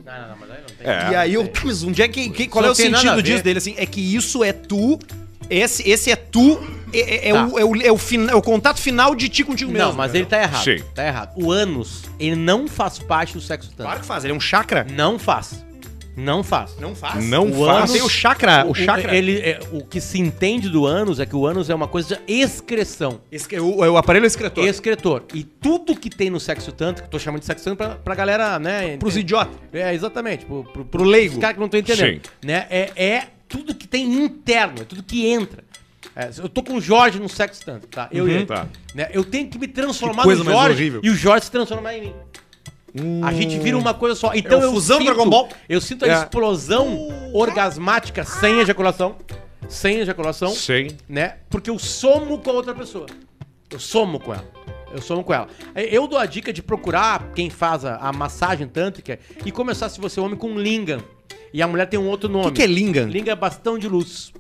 [SPEAKER 3] Não, não, não, mas aí não tem.
[SPEAKER 2] É.
[SPEAKER 1] e aí eu, tá, mas onde é que, que- qual
[SPEAKER 3] Isso
[SPEAKER 1] é o
[SPEAKER 3] não tem nada
[SPEAKER 1] sentido
[SPEAKER 3] a
[SPEAKER 1] disso
[SPEAKER 3] ver.
[SPEAKER 1] dele? Assim, é que isso é tu, esse, esse é tu, é, é- é
[SPEAKER 3] Tá.
[SPEAKER 1] o, é, o, é o fina- é o contato final de ti contigo mesmo. né?
[SPEAKER 3] Não, mas ele tá errado.
[SPEAKER 2] Sim.
[SPEAKER 3] Tá errado. O ânus, ele não faz parte do sexo
[SPEAKER 1] Claro
[SPEAKER 3] tântrico.
[SPEAKER 1] que faz, ele é um chakra.
[SPEAKER 3] Não faz. Não faz.
[SPEAKER 1] Não faz.
[SPEAKER 2] Não
[SPEAKER 1] o
[SPEAKER 2] faz.
[SPEAKER 1] ânus- tem o chakra, o,
[SPEAKER 3] O,
[SPEAKER 1] chakra.
[SPEAKER 3] ele, é, o que se entende do ânus é que o ânus é uma coisa de excreção.
[SPEAKER 1] Esse que é o, é o aparelho excretor.
[SPEAKER 3] Excretor. E tudo que tem no sexo tântrico, tô chamando de sexo tântrico pra, pra galera, né?
[SPEAKER 1] Pros
[SPEAKER 3] entender.
[SPEAKER 1] idiotas.
[SPEAKER 3] É, exatamente. Pro, pro,
[SPEAKER 1] Pro leigo.
[SPEAKER 3] Os caras que não estão entendendo.
[SPEAKER 2] Sim.
[SPEAKER 3] Né? É, é tudo que tem interno, é tudo que entra. É, eu tô com o Jorge no sexo tântrico, tá? Eu, e ele.
[SPEAKER 2] Tá.
[SPEAKER 3] Né? eu tenho que me transformar
[SPEAKER 1] Uhum. Que coisa
[SPEAKER 3] no
[SPEAKER 1] mais
[SPEAKER 3] Jorge
[SPEAKER 1] horrível. Hum.
[SPEAKER 3] e o Jorge se transformar em mim. A gente vira uma coisa só. Então
[SPEAKER 1] É o
[SPEAKER 3] eu
[SPEAKER 1] fusão
[SPEAKER 3] sinto,
[SPEAKER 1] Dragon Ball.
[SPEAKER 3] Eu sinto a
[SPEAKER 2] É.
[SPEAKER 3] explosão orgasmática sem ejaculação. Sem ejaculação
[SPEAKER 2] Sem.
[SPEAKER 3] né? Porque eu somo com a outra pessoa. Eu somo com ela. Eu somo com ela. É, Eu dou a dica de procurar quem faz a, a massagem tântrica e começar, se você é homem, com lingam. E a mulher tem um outro nome.
[SPEAKER 1] O que, que é Lingan?
[SPEAKER 3] Lingam é bastão de luz.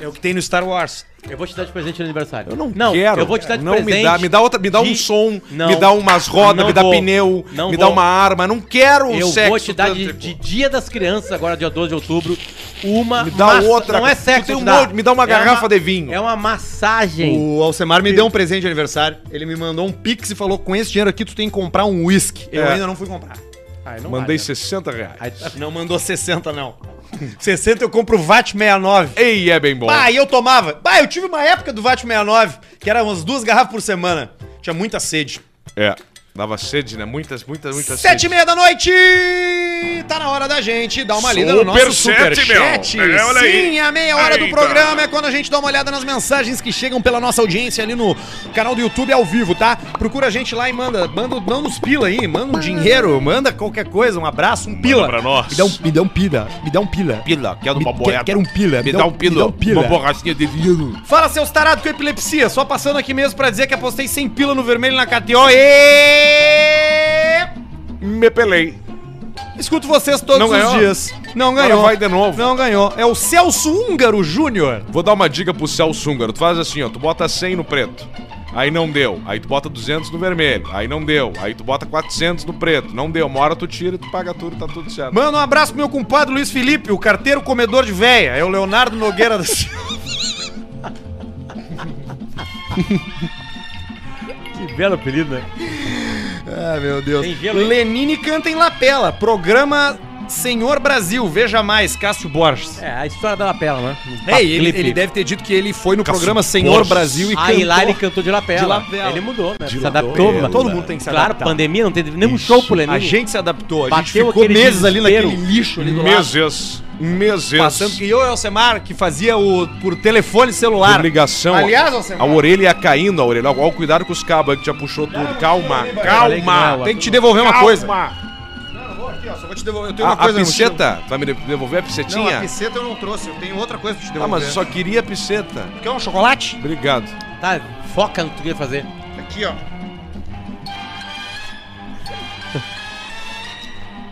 [SPEAKER 1] É o que tem no Star Wars.
[SPEAKER 3] Eu vou te dar de presente no aniversário. Eu
[SPEAKER 2] não quero.
[SPEAKER 3] Eu vou te dar de
[SPEAKER 2] não
[SPEAKER 3] presente.
[SPEAKER 2] me dá, me dá outra, me dá um
[SPEAKER 3] de-
[SPEAKER 2] som,
[SPEAKER 3] Não.
[SPEAKER 2] me dá umas rodas,
[SPEAKER 3] Não
[SPEAKER 2] me dá
[SPEAKER 3] vou.
[SPEAKER 2] pneu,
[SPEAKER 3] Não
[SPEAKER 2] me
[SPEAKER 3] vou.
[SPEAKER 2] dá uma arma. Não quero um
[SPEAKER 3] Eu
[SPEAKER 2] sexo.
[SPEAKER 3] vou te dar de,
[SPEAKER 2] tântrico.
[SPEAKER 3] de Dia das Crianças, agora dia 12 de outubro, uma
[SPEAKER 2] Me dá
[SPEAKER 3] massa-
[SPEAKER 2] outra.
[SPEAKER 3] Não é
[SPEAKER 2] Tu
[SPEAKER 3] sexo,
[SPEAKER 2] tem
[SPEAKER 3] eu
[SPEAKER 2] um
[SPEAKER 3] te
[SPEAKER 2] monte, me dá uma garrafa de vinho.
[SPEAKER 3] É uma massagem.
[SPEAKER 1] O Alcemar me deu um presente de aniversário. Ele me mandou um pix e falou: com esse dinheiro aqui, tu tem que comprar um whisky. Eu
[SPEAKER 2] É.
[SPEAKER 1] ainda não fui comprar.
[SPEAKER 3] Ai, não
[SPEAKER 2] Mandei
[SPEAKER 3] vale, né?
[SPEAKER 2] 60 reais.
[SPEAKER 3] Ai, tá-
[SPEAKER 1] Não mandou 60, não. <laughs> 60 eu compro o VAT 69.
[SPEAKER 2] Ei, é bem bom.
[SPEAKER 1] Pá, e eu tomava. Pá, eu tive uma época do VAT 69, que era umas duas garrafas por semana. Tinha muita sede. Tá assim.
[SPEAKER 2] É. Dava sede, né? Muitas, muitas, muitas
[SPEAKER 1] Sete e meia da noite! E tá na hora da gente dar uma lida no
[SPEAKER 9] Super
[SPEAKER 1] nosso
[SPEAKER 9] chat,
[SPEAKER 1] superchat.
[SPEAKER 9] meu. É, olha aí.
[SPEAKER 1] Sim, a meia hora do
[SPEAKER 2] tá.
[SPEAKER 9] Eita.
[SPEAKER 1] programa é quando a gente dá uma olhada nas mensagens que chegam pela nossa audiência ali no canal do YouTube ao vivo, tá? Procura a gente lá e manda, manda, manda uns pila aí, manda um dinheiro, manda qualquer coisa, um abraço, um pila.
[SPEAKER 9] pra nós.
[SPEAKER 1] Me dá um, me dá um pila, me dá um pila.
[SPEAKER 2] Pila, quero
[SPEAKER 1] Me-
[SPEAKER 2] uma
[SPEAKER 1] que-
[SPEAKER 2] boiada.
[SPEAKER 1] quero um pila,
[SPEAKER 2] Me dá um pila.
[SPEAKER 1] me dá um pila.
[SPEAKER 2] Uma borrachinha de dinheiro.
[SPEAKER 1] Fala, seus tarados com epilepsia. Só passando aqui mesmo pra dizer que apostei 100 pila no vermelho na KTO e...
[SPEAKER 9] Me pelei.
[SPEAKER 1] Escuto vocês todos
[SPEAKER 2] Não
[SPEAKER 1] os
[SPEAKER 2] ganhou?
[SPEAKER 1] dias. Não
[SPEAKER 2] Agora
[SPEAKER 1] ganhou.
[SPEAKER 2] vai de novo.
[SPEAKER 1] Não ganhou. É o Celso Húngaro Júnior.
[SPEAKER 2] Vou dar uma dica pro Celso Húngaro. Tu faz assim, ó. Tu bota 100 no preto. Aí não deu. Aí tu bota 200 no vermelho. Aí não deu. Aí tu bota 400 no preto. Não deu. Uma hora tu tira e tu paga tudo. Tá tudo certo.
[SPEAKER 1] Manda um abraço pro meu compadre Luiz Felipe, o carteiro comedor de véia. É o Leonardo Nogueira da Silva.
[SPEAKER 3] Que belo apelido, né?
[SPEAKER 1] Ah, meu Deus.
[SPEAKER 3] Tem gelo,
[SPEAKER 1] <laughs>
[SPEAKER 3] hein?
[SPEAKER 1] Lenine canta em lapela. Programa Senhor Brasil. Veja mais, Cássio Borges.
[SPEAKER 3] É, a história da lapela, né?
[SPEAKER 1] É, e ele,
[SPEAKER 3] Clipe.
[SPEAKER 1] ele deve ter dito que ele foi no
[SPEAKER 9] Cássio
[SPEAKER 1] programa Senhor
[SPEAKER 9] Borges.
[SPEAKER 1] Brasil
[SPEAKER 2] Um
[SPEAKER 1] e
[SPEAKER 3] Aí lá ele
[SPEAKER 1] cantou.
[SPEAKER 3] cantou de lapela.
[SPEAKER 1] De lapela.
[SPEAKER 3] Ele mudou, né?
[SPEAKER 9] De
[SPEAKER 3] se adaptou.
[SPEAKER 9] lapela.
[SPEAKER 3] mano.
[SPEAKER 1] Todo mundo tem que se
[SPEAKER 3] Claro,
[SPEAKER 1] adaptar.
[SPEAKER 3] pandemia, não teve nenhum show pro Lenin.
[SPEAKER 1] A gente se adaptou. A gente
[SPEAKER 3] Bateu
[SPEAKER 1] ficou
[SPEAKER 3] aquele
[SPEAKER 1] meses ali
[SPEAKER 3] desespero.
[SPEAKER 1] naquele lixo ali do lado.
[SPEAKER 9] Meses.
[SPEAKER 2] Um
[SPEAKER 9] Meses.
[SPEAKER 1] Passando que eu e o Alcemar, que fazia o por telefone
[SPEAKER 2] Por
[SPEAKER 1] celular.
[SPEAKER 2] ligação.
[SPEAKER 1] Aliás,
[SPEAKER 2] ó,
[SPEAKER 1] Alcemar-
[SPEAKER 2] a orelha ia caindo, a orelha. Ó, cuidado com os cabos aí que já puxou tudo. Calma, calma.
[SPEAKER 1] Tem que te devolver uma coisa.
[SPEAKER 9] Calma.
[SPEAKER 1] Só vou te devolver. Eu tenho
[SPEAKER 2] A,
[SPEAKER 1] uma
[SPEAKER 2] a
[SPEAKER 1] coisa na mochila.
[SPEAKER 2] pisceta. Tu vai me de- devolver a
[SPEAKER 1] Não, a
[SPEAKER 2] piscetinha?
[SPEAKER 1] pisceta eu não trouxe. Eu tenho outra coisa pra te
[SPEAKER 2] Ah,
[SPEAKER 1] devolver.
[SPEAKER 2] mas eu só queria a pisceta.
[SPEAKER 1] Quer um chocolate?
[SPEAKER 2] Obrigado.
[SPEAKER 3] Tá, foca no que tu queria fazer.
[SPEAKER 1] Aqui, ó.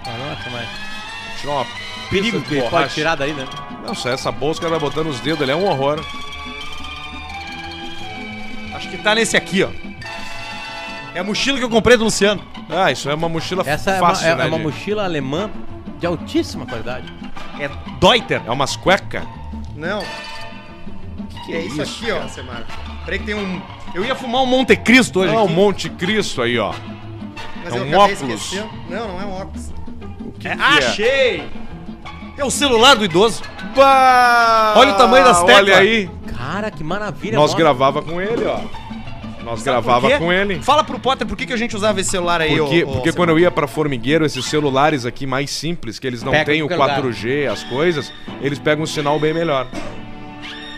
[SPEAKER 3] Ah, nossa, mas...
[SPEAKER 2] Tirar uma
[SPEAKER 3] Perigo
[SPEAKER 2] pizza de
[SPEAKER 3] que ele pode
[SPEAKER 2] borracha.
[SPEAKER 3] tirar daí, né?
[SPEAKER 2] Não, só essa bolsa o cara vai botando os dedos, ele é um horror.
[SPEAKER 1] Acho que tá nesse aqui, ó. É a mochila que eu comprei do Luciano.
[SPEAKER 2] Ah, isso é uma mochila
[SPEAKER 3] Essa é uma-
[SPEAKER 2] fácil,
[SPEAKER 3] é é
[SPEAKER 2] né?
[SPEAKER 3] uma,
[SPEAKER 2] de-
[SPEAKER 3] mochila alemã de altíssima qualidade.
[SPEAKER 1] É Deuter.
[SPEAKER 2] É umas cueca?
[SPEAKER 1] Não. é, isso, aqui, ó, Semar. Peraí que tem um. Eu ia fumar um Monte Cristo hoje.
[SPEAKER 2] Ah, o
[SPEAKER 1] aqui,
[SPEAKER 2] Monte Cristo aí, ó.
[SPEAKER 1] mas
[SPEAKER 2] é
[SPEAKER 1] eu
[SPEAKER 2] um
[SPEAKER 1] acabei
[SPEAKER 2] óculos.
[SPEAKER 1] esquecendo. Não, não é um óculos.
[SPEAKER 2] é?
[SPEAKER 1] É, achei! É o celular do idoso.
[SPEAKER 2] Olha
[SPEAKER 1] Olha o tamanho das
[SPEAKER 2] Ah, Olha
[SPEAKER 1] teclas.
[SPEAKER 2] aí.
[SPEAKER 3] Cara, que maravilha.
[SPEAKER 2] Nós
[SPEAKER 3] mano.
[SPEAKER 2] gravava com ele, ó. Nós gravava
[SPEAKER 1] quê?
[SPEAKER 2] com ele.
[SPEAKER 1] Fala pro Potter por que, que a gente usava esse celular aí,
[SPEAKER 2] Porque,
[SPEAKER 1] ô- ô,
[SPEAKER 2] porque
[SPEAKER 1] Semar.
[SPEAKER 2] quando eu ia pra Formigueiro, esses celulares aqui mais simples, que eles não
[SPEAKER 3] Pega
[SPEAKER 2] têm
[SPEAKER 3] em
[SPEAKER 2] o
[SPEAKER 3] qualquer
[SPEAKER 2] 4G, as coisas, eles pegam um sinal bem melhor.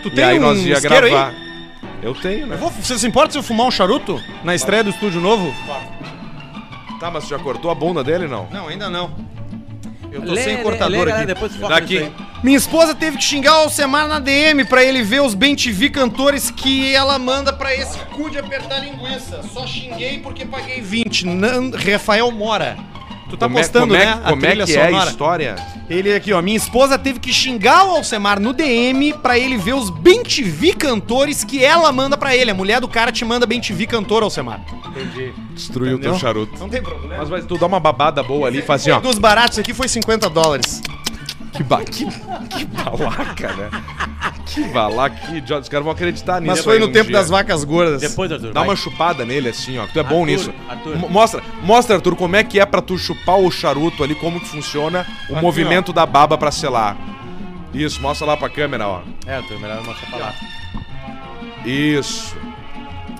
[SPEAKER 1] Tu tem
[SPEAKER 2] E aí
[SPEAKER 1] um
[SPEAKER 2] nós ia
[SPEAKER 1] isqueiro
[SPEAKER 2] gravar.
[SPEAKER 1] Aí?
[SPEAKER 2] Eu tenho,
[SPEAKER 1] Eu
[SPEAKER 2] né?
[SPEAKER 1] vou- você se importa se eu fumar um charuto? Na estreia do estúdio novo?
[SPEAKER 2] Tá, mas já cortou a bunda dele, não?
[SPEAKER 1] Não, ainda não. Eu tô
[SPEAKER 3] Lê,
[SPEAKER 1] sem
[SPEAKER 3] lê,
[SPEAKER 1] cortador
[SPEAKER 3] lê, galera,
[SPEAKER 1] aqui.
[SPEAKER 3] Depois foca
[SPEAKER 2] Daqui.
[SPEAKER 3] nisso aí.
[SPEAKER 1] Minha esposa teve que xingar o Alcemar na DM pra ele ver os Ben TV cantores que ela manda pra esse cu de apertar linguiça. Só xinguei porque paguei 20. Nan- Rafael Mora. Tu tá
[SPEAKER 2] Como é-
[SPEAKER 1] postando,
[SPEAKER 2] como é,
[SPEAKER 1] né?
[SPEAKER 2] Como é que é a história?
[SPEAKER 1] Ele aqui, ó. Minha esposa teve que xingar o Alcemar no DM pra ele ver os Ben TV cantores que ela manda pra ele. A mulher do cara te manda Ben TV cantor, Alcemar.
[SPEAKER 2] Destruiu o teu
[SPEAKER 1] Entendeu?
[SPEAKER 2] charuto.
[SPEAKER 1] Não tem problema.
[SPEAKER 2] Mas, mas tu dá uma babada boa ali e faz assim, ó.
[SPEAKER 1] Dos baratos aqui foi 50 dólares.
[SPEAKER 2] Que, ba... que... que balaca, né? <laughs> Que balaca, que idiota. Os caras vão acreditar nisso.
[SPEAKER 1] Mas foi
[SPEAKER 2] aí
[SPEAKER 1] no
[SPEAKER 2] um
[SPEAKER 1] tempo
[SPEAKER 2] dia.
[SPEAKER 1] das vacas gordas.
[SPEAKER 3] Depois, Arthur.
[SPEAKER 2] Dá
[SPEAKER 3] vai.
[SPEAKER 2] uma chupada nele assim, ó. Que tu é bom
[SPEAKER 3] Arthur,
[SPEAKER 2] nisso.
[SPEAKER 3] Arthur.
[SPEAKER 2] Mo- Mostra, mostra, Arthur, como é que é pra tu chupar o charuto ali, como que funciona o movimento da baba pra selar. Isso, mostra lá pra câmera, ó.
[SPEAKER 3] É, Arthur, melhor mostrar pra lá.
[SPEAKER 2] Isso.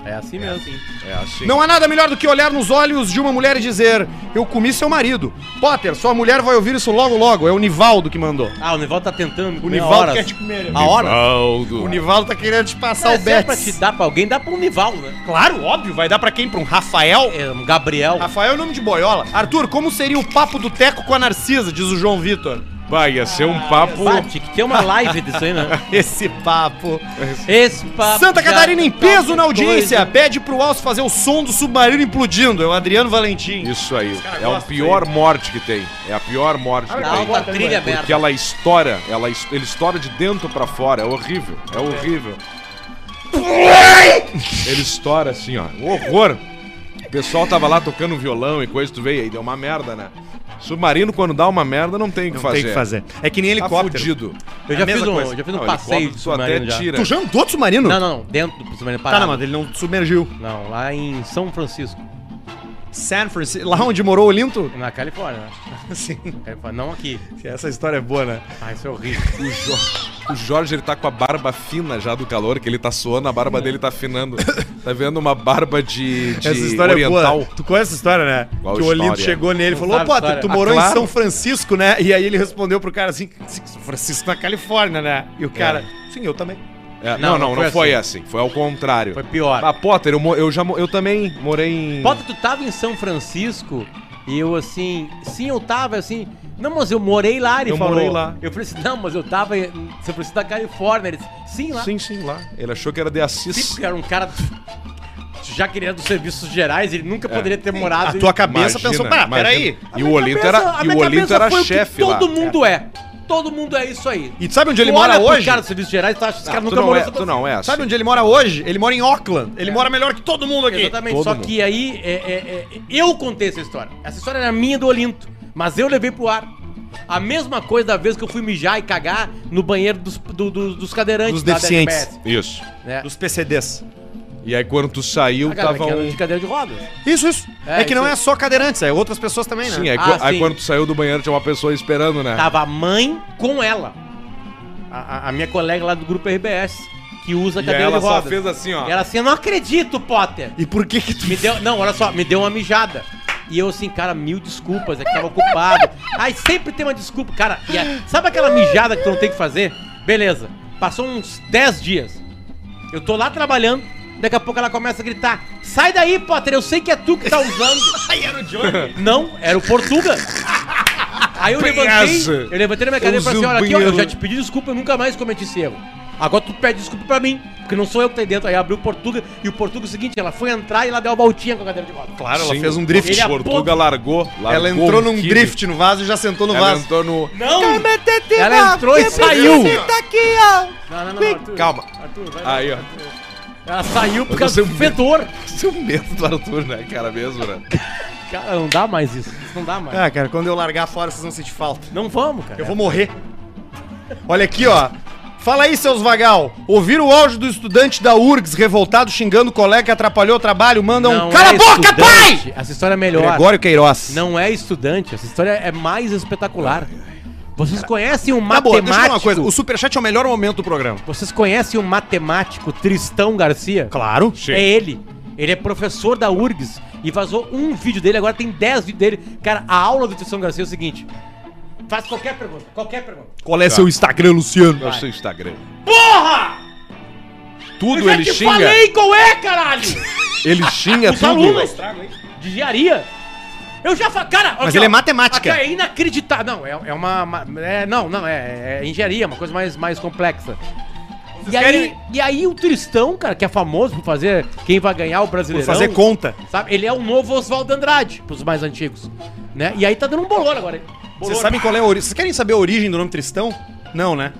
[SPEAKER 3] É assim mesmo.
[SPEAKER 2] É assim.
[SPEAKER 1] Não há nada melhor do que olhar nos olhos de uma mulher e dizer: Eu comi seu marido. Potter, sua mulher vai ouvir isso logo logo. É o Nivaldo que mandou.
[SPEAKER 3] Ah, o Nivaldo tá tentando.
[SPEAKER 1] O
[SPEAKER 3] comer há
[SPEAKER 1] Nivaldo
[SPEAKER 3] horas.
[SPEAKER 1] quer te comer.
[SPEAKER 3] A hora?
[SPEAKER 9] Aldo.
[SPEAKER 1] Ah, O Nivaldo tá querendo te passar
[SPEAKER 3] É,
[SPEAKER 1] o
[SPEAKER 3] se é pra
[SPEAKER 1] Betis.
[SPEAKER 3] te dar pra alguém, dá pra um Nivaldo, né?
[SPEAKER 1] Claro, óbvio. Vai dar pra quem? Pra um Rafael?
[SPEAKER 3] É, um Gabriel.
[SPEAKER 1] Rafael é o nome de boiola. Arthur, como seria o papo do Teco com a Narcisa? Diz o João Vitor.
[SPEAKER 2] Vai, ia ser
[SPEAKER 1] Ah,
[SPEAKER 2] um papo.
[SPEAKER 3] Bate, que tem uma live disso aí, né?
[SPEAKER 1] <laughs> Esse papo.
[SPEAKER 3] Esse papo
[SPEAKER 1] Santa
[SPEAKER 3] já
[SPEAKER 1] Catarina em
[SPEAKER 3] tá
[SPEAKER 1] peso
[SPEAKER 3] uma
[SPEAKER 1] na audiência.
[SPEAKER 3] coisa.
[SPEAKER 1] Pede pro Alce fazer o som do submarino implodindo. É o Adriano Valentim.
[SPEAKER 2] Isso aí.
[SPEAKER 1] caras
[SPEAKER 2] É a
[SPEAKER 1] gostam Ah,
[SPEAKER 2] pior morte que tem. É a pior morte que
[SPEAKER 3] Dá
[SPEAKER 2] tem.
[SPEAKER 3] uma trilha aberta.
[SPEAKER 2] Porque ela estoura, ela, es- ele estoura de dentro pra fora, é horrível, é horrível. Ele estoura assim, ó, um horror. O pessoal tava lá tocando violão e coisa, tu veio aí, deu uma merda, né? Submarino, quando dá uma merda, não tem o que fazer.
[SPEAKER 1] É que nem
[SPEAKER 2] Tá
[SPEAKER 1] helicóptero.
[SPEAKER 2] fudido.
[SPEAKER 3] Eu
[SPEAKER 2] É
[SPEAKER 3] já
[SPEAKER 2] a
[SPEAKER 3] fiz
[SPEAKER 2] mesma
[SPEAKER 3] um-
[SPEAKER 2] coisa.
[SPEAKER 3] já fiz um
[SPEAKER 2] Não,
[SPEAKER 3] passeio
[SPEAKER 2] helicóptero
[SPEAKER 3] de
[SPEAKER 2] tu até
[SPEAKER 3] submarino já.
[SPEAKER 2] tira.
[SPEAKER 1] já andou de submarino?
[SPEAKER 3] Não, não, não. Dentro do
[SPEAKER 1] Tá,
[SPEAKER 3] Submarino Parado.
[SPEAKER 1] não, mas ele não submergiu.
[SPEAKER 3] Não, lá em São Francisco,
[SPEAKER 1] San Francisco, lá onde morou o <laughs> Linto?
[SPEAKER 3] na Califórnia. né? Califórnia, Não aqui.
[SPEAKER 1] Essa história é boa, né?
[SPEAKER 3] Ah, isso é horrível.
[SPEAKER 2] O, Jo- o Jorge, ele tá com a barba fina já do calor, que ele tá suando, a barba dele tá afinando. Tá vendo uma barba de, de
[SPEAKER 1] Essa história
[SPEAKER 2] oriental?
[SPEAKER 1] é boa. Tu conhece essa história, né?
[SPEAKER 2] Qual
[SPEAKER 1] que o Olinto
[SPEAKER 2] história?
[SPEAKER 1] chegou nele e falou:
[SPEAKER 3] sabe
[SPEAKER 1] Ô,
[SPEAKER 3] a
[SPEAKER 1] Potter, tu
[SPEAKER 3] história.
[SPEAKER 1] morou
[SPEAKER 2] Ah, claro.
[SPEAKER 1] em São Francisco, né? E aí ele respondeu pro cara assim: São Francisco na Califórnia, né? E o cara, sim, eu também.
[SPEAKER 2] É, não, não, não, foi, assim. Foi ao contrário.
[SPEAKER 3] Foi pior.
[SPEAKER 2] Ah, Potter, eu, mo- eu já, mo- eu também morei em...
[SPEAKER 3] Bota, tu tava em São Francisco e eu assim, sim, eu tava assim. Não, mas eu morei lá, ele
[SPEAKER 2] Eu
[SPEAKER 3] falou.
[SPEAKER 2] morei lá.
[SPEAKER 3] Eu falei assim, não, mas eu tava em São Francisco da Califórnia. Ele disse, sim, lá. Sim,
[SPEAKER 2] Sim, sim, lá. Ele achou que era de Assis.
[SPEAKER 3] porque era um cara. Já que ele era dos serviços gerais, ele
[SPEAKER 2] É.
[SPEAKER 3] nunca poderia ter
[SPEAKER 1] A
[SPEAKER 3] morado. em-
[SPEAKER 1] tua cabeça pensou: pá,
[SPEAKER 2] imagina."
[SPEAKER 1] peraí.
[SPEAKER 2] E o Olinto era,
[SPEAKER 3] A
[SPEAKER 2] e o
[SPEAKER 3] minha
[SPEAKER 2] Olinto
[SPEAKER 3] cabeça
[SPEAKER 2] era
[SPEAKER 3] foi o que
[SPEAKER 2] chefe lá.
[SPEAKER 3] Todo mundo é. Todo mundo é isso aí.
[SPEAKER 1] E tu sabe onde ele
[SPEAKER 3] Tu olha
[SPEAKER 1] mora
[SPEAKER 3] pro
[SPEAKER 1] hoje?
[SPEAKER 3] cara dos serviços gerais, tu acha que esse
[SPEAKER 2] Ah,
[SPEAKER 3] cara
[SPEAKER 2] tu
[SPEAKER 3] nunca
[SPEAKER 2] não
[SPEAKER 3] morou
[SPEAKER 2] é,
[SPEAKER 3] em São
[SPEAKER 2] tu não é assim.
[SPEAKER 1] Sabe onde ele mora hoje? Ele mora em Auckland. Ele mora melhor que todo mundo aqui.
[SPEAKER 3] É. Exatamente,
[SPEAKER 2] Todo
[SPEAKER 3] só
[SPEAKER 2] mundo.
[SPEAKER 3] que aí é, é, é, eu contei essa história. Essa história era minha e do Olinto, mas eu levei pro ar. A mesma coisa da vez que eu fui mijar e cagar no banheiro dos, do- do- dos cadeirantes
[SPEAKER 1] Dos
[SPEAKER 3] da
[SPEAKER 1] deficientes.
[SPEAKER 3] DRBS,
[SPEAKER 2] Isso.
[SPEAKER 3] né?
[SPEAKER 1] Dos PCDs.
[SPEAKER 2] E aí quando tu saiu,
[SPEAKER 3] A galera
[SPEAKER 2] tava
[SPEAKER 3] que anda
[SPEAKER 2] um...
[SPEAKER 3] de cadeira de rodas.
[SPEAKER 1] Isso, isso.
[SPEAKER 3] É,
[SPEAKER 1] É, que não
[SPEAKER 3] isso.
[SPEAKER 1] é só cadeirantes, é outras pessoas também, né?
[SPEAKER 2] Sim, aí,
[SPEAKER 3] Ah,
[SPEAKER 2] qu- aí
[SPEAKER 3] sim. Tá.
[SPEAKER 2] quando tu saiu do banheiro tinha uma pessoa esperando, né?
[SPEAKER 3] Tava a mãe com ela. A, a- a minha colega lá do grupo RBS, que usa
[SPEAKER 2] E aí
[SPEAKER 3] cadeira
[SPEAKER 2] ela
[SPEAKER 3] de
[SPEAKER 2] só
[SPEAKER 3] rodas.
[SPEAKER 2] fez assim, ó.
[SPEAKER 3] E ela assim, eu não acredito, Potter.
[SPEAKER 1] E por que que tu...
[SPEAKER 3] Me deu, não, olha só, me deu uma mijada. E eu assim, cara, mil desculpas, é que tava ocupado. Ai, sempre tem uma desculpa, cara. E a- sabe aquela mijada que tu não tem que fazer? Beleza. Passou uns 10 dias. Eu tô lá trabalhando, daqui a pouco ela começa a gritar: Sai daí, Potter, eu sei que é tu que tá usando. Aí era o Johnny. Não, era o Portuga. Aí eu levantei,
[SPEAKER 2] Pensa.
[SPEAKER 3] eu levantei na minha cadeira e falei assim: olha aqui, ó, eu já te pedi desculpa, eu nunca mais cometi esse erro. Agora tu pede desculpa pra mim, porque não sou eu que tá aí dentro. Aí abriu o Portuga e o Portuga é o seguinte: ela foi entrar e ela deu uma voltinha com a cadeira de roda.
[SPEAKER 1] Claro,
[SPEAKER 2] Sim.
[SPEAKER 1] ela fez um drift.
[SPEAKER 3] Ele é
[SPEAKER 2] Portuga
[SPEAKER 3] aponta-
[SPEAKER 2] largou, largou.
[SPEAKER 1] Ela entrou
[SPEAKER 2] um
[SPEAKER 1] num
[SPEAKER 2] kibe.
[SPEAKER 1] drift no vaso e já sentou no
[SPEAKER 2] Ela
[SPEAKER 1] vaso.
[SPEAKER 2] entrou no...
[SPEAKER 3] Não! Ela entrou e saiu! Não, não, não, Arthur.
[SPEAKER 2] Calma.
[SPEAKER 3] Arthur, vai lá.
[SPEAKER 2] Aí, ó.
[SPEAKER 3] Ela saiu por
[SPEAKER 2] Eu
[SPEAKER 3] causa
[SPEAKER 2] sou
[SPEAKER 3] do
[SPEAKER 2] um-
[SPEAKER 3] fedor.
[SPEAKER 2] Seu medo do Arthur, né, cara, mesmo, né?
[SPEAKER 3] Cara, não dá mais isso. Isso não dá mais.
[SPEAKER 2] É.
[SPEAKER 1] Ah, cara, quando eu largar fora, vocês vão sentir falta.
[SPEAKER 3] Não vamos, cara.
[SPEAKER 1] Eu vou morrer. Olha aqui, ó. Fala aí, seus vagal. Ouvir o áudio do estudante da URGS revoltado xingando o colega que atrapalhou o trabalho, manda um...
[SPEAKER 3] Não
[SPEAKER 1] Cala
[SPEAKER 3] é
[SPEAKER 1] a boca, pai!
[SPEAKER 3] estudante. Essa história é melhor.
[SPEAKER 1] Gregório Queiroz.
[SPEAKER 3] Não é estudante, essa história é mais espetacular. Vocês conhecem um
[SPEAKER 1] Na Tá boa,
[SPEAKER 3] matemático?
[SPEAKER 1] deixa eu falar uma coisa. O Superchat é o melhor momento do programa.
[SPEAKER 3] Vocês conhecem o matemático Tristão Garcia?
[SPEAKER 1] Claro.
[SPEAKER 3] É ele. Ele é professor da URGS e vazou um vídeo dele, agora tem 10 vídeos dele. Cara, a aula do Tristão Garcia é o seguinte: faz qualquer pergunta, qualquer pergunta.
[SPEAKER 1] Qual é seu Instagram, Luciano?
[SPEAKER 2] É o seu Instagram.
[SPEAKER 3] Porra!
[SPEAKER 2] Tudo ele xinga.
[SPEAKER 3] falei qual é, caralho!
[SPEAKER 2] Ele xinga
[SPEAKER 3] Os
[SPEAKER 2] tudo.
[SPEAKER 3] alunos de engenharia. Eu já falei, cara.
[SPEAKER 1] Mas ele é matemática.
[SPEAKER 3] Aqui, é inacreditável. Não, é, é uma. ma- é, não, não, é, é engenharia, uma coisa mais, mais complexa. E aí,
[SPEAKER 1] querem-
[SPEAKER 3] e aí o Tristão, cara, que é famoso por fazer quem vai ganhar o brasileirão.
[SPEAKER 1] fazer conta.
[SPEAKER 3] sabe? Ele é o novo Oswaldo Andrade, pros mais antigos. Né? E aí tá dando um bolor agora.
[SPEAKER 1] Vocês sabem qual é a origem? Vocês querem saber a origem do nome Tristão? Não, né?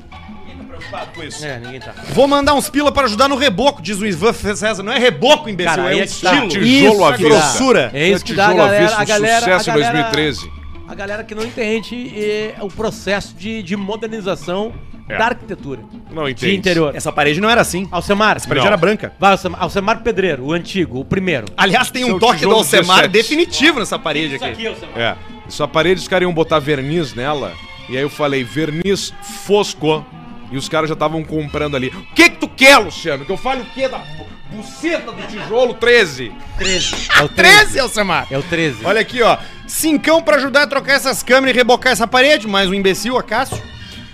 [SPEAKER 3] É, ninguém tá.
[SPEAKER 1] Vou mandar uns pila para ajudar no reboco, diz o Ivan César. Não é reboco, imbecil,
[SPEAKER 3] Cara, aí
[SPEAKER 1] é um
[SPEAKER 3] é que tá.
[SPEAKER 1] estilo.
[SPEAKER 2] Tijolo
[SPEAKER 1] Isso,
[SPEAKER 2] à vista.
[SPEAKER 1] grossura.
[SPEAKER 3] É isso que dá a
[SPEAKER 2] Tijolo à
[SPEAKER 3] galera,
[SPEAKER 2] vista,
[SPEAKER 3] a
[SPEAKER 2] um
[SPEAKER 3] galera,
[SPEAKER 2] sucesso
[SPEAKER 3] a
[SPEAKER 2] em
[SPEAKER 3] galera,
[SPEAKER 2] 2013.
[SPEAKER 3] A galera que não entende é, o processo de, de modernização
[SPEAKER 1] É.
[SPEAKER 3] da arquitetura.
[SPEAKER 2] Não
[SPEAKER 3] De
[SPEAKER 2] entende.
[SPEAKER 3] interior.
[SPEAKER 1] Essa parede não era assim.
[SPEAKER 3] Alcemar.
[SPEAKER 1] Essa parede era branca.
[SPEAKER 3] Vai, Alcemar, Alcemar Pedreiro, o antigo, o primeiro.
[SPEAKER 1] Aliás, tem um
[SPEAKER 2] Seu
[SPEAKER 1] toque do
[SPEAKER 2] tijolo
[SPEAKER 1] Alcemar
[SPEAKER 2] 17.
[SPEAKER 1] definitivo nessa parede aqui.
[SPEAKER 3] Alcemar.
[SPEAKER 2] É. Só parede, os caras iam botar verniz nela. E aí eu falei, verniz fosco. E os caras já estavam comprando ali. O que que tu quer, Luciano? Que eu falo o quê da bu- buceta do tijolo 13?
[SPEAKER 3] 13. É o 13.
[SPEAKER 1] 13, Alcemar.
[SPEAKER 3] É o 13.
[SPEAKER 1] Ah, Olha aqui, ó. Cincão pra ajudar a trocar essas câmeras e rebocar essa parede. Mais um imbecil, a Cássio.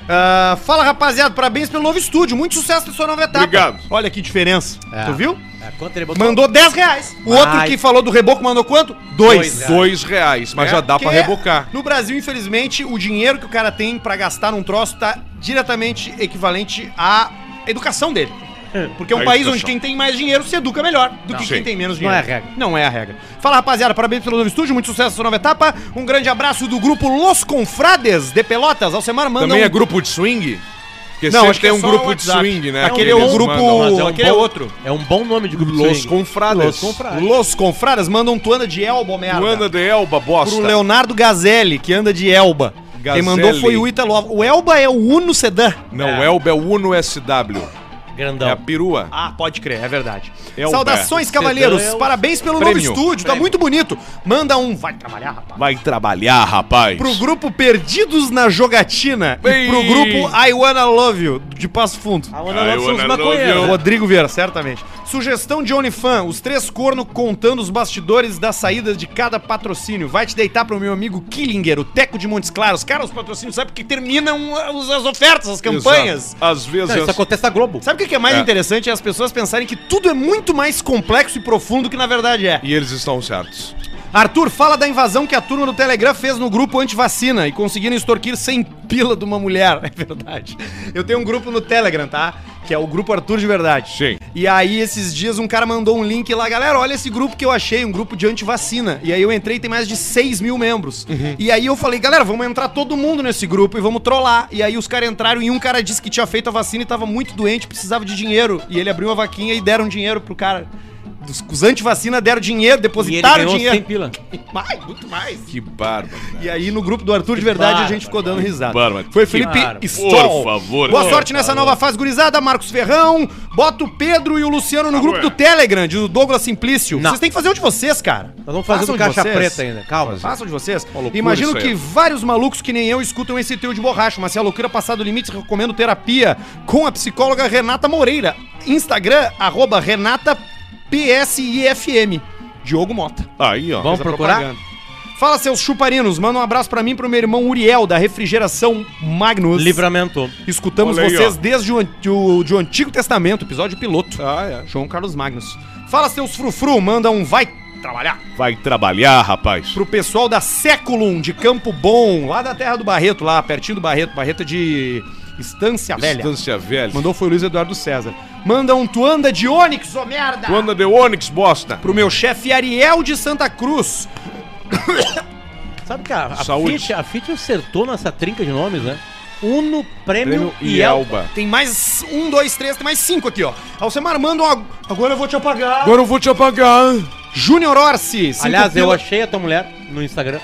[SPEAKER 1] Ah, fala, rapaziada. Parabéns pelo novo estúdio. Muito sucesso na sua nova etapa.
[SPEAKER 2] Obrigado.
[SPEAKER 1] Olha que diferença.
[SPEAKER 3] É.
[SPEAKER 1] Tu viu?
[SPEAKER 3] É, quanto ele botou?
[SPEAKER 1] Mandou 10 reais. O outro
[SPEAKER 3] Ai.
[SPEAKER 1] que falou do reboco mandou quanto? Dois.
[SPEAKER 3] Dois.
[SPEAKER 2] Dois reais, mas
[SPEAKER 1] É,
[SPEAKER 2] já dá pra
[SPEAKER 1] porque
[SPEAKER 2] rebocar.
[SPEAKER 1] No Brasil, infelizmente, o dinheiro que o cara tem pra gastar num troço tá diretamente equivalente à educação dele. Porque é um
[SPEAKER 2] A
[SPEAKER 1] país
[SPEAKER 2] educação.
[SPEAKER 1] onde quem tem mais dinheiro se educa melhor do que quem tem menos
[SPEAKER 3] Não
[SPEAKER 1] dinheiro.
[SPEAKER 3] é a regra.
[SPEAKER 1] Não é a regra. Fala, rapaziada, parabéns pelo novo estúdio, muito sucesso nessa nova etapa. Um grande abraço do grupo Los Confrades de Pelotas. Alcemar manda
[SPEAKER 2] Também
[SPEAKER 1] um...
[SPEAKER 2] é grupo de swing? Porque
[SPEAKER 1] Não,
[SPEAKER 2] sempre
[SPEAKER 1] acho que
[SPEAKER 2] tem
[SPEAKER 1] é
[SPEAKER 2] um
[SPEAKER 1] só
[SPEAKER 2] grupo
[SPEAKER 1] o
[SPEAKER 2] de
[SPEAKER 1] WhatsApp.
[SPEAKER 2] swing, né?
[SPEAKER 1] Aquele
[SPEAKER 2] que
[SPEAKER 1] é o
[SPEAKER 2] eles
[SPEAKER 1] grupo-
[SPEAKER 2] mandam.
[SPEAKER 3] Mas
[SPEAKER 1] aquele é outro.
[SPEAKER 3] É um bom nome de grupo de
[SPEAKER 2] Los
[SPEAKER 3] swing.
[SPEAKER 2] Confrades.
[SPEAKER 3] Los Confrades.
[SPEAKER 1] Los Confrades manda um tuana de elba, merda.
[SPEAKER 2] Luana de Elba, bosta.
[SPEAKER 1] pro Leonardo Gazelli, que anda de elba.
[SPEAKER 2] Gazelli.
[SPEAKER 1] Quem mandou foi o Ítalo Alves. O elba é Então. o Uno Sedã.
[SPEAKER 2] Não, Elba é o Uno SW. É a
[SPEAKER 3] grandão.
[SPEAKER 2] perua.
[SPEAKER 1] Ah, pode crer, é verdade.
[SPEAKER 2] É o
[SPEAKER 1] Saudações,
[SPEAKER 2] pé.
[SPEAKER 1] cavaleiros.
[SPEAKER 3] Você ganha o
[SPEAKER 1] Parabéns pelo
[SPEAKER 2] prêmio.
[SPEAKER 1] novo estúdio, tá muito bonito. Manda um, vai trabalhar, rapaz.
[SPEAKER 2] Vai trabalhar, rapaz.
[SPEAKER 1] Pro grupo Perdidos na Jogatina e
[SPEAKER 2] Ei.
[SPEAKER 1] pro grupo I Wanna Love You, de Passo Fundo.
[SPEAKER 2] Ah,
[SPEAKER 3] A Ana Lopes são os
[SPEAKER 10] Ana Lopes.
[SPEAKER 1] O
[SPEAKER 3] maconheiros.
[SPEAKER 1] Rodrigo Vieira, certamente. Sugestão de OnlyFan, os três corno contando os bastidores da saída de cada patrocínio. Vai te deitar pro meu amigo Killinger, o Teco de Montes Claros. Cara, os patrocínios, sabe porque terminam uh, as as ofertas, as campanhas.
[SPEAKER 2] Exato. Às vezes.
[SPEAKER 3] Não,
[SPEAKER 1] é
[SPEAKER 3] isso
[SPEAKER 1] assim.
[SPEAKER 3] acontece na Globo.
[SPEAKER 1] Sabe o que é mais
[SPEAKER 2] É.
[SPEAKER 1] interessante? É as pessoas pensarem que tudo é muito mais complexo e profundo do que na verdade é.
[SPEAKER 2] E eles estão certos.
[SPEAKER 1] Arthur, fala da invasão que a turma do Telegram fez no grupo antivacina e conseguiram extorquir 100 pila de uma mulher. <laughs> É verdade. Eu tenho um grupo no Telegram, tá? Que é o grupo Arthur de Verdade.
[SPEAKER 2] Sim.
[SPEAKER 1] E aí, esses dias, um cara mandou um link lá, galera, olha esse grupo que eu achei, um grupo de antivacina. E aí eu entrei, tem mais de 6 mil membros.
[SPEAKER 3] Uhum.
[SPEAKER 1] E aí eu falei, galera, vamos entrar todo mundo nesse grupo e vamos trollar. E aí os caras entraram e um cara disse que tinha feito a vacina e tava muito doente, precisava de dinheiro. E ele abriu uma vaquinha e deram dinheiro pro cara. Os, os antivacina deram dinheiro,
[SPEAKER 3] E ele
[SPEAKER 1] depositaram
[SPEAKER 3] ganhou
[SPEAKER 1] dinheiro.
[SPEAKER 3] 100 pila.
[SPEAKER 1] Mais, muito mais.
[SPEAKER 2] Que bárbaro. né?
[SPEAKER 1] E aí, no grupo do Arthur de Verdade, a
[SPEAKER 3] bárbaro.
[SPEAKER 1] gente ficou dando risada.
[SPEAKER 10] bárbaro.
[SPEAKER 1] Foi Felipe
[SPEAKER 3] bárbaro.
[SPEAKER 1] Stoll.
[SPEAKER 10] Por favor.
[SPEAKER 1] Boa sorte nessa nova fase gurizada, Marcos Ferrão. Bota o Pedro e o Luciano no grupo do Telegram, de Douglas Simplício.
[SPEAKER 3] Não.
[SPEAKER 1] Vocês têm que fazer um de vocês, cara.
[SPEAKER 3] Nós vamos fazer
[SPEAKER 1] Façam
[SPEAKER 3] do
[SPEAKER 1] de
[SPEAKER 3] caixa
[SPEAKER 1] vocês.
[SPEAKER 3] preta ainda. Calma.
[SPEAKER 1] Façam de vocês.
[SPEAKER 2] loucura
[SPEAKER 1] Imagino
[SPEAKER 2] isso aí.
[SPEAKER 1] que vários malucos que nem eu escutam esse trio de borracha, mas se a loucura passar do limite, recomendo terapia com a psicóloga Renata Moreira. Instagram, arroba Renata PSIFM. Diogo Mota.
[SPEAKER 2] Aí, ó.
[SPEAKER 3] Vamos
[SPEAKER 2] Fez a
[SPEAKER 3] procurar?
[SPEAKER 2] propaganda.
[SPEAKER 1] Fala, seus chuparinos. Manda um abraço pra mim e pro meu irmão Uriel, da Refrigeração Magnus.
[SPEAKER 3] Livramento.
[SPEAKER 1] Escutamos
[SPEAKER 10] Olha aí,
[SPEAKER 1] vocês
[SPEAKER 10] ó.
[SPEAKER 1] desde o, an- o- de o Antigo Testamento, episódio piloto.
[SPEAKER 2] Ah,
[SPEAKER 1] João Carlos Magnus. Fala, seus frufru. Manda um vai trabalhar
[SPEAKER 2] é. Vai trabalhar, rapaz.
[SPEAKER 1] pro pessoal da Seculum, de Campo Bom, lá da terra do Barreto, lá pertinho do Barreto. Barreto é de Estância Velha.
[SPEAKER 2] Distância velha.
[SPEAKER 1] Mandou foi o Luiz Eduardo César. Manda um tuanda de Onix, ô merda!
[SPEAKER 2] Quando de Onix, bosta.
[SPEAKER 1] Pro meu chefe Ariel de Santa Cruz.
[SPEAKER 3] Sabe que a, a
[SPEAKER 2] Saúde.
[SPEAKER 3] Fiat, a Fiat acertou nessa trinca de nomes, né? Uno, Prêmio,
[SPEAKER 2] Prêmio
[SPEAKER 3] e Elba.
[SPEAKER 2] Elba.
[SPEAKER 1] Tem mais um, dois, três, tem mais cinco aqui, ó. Alcemar, manda um. ag- Agora eu vou te apagar.
[SPEAKER 2] Agora eu vou te apagar.
[SPEAKER 1] Júnior Orsi. cinco
[SPEAKER 3] Aliás, eu
[SPEAKER 1] pila-
[SPEAKER 3] achei a tua mulher no Instagram.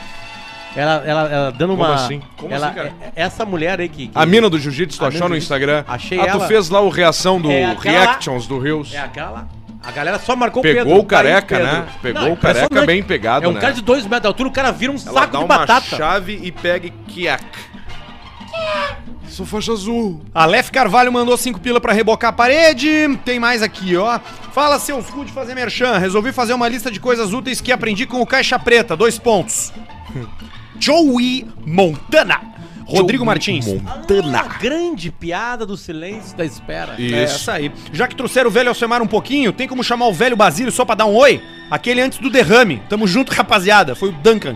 [SPEAKER 3] Ela, ela, ela dando
[SPEAKER 2] Como
[SPEAKER 3] uma.
[SPEAKER 2] assim? Como
[SPEAKER 3] ela,
[SPEAKER 2] assim, cara?
[SPEAKER 3] é- Essa mulher aí que. que-
[SPEAKER 2] A mina do Jiu-Jitsu, tu
[SPEAKER 3] A
[SPEAKER 2] achou
[SPEAKER 3] mina
[SPEAKER 2] no
[SPEAKER 3] do
[SPEAKER 2] Instagram?
[SPEAKER 3] Achei
[SPEAKER 2] ah,
[SPEAKER 3] ela.
[SPEAKER 2] tu fez lá o reação do
[SPEAKER 3] É aquela lá.
[SPEAKER 2] Reactions do Rios.
[SPEAKER 3] É aquela. lá. A galera só marcou
[SPEAKER 2] Pegou
[SPEAKER 3] Pedro,
[SPEAKER 2] o careca,
[SPEAKER 3] tá aí
[SPEAKER 2] né? Pegou o
[SPEAKER 3] impressionante.
[SPEAKER 2] careca bem pegado,
[SPEAKER 3] É um
[SPEAKER 2] né?
[SPEAKER 3] cara de dois metros de altura, o cara vira um
[SPEAKER 2] Ela
[SPEAKER 3] saco
[SPEAKER 2] dá
[SPEAKER 3] de
[SPEAKER 2] uma
[SPEAKER 3] batata.
[SPEAKER 2] chave e pega e quiac. Sou faixa azul.
[SPEAKER 1] Aleph Carvalho mandou cinco pila pra rebocar a parede. Tem mais aqui, ó. Fala, seus cu de fazer merchan. Resolvi fazer uma lista de coisas úteis que aprendi com o Caixa Preta. Dois pontos.
[SPEAKER 3] Hum.
[SPEAKER 1] Joey Montana. Rodrigo Martins.
[SPEAKER 3] Montana. grande piada do silêncio da espera.
[SPEAKER 1] É,
[SPEAKER 2] Isso.
[SPEAKER 1] essa aí. Já que trouxeram o velho Alcemar um pouquinho, tem como chamar o velho Basílio só pra dar um oi? Aquele antes do derrame. Tamo junto, <laughs> rapaziada. Foi o Duncan.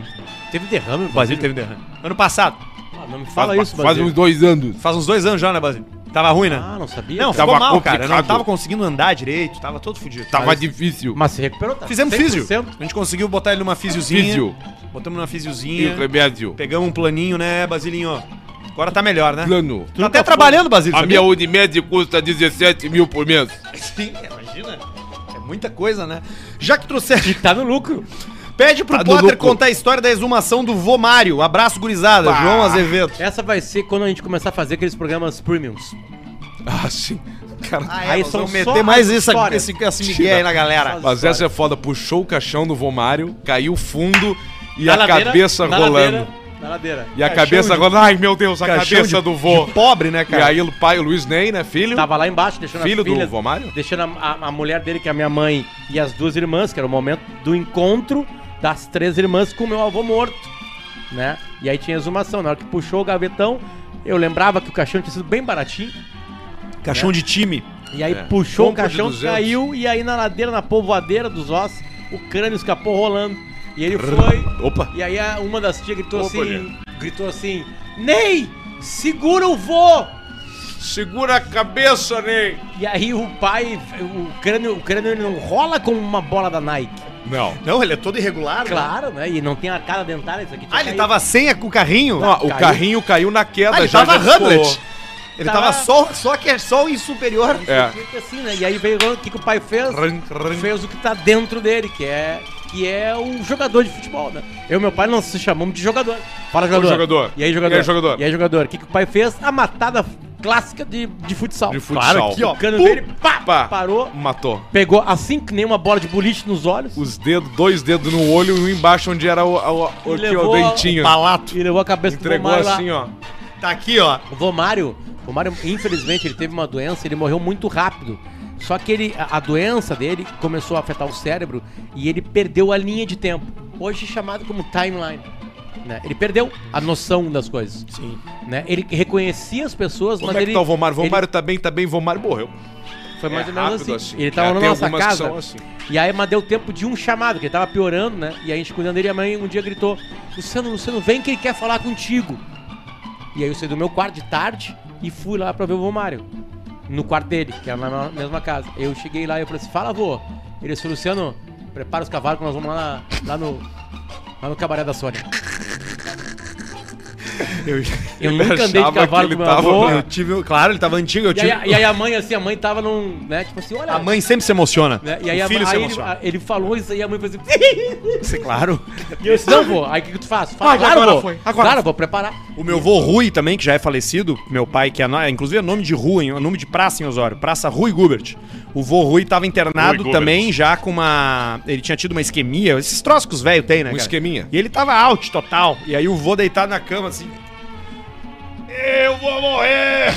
[SPEAKER 3] Teve derrame,
[SPEAKER 1] O Basílio teve derrame. Ano passado.
[SPEAKER 3] Ah, não me fala isso,
[SPEAKER 2] Faz
[SPEAKER 3] Basílio.
[SPEAKER 2] uns dois anos.
[SPEAKER 1] Faz uns dois anos já, né, Basílio? Tava ruim, né?
[SPEAKER 3] Ah, não sabia.
[SPEAKER 1] não,
[SPEAKER 3] cara.
[SPEAKER 1] ficou
[SPEAKER 2] tava
[SPEAKER 1] mal, cara. Eu não
[SPEAKER 2] complicado.
[SPEAKER 1] tava conseguindo andar direito, tava todo fudido.
[SPEAKER 2] Tava
[SPEAKER 1] Mas
[SPEAKER 2] difícil.
[SPEAKER 3] Mas se recuperou, tá?
[SPEAKER 1] Fizemos
[SPEAKER 3] 100%.
[SPEAKER 1] físio. A gente conseguiu botar ele numa fisiozinha.
[SPEAKER 2] Físio.
[SPEAKER 1] Botamos numa
[SPEAKER 2] E
[SPEAKER 1] fisiozinha.
[SPEAKER 2] o remédio.
[SPEAKER 1] Pegamos um planinho, né, Basilinho? Agora tá melhor, né?
[SPEAKER 2] Plano.
[SPEAKER 1] Tá até trabalhando, Basílio.
[SPEAKER 2] A
[SPEAKER 1] sabia?
[SPEAKER 2] minha Unimed custa 17 mil por mês.
[SPEAKER 1] Sim, imagina. É muita coisa, né? Já que trouxeram.
[SPEAKER 3] Tá no lucro.
[SPEAKER 1] Pede pro
[SPEAKER 2] Tá no
[SPEAKER 1] Potter
[SPEAKER 2] lucro.
[SPEAKER 1] contar a história da exumação do vô Mário. Abraço, gurizada. João Azevedo.
[SPEAKER 3] Essa vai ser quando a gente começar a fazer aqueles programas premiums.
[SPEAKER 2] Ah, sim. Cara,
[SPEAKER 3] Aí
[SPEAKER 1] Ah, é, nós
[SPEAKER 3] são
[SPEAKER 1] vamos
[SPEAKER 3] só
[SPEAKER 1] meter mais
[SPEAKER 3] as
[SPEAKER 1] esse,
[SPEAKER 3] histórias.
[SPEAKER 1] esse, esse migué aí na galera.
[SPEAKER 2] mas essa é foda. Puxou o caixão do Vomário, caiu fundo e
[SPEAKER 3] Na
[SPEAKER 2] a
[SPEAKER 3] ladeira,
[SPEAKER 2] cabeça
[SPEAKER 3] na
[SPEAKER 2] rolando.
[SPEAKER 3] ladeira, na ladeira.
[SPEAKER 2] E a
[SPEAKER 1] Caixão
[SPEAKER 2] cabeça
[SPEAKER 1] de-
[SPEAKER 2] rolando. Ai, meu Deus, a
[SPEAKER 1] Caixão
[SPEAKER 2] cabeça
[SPEAKER 1] de-
[SPEAKER 2] do vô.
[SPEAKER 1] de pobre, né,
[SPEAKER 2] E
[SPEAKER 1] cara?
[SPEAKER 2] aí o pai, o Luiz Ney, né, filho?
[SPEAKER 3] Tava lá embaixo, deixando
[SPEAKER 2] Filho
[SPEAKER 3] as
[SPEAKER 2] do
[SPEAKER 3] filhas,
[SPEAKER 2] Vomário?
[SPEAKER 3] deixando a, a- a mulher dele, que é a minha mãe, e as duas irmãs, que era o momento do encontro das três irmãs com o meu avô morto, né? E aí tinha exumação, na hora que puxou o gavetão, eu lembrava que o caixão tinha sido bem baratinho,
[SPEAKER 2] Né?
[SPEAKER 1] Caixão de time.
[SPEAKER 3] e aí
[SPEAKER 2] É.
[SPEAKER 3] puxou
[SPEAKER 2] Compra
[SPEAKER 3] o
[SPEAKER 2] de
[SPEAKER 3] caixão,
[SPEAKER 2] 200.
[SPEAKER 3] caiu, e aí na ladeira, na povoadeira dos ossos, o crânio escapou rolando. E ele foi,
[SPEAKER 2] Opa.
[SPEAKER 3] e aí a- uma das tias gritou
[SPEAKER 2] Opa,
[SPEAKER 3] assim, gritou assim, Ney, segura o vô!
[SPEAKER 2] Segura a cabeça, Ney.
[SPEAKER 3] E aí o pai, o crânio, o crânio ele não rola como uma bola da Nike.
[SPEAKER 2] Não.
[SPEAKER 1] Não, ele é todo irregular, né?
[SPEAKER 3] Claro, né? E não tem arcada dentária, isso aqui tinha
[SPEAKER 1] Ah, ele
[SPEAKER 3] caído.
[SPEAKER 1] tava sem a- com o carrinho?
[SPEAKER 2] Ó, o
[SPEAKER 3] Caiu.
[SPEAKER 2] carrinho caiu na queda,
[SPEAKER 1] Ah, ele
[SPEAKER 2] já,
[SPEAKER 1] tava
[SPEAKER 2] já descolou.
[SPEAKER 1] Hamlet. Ele tava,
[SPEAKER 3] Tava-
[SPEAKER 1] só, só que é só o superior.
[SPEAKER 2] É.
[SPEAKER 3] Fica assim, né? E aí veio o que, que o pai fez? Fez o que tá dentro dele, que é que é o jogador de futebol, né? Eu e meu pai nós se chamamos de jogador. Fala jogador.
[SPEAKER 2] jogador.
[SPEAKER 3] E aí jogador.
[SPEAKER 2] E aí, jogador.
[SPEAKER 3] E aí jogador. O que, que o pai fez? A matada clássica de, de futsal.
[SPEAKER 2] De futsal. Claro,
[SPEAKER 3] aqui, ó. O cano
[SPEAKER 2] Pum,
[SPEAKER 3] dele, pá,
[SPEAKER 2] pá.
[SPEAKER 3] parou.
[SPEAKER 2] Matou.
[SPEAKER 3] Pegou assim que nem uma bola de boliche nos olhos.
[SPEAKER 2] Os dedos, dois dedos no olho e um embaixo onde era o, o, o,
[SPEAKER 3] E
[SPEAKER 2] aqui, ó,
[SPEAKER 3] levou
[SPEAKER 2] o dentinho.
[SPEAKER 1] Palato.
[SPEAKER 3] E levou a cabeça
[SPEAKER 2] Entregou
[SPEAKER 3] Romário lá.
[SPEAKER 2] assim, ó.
[SPEAKER 1] Tá aqui, ó.
[SPEAKER 3] O Romário, o Romário, infelizmente, ele teve uma doença, ele morreu muito rápido. Só que ele, a, a doença dele começou a afetar o cérebro e ele perdeu a linha de tempo. Hoje é chamado como timeline. Né? Ele perdeu a noção das coisas. Sim. Né? Ele reconhecia as pessoas,
[SPEAKER 2] Como
[SPEAKER 3] mas
[SPEAKER 2] é
[SPEAKER 3] ele.
[SPEAKER 2] que tá o Vomar?
[SPEAKER 3] ele-
[SPEAKER 2] Vomar tá bem, tá bem, Vomar morreu.
[SPEAKER 3] Foi mais
[SPEAKER 2] É
[SPEAKER 3] ou menos assim.
[SPEAKER 2] rápido assim.
[SPEAKER 3] Ele tava
[SPEAKER 2] É,
[SPEAKER 3] na
[SPEAKER 2] tem
[SPEAKER 3] nossa
[SPEAKER 2] algumas que
[SPEAKER 3] casa.
[SPEAKER 2] são assim.
[SPEAKER 3] E aí, mas deu tempo de um chamado, porque ele tava piorando, né? E aí a gente cuidando dele, a mãe um dia gritou: Luciano, Luciano, vem que ele quer falar contigo. E aí eu saí do meu quarto de tarde e fui lá pra ver o Romário. No quarto dele, que era na mesma casa. Eu cheguei lá e eu falei assim: fala, vô. Ele disse: Luciano, prepara os cavalos que nós vamos lá, na- lá no. Lá no cabaré da Sônia.
[SPEAKER 1] <laughs>
[SPEAKER 3] Eu, nunca andei de
[SPEAKER 2] achava que
[SPEAKER 3] cavalo
[SPEAKER 2] ele
[SPEAKER 3] com meu
[SPEAKER 2] tava-
[SPEAKER 3] avô.
[SPEAKER 1] Eu tive, um, claro, ele tava antigo, eu
[SPEAKER 3] E
[SPEAKER 1] tive.
[SPEAKER 3] aí, a- e aí a mãe, assim, a mãe tava num. Né, tipo assim, olha.
[SPEAKER 1] A mãe sempre se emociona.
[SPEAKER 3] né, E aí,
[SPEAKER 1] o
[SPEAKER 3] a-
[SPEAKER 1] filho se
[SPEAKER 3] aí ele,
[SPEAKER 1] emociona.
[SPEAKER 3] a- ele falou isso aí, a mãe
[SPEAKER 1] <laughs>
[SPEAKER 3] fez assim.
[SPEAKER 1] Isso é claro.
[SPEAKER 3] e eu disse, não, vô, aí o que, que tu faz? Fala,
[SPEAKER 1] Ah,
[SPEAKER 3] claro,
[SPEAKER 1] agora
[SPEAKER 3] vô.
[SPEAKER 1] foi, agora
[SPEAKER 3] claro, vou preparar.
[SPEAKER 1] O meu avô Rui também, que já é falecido, meu pai, que é, no- inclusive é nome de rua, é nome de praça em Osório, Praça Rui Gubert. O vô Rui tava internado
[SPEAKER 10] Rui
[SPEAKER 1] também, já com uma. Ele tinha tido uma isquemia, esses troços que os velhos têm, né?
[SPEAKER 2] Um
[SPEAKER 1] cara?
[SPEAKER 2] esqueminha.
[SPEAKER 1] E ele tava out total. E aí o vô deitado na cama assim. Eu vou morrer!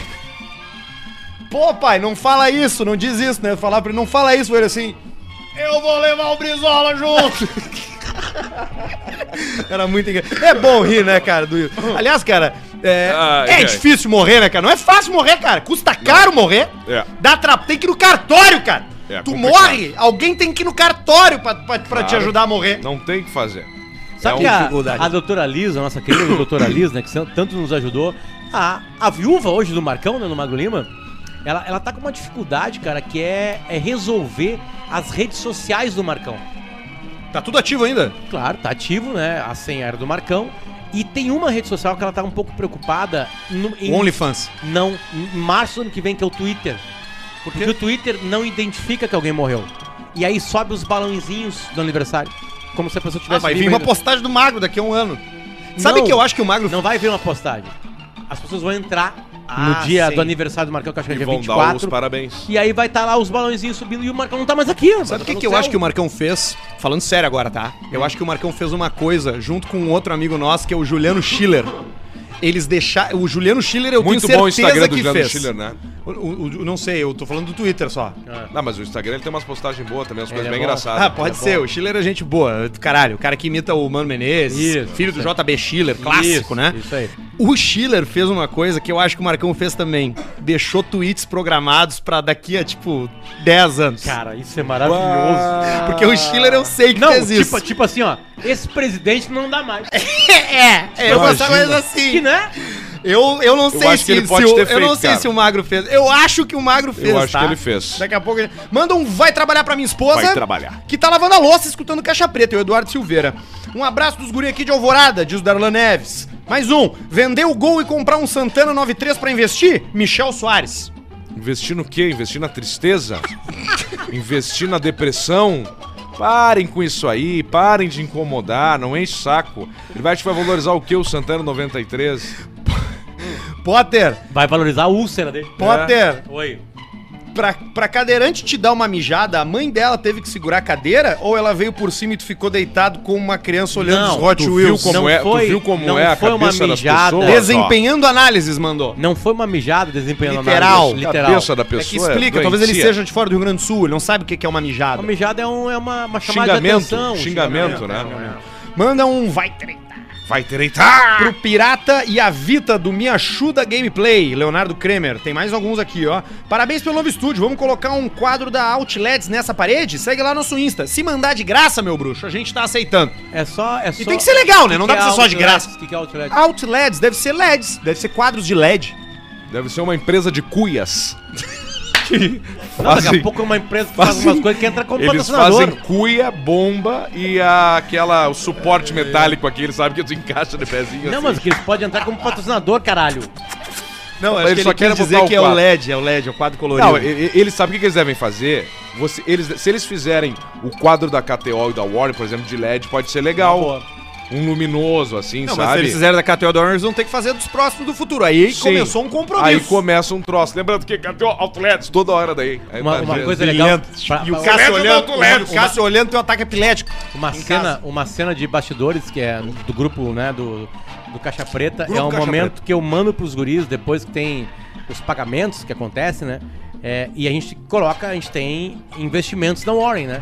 [SPEAKER 1] Pô, pai, não fala isso, não diz isso, né? Falar pra ele, não fala isso, ele assim. Eu vou levar o Brizola junto! <laughs> Era muito engraçado. É bom rir, né, cara? Do... Aliás, cara, é,
[SPEAKER 2] Ai,
[SPEAKER 1] é
[SPEAKER 2] ai.
[SPEAKER 1] difícil morrer, né, cara? Não é fácil morrer, cara. Custa caro morrer.
[SPEAKER 2] É.
[SPEAKER 1] Dá tra... Tem que ir no cartório, cara.
[SPEAKER 2] É,
[SPEAKER 1] tu
[SPEAKER 2] complicado.
[SPEAKER 1] morre, alguém tem que ir no cartório pra, pra, pra te ajudar a morrer.
[SPEAKER 2] Não tem o que fazer.
[SPEAKER 3] Sabe
[SPEAKER 2] É
[SPEAKER 3] que
[SPEAKER 2] uma
[SPEAKER 3] a, a doutora Liz, a nossa querida doutora Liz, né, que san- tanto nos ajudou, a, a viúva hoje do Marcão, né, no Mago Lima, ela, ela tá com uma dificuldade, cara, que é, é resolver as redes sociais do Marcão.
[SPEAKER 1] Tá tudo ativo ainda?
[SPEAKER 3] Claro, tá ativo, né, a senha era do Marcão. E tem uma rede social que ela tá um pouco preocupada no, em-
[SPEAKER 1] O OnlyFans.
[SPEAKER 3] Não, em março do ano que vem, que é o Twitter. Porque o Twitter não identifica que alguém morreu. E aí sobe os balãozinhos do aniversário. Como se a pessoa tivesse.
[SPEAKER 1] Ah, vai
[SPEAKER 3] vivo
[SPEAKER 1] vir uma
[SPEAKER 3] ainda.
[SPEAKER 1] postagem do Magro daqui a um ano. Sabe
[SPEAKER 3] Não.
[SPEAKER 1] que eu acho que o Magro...
[SPEAKER 3] Não vai vir uma postagem. As pessoas vão entrar
[SPEAKER 1] Ah,
[SPEAKER 3] no dia
[SPEAKER 1] sim.
[SPEAKER 3] do aniversário do Marcão, que eu acho que é
[SPEAKER 2] E
[SPEAKER 3] dia
[SPEAKER 2] vão dar os
[SPEAKER 3] 24.
[SPEAKER 2] parabéns.
[SPEAKER 3] E aí vai estar lá os balãozinhos subindo e o Marcão não tá mais aqui. ó.
[SPEAKER 1] Sabe o
[SPEAKER 3] Tá
[SPEAKER 1] que,
[SPEAKER 3] no
[SPEAKER 1] que eu
[SPEAKER 3] céu.
[SPEAKER 1] acho que o Marcão fez? Falando sério agora, tá? Eu acho que o Marcão fez uma coisa junto com um outro amigo nosso, que é o Juliano Schiller. Eles deixaram. O Juliano Schiller, eu
[SPEAKER 2] Muito
[SPEAKER 1] tenho
[SPEAKER 2] bom o
[SPEAKER 1] certeza
[SPEAKER 2] Instagram do
[SPEAKER 1] que
[SPEAKER 2] Juliano
[SPEAKER 1] fez.
[SPEAKER 2] Schiller, né?
[SPEAKER 1] O- o- o- não sei, eu tô falando do Twitter só.
[SPEAKER 2] Não, mas o Instagram ele tem umas postagens boas também, umas coisas
[SPEAKER 3] é
[SPEAKER 2] bem
[SPEAKER 3] bom.
[SPEAKER 2] engraçadas.
[SPEAKER 1] Ah, pode ser. O Schiller é gente boa. do Caralho, o cara que imita o Mano Menezes,
[SPEAKER 3] Isso,
[SPEAKER 1] filho do JB Schiller, clássico,
[SPEAKER 3] Isso,
[SPEAKER 1] né?
[SPEAKER 3] Isso aí.
[SPEAKER 1] O Schiller fez uma coisa que eu acho que o Marcão fez também. Deixou tweets programados pra daqui a, tipo, 10 anos.
[SPEAKER 3] Cara, isso é maravilhoso.
[SPEAKER 1] Porque o Schiller eu sei que
[SPEAKER 3] Não,
[SPEAKER 1] fez
[SPEAKER 3] tipo,
[SPEAKER 1] isso. <laughs>
[SPEAKER 3] tipo assim, ó. Esse presidente não dá mais.
[SPEAKER 1] É, é eu faço coisa assim.
[SPEAKER 3] Que, né?
[SPEAKER 1] Eu, eu não sei
[SPEAKER 2] acho
[SPEAKER 1] se,
[SPEAKER 2] que ele
[SPEAKER 1] se
[SPEAKER 2] pode
[SPEAKER 1] o,
[SPEAKER 2] ter
[SPEAKER 1] eu não
[SPEAKER 2] feito,
[SPEAKER 1] sei
[SPEAKER 2] cara.
[SPEAKER 1] se o Magro fez. Eu acho que o Magro fez,
[SPEAKER 2] Eu acho
[SPEAKER 1] tá?
[SPEAKER 2] que ele fez.
[SPEAKER 1] Daqui a pouco ele... Manda um vai trabalhar pra minha esposa.
[SPEAKER 2] Vai trabalhar.
[SPEAKER 1] Que tá lavando a louça escutando Caixa Preta, o Eduardo Silveira. Um abraço dos guri aqui de Alvorada, diz o Darlan Neves. Mais um. Vender o gol e comprar um Santana 93 pra investir? Michel Soares.
[SPEAKER 2] Investir no quê? Investir na
[SPEAKER 1] <laughs>
[SPEAKER 2] tristeza? Investir na depressão? Parem com isso aí, parem de incomodar, não enche o saco. Ele vai te vai valorizar o que o Santana 93?
[SPEAKER 1] Potter,
[SPEAKER 3] Vai valorizar a úlcera dele.
[SPEAKER 2] É,
[SPEAKER 1] Potter,
[SPEAKER 3] Oi.
[SPEAKER 1] pra, pra cadeirante te dar uma mijada, a mãe dela teve que segurar a cadeira? Ou ela veio por cima e tu ficou deitado com uma criança olhando
[SPEAKER 3] Não,
[SPEAKER 1] os Hot
[SPEAKER 2] tu viu
[SPEAKER 1] Wheels?
[SPEAKER 2] como
[SPEAKER 3] não
[SPEAKER 2] é,
[SPEAKER 3] foi-
[SPEAKER 2] tu viu como
[SPEAKER 3] não
[SPEAKER 2] é a
[SPEAKER 3] foi uma
[SPEAKER 2] cabeça das
[SPEAKER 3] mijada.
[SPEAKER 2] pessoas? ó.
[SPEAKER 1] Desempenhando análises, mandou.
[SPEAKER 3] Não foi uma mijada desempenhando
[SPEAKER 1] Literal.
[SPEAKER 3] nada.
[SPEAKER 2] A
[SPEAKER 3] Literal.
[SPEAKER 2] cabeça da
[SPEAKER 1] É que
[SPEAKER 2] pessoa
[SPEAKER 1] explica,
[SPEAKER 2] é
[SPEAKER 1] talvez ele
[SPEAKER 2] doentia.
[SPEAKER 1] seja de fora do Rio Grande do Sul, ele não sabe o que que é uma
[SPEAKER 3] Uma
[SPEAKER 1] mijada.
[SPEAKER 3] mijada é, um, é uma, uma chamada
[SPEAKER 2] xingamento,
[SPEAKER 3] de atenção. um
[SPEAKER 2] xingamento, né?
[SPEAKER 1] Manda um vai treinar.
[SPEAKER 2] Vai treitar!
[SPEAKER 1] Pro Pirata e a Vita do Me Ajuda Gameplay, Leonardo Kremer. Tem mais alguns aqui, ó. Parabéns pelo novo estúdio. Vamos colocar um quadro da Outlets nessa parede? Segue lá nosso Insta. Se mandar de graça, meu bruxo, a gente tá aceitando.
[SPEAKER 3] É só. É
[SPEAKER 1] E
[SPEAKER 3] só-
[SPEAKER 1] tem que ser legal, né? Não
[SPEAKER 3] que
[SPEAKER 1] dá pra
[SPEAKER 3] é
[SPEAKER 1] ser só de
[SPEAKER 3] outlet?
[SPEAKER 1] graça.
[SPEAKER 3] O que, que é outlet?
[SPEAKER 1] Outlets deve ser LEDs, deve ser quadros de LED.
[SPEAKER 2] Deve ser uma empresa
[SPEAKER 1] <laughs>
[SPEAKER 2] de cuias.
[SPEAKER 3] Não, daqui
[SPEAKER 2] Fazem-
[SPEAKER 3] a pouco é uma empresa que faz umas coisas que entra como
[SPEAKER 2] Eles
[SPEAKER 3] patrocinador.
[SPEAKER 2] fazem cuia, bomba e a- aquela, o suporte metálico aqui, ele sabe que tu encaixa de pezinho
[SPEAKER 3] Não,
[SPEAKER 2] assim.
[SPEAKER 3] mas que eles podem entrar como patrocinador, caralho.
[SPEAKER 1] Não,
[SPEAKER 2] acho que ele quer
[SPEAKER 1] dizer
[SPEAKER 2] botar o
[SPEAKER 1] que é o
[SPEAKER 2] quadro.
[SPEAKER 1] LED, é o LED, é o quadro colorido.
[SPEAKER 2] Não, e- e- eles sabem o que que eles devem fazer. Você- eles, se eles fizerem o quadro da KTO e da Warner, por exemplo, de LED, pode ser legal.
[SPEAKER 3] Boa.
[SPEAKER 2] um luminoso, assim,
[SPEAKER 1] Não, mas se
[SPEAKER 2] sabe?
[SPEAKER 1] eles fizeram da KTO do Honor, eles vão ter que fazer dos próximos do futuro. Aí
[SPEAKER 2] Sim.
[SPEAKER 1] começou um compromisso.
[SPEAKER 2] Aí começa um troço. Lembrando que até o Outlets toda hora daí. Aí
[SPEAKER 3] Uma,
[SPEAKER 2] tá
[SPEAKER 3] uma
[SPEAKER 2] vendo.
[SPEAKER 3] coisa legal. pra-
[SPEAKER 1] E o
[SPEAKER 3] pra-
[SPEAKER 1] Cássio
[SPEAKER 10] Leva
[SPEAKER 1] olhando,
[SPEAKER 10] do Leva.
[SPEAKER 1] o Cássio olhando tem um ataque epilético.
[SPEAKER 3] Uma cena, uma cena de bastidores, que é do grupo, né, do, do Caixa Preta, é um momento que eu mando pros guris, depois que tem os pagamentos que acontecem, né? é, e a gente coloca, a gente tem investimentos na Warren, né?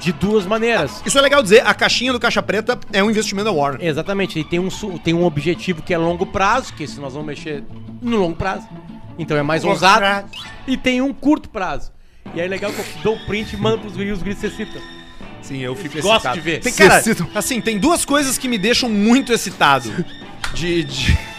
[SPEAKER 3] De duas maneiras.
[SPEAKER 1] Isso é legal dizer, a caixinha do Caixa Preta é um investimento da Warner.
[SPEAKER 3] Exatamente, e tem um, su- tem um objetivo que é longo prazo, que se nós vamos mexer no longo prazo, então é mais ousado. E tem um curto prazo. E aí é legal que eu dou o print e mando pros guris, os guris se excitam.
[SPEAKER 1] Sim, eu fico
[SPEAKER 3] Gosto de ver.
[SPEAKER 1] Tem,
[SPEAKER 3] Tem
[SPEAKER 1] cara, assim, tem duas coisas que me deixam muito excitado. De. de...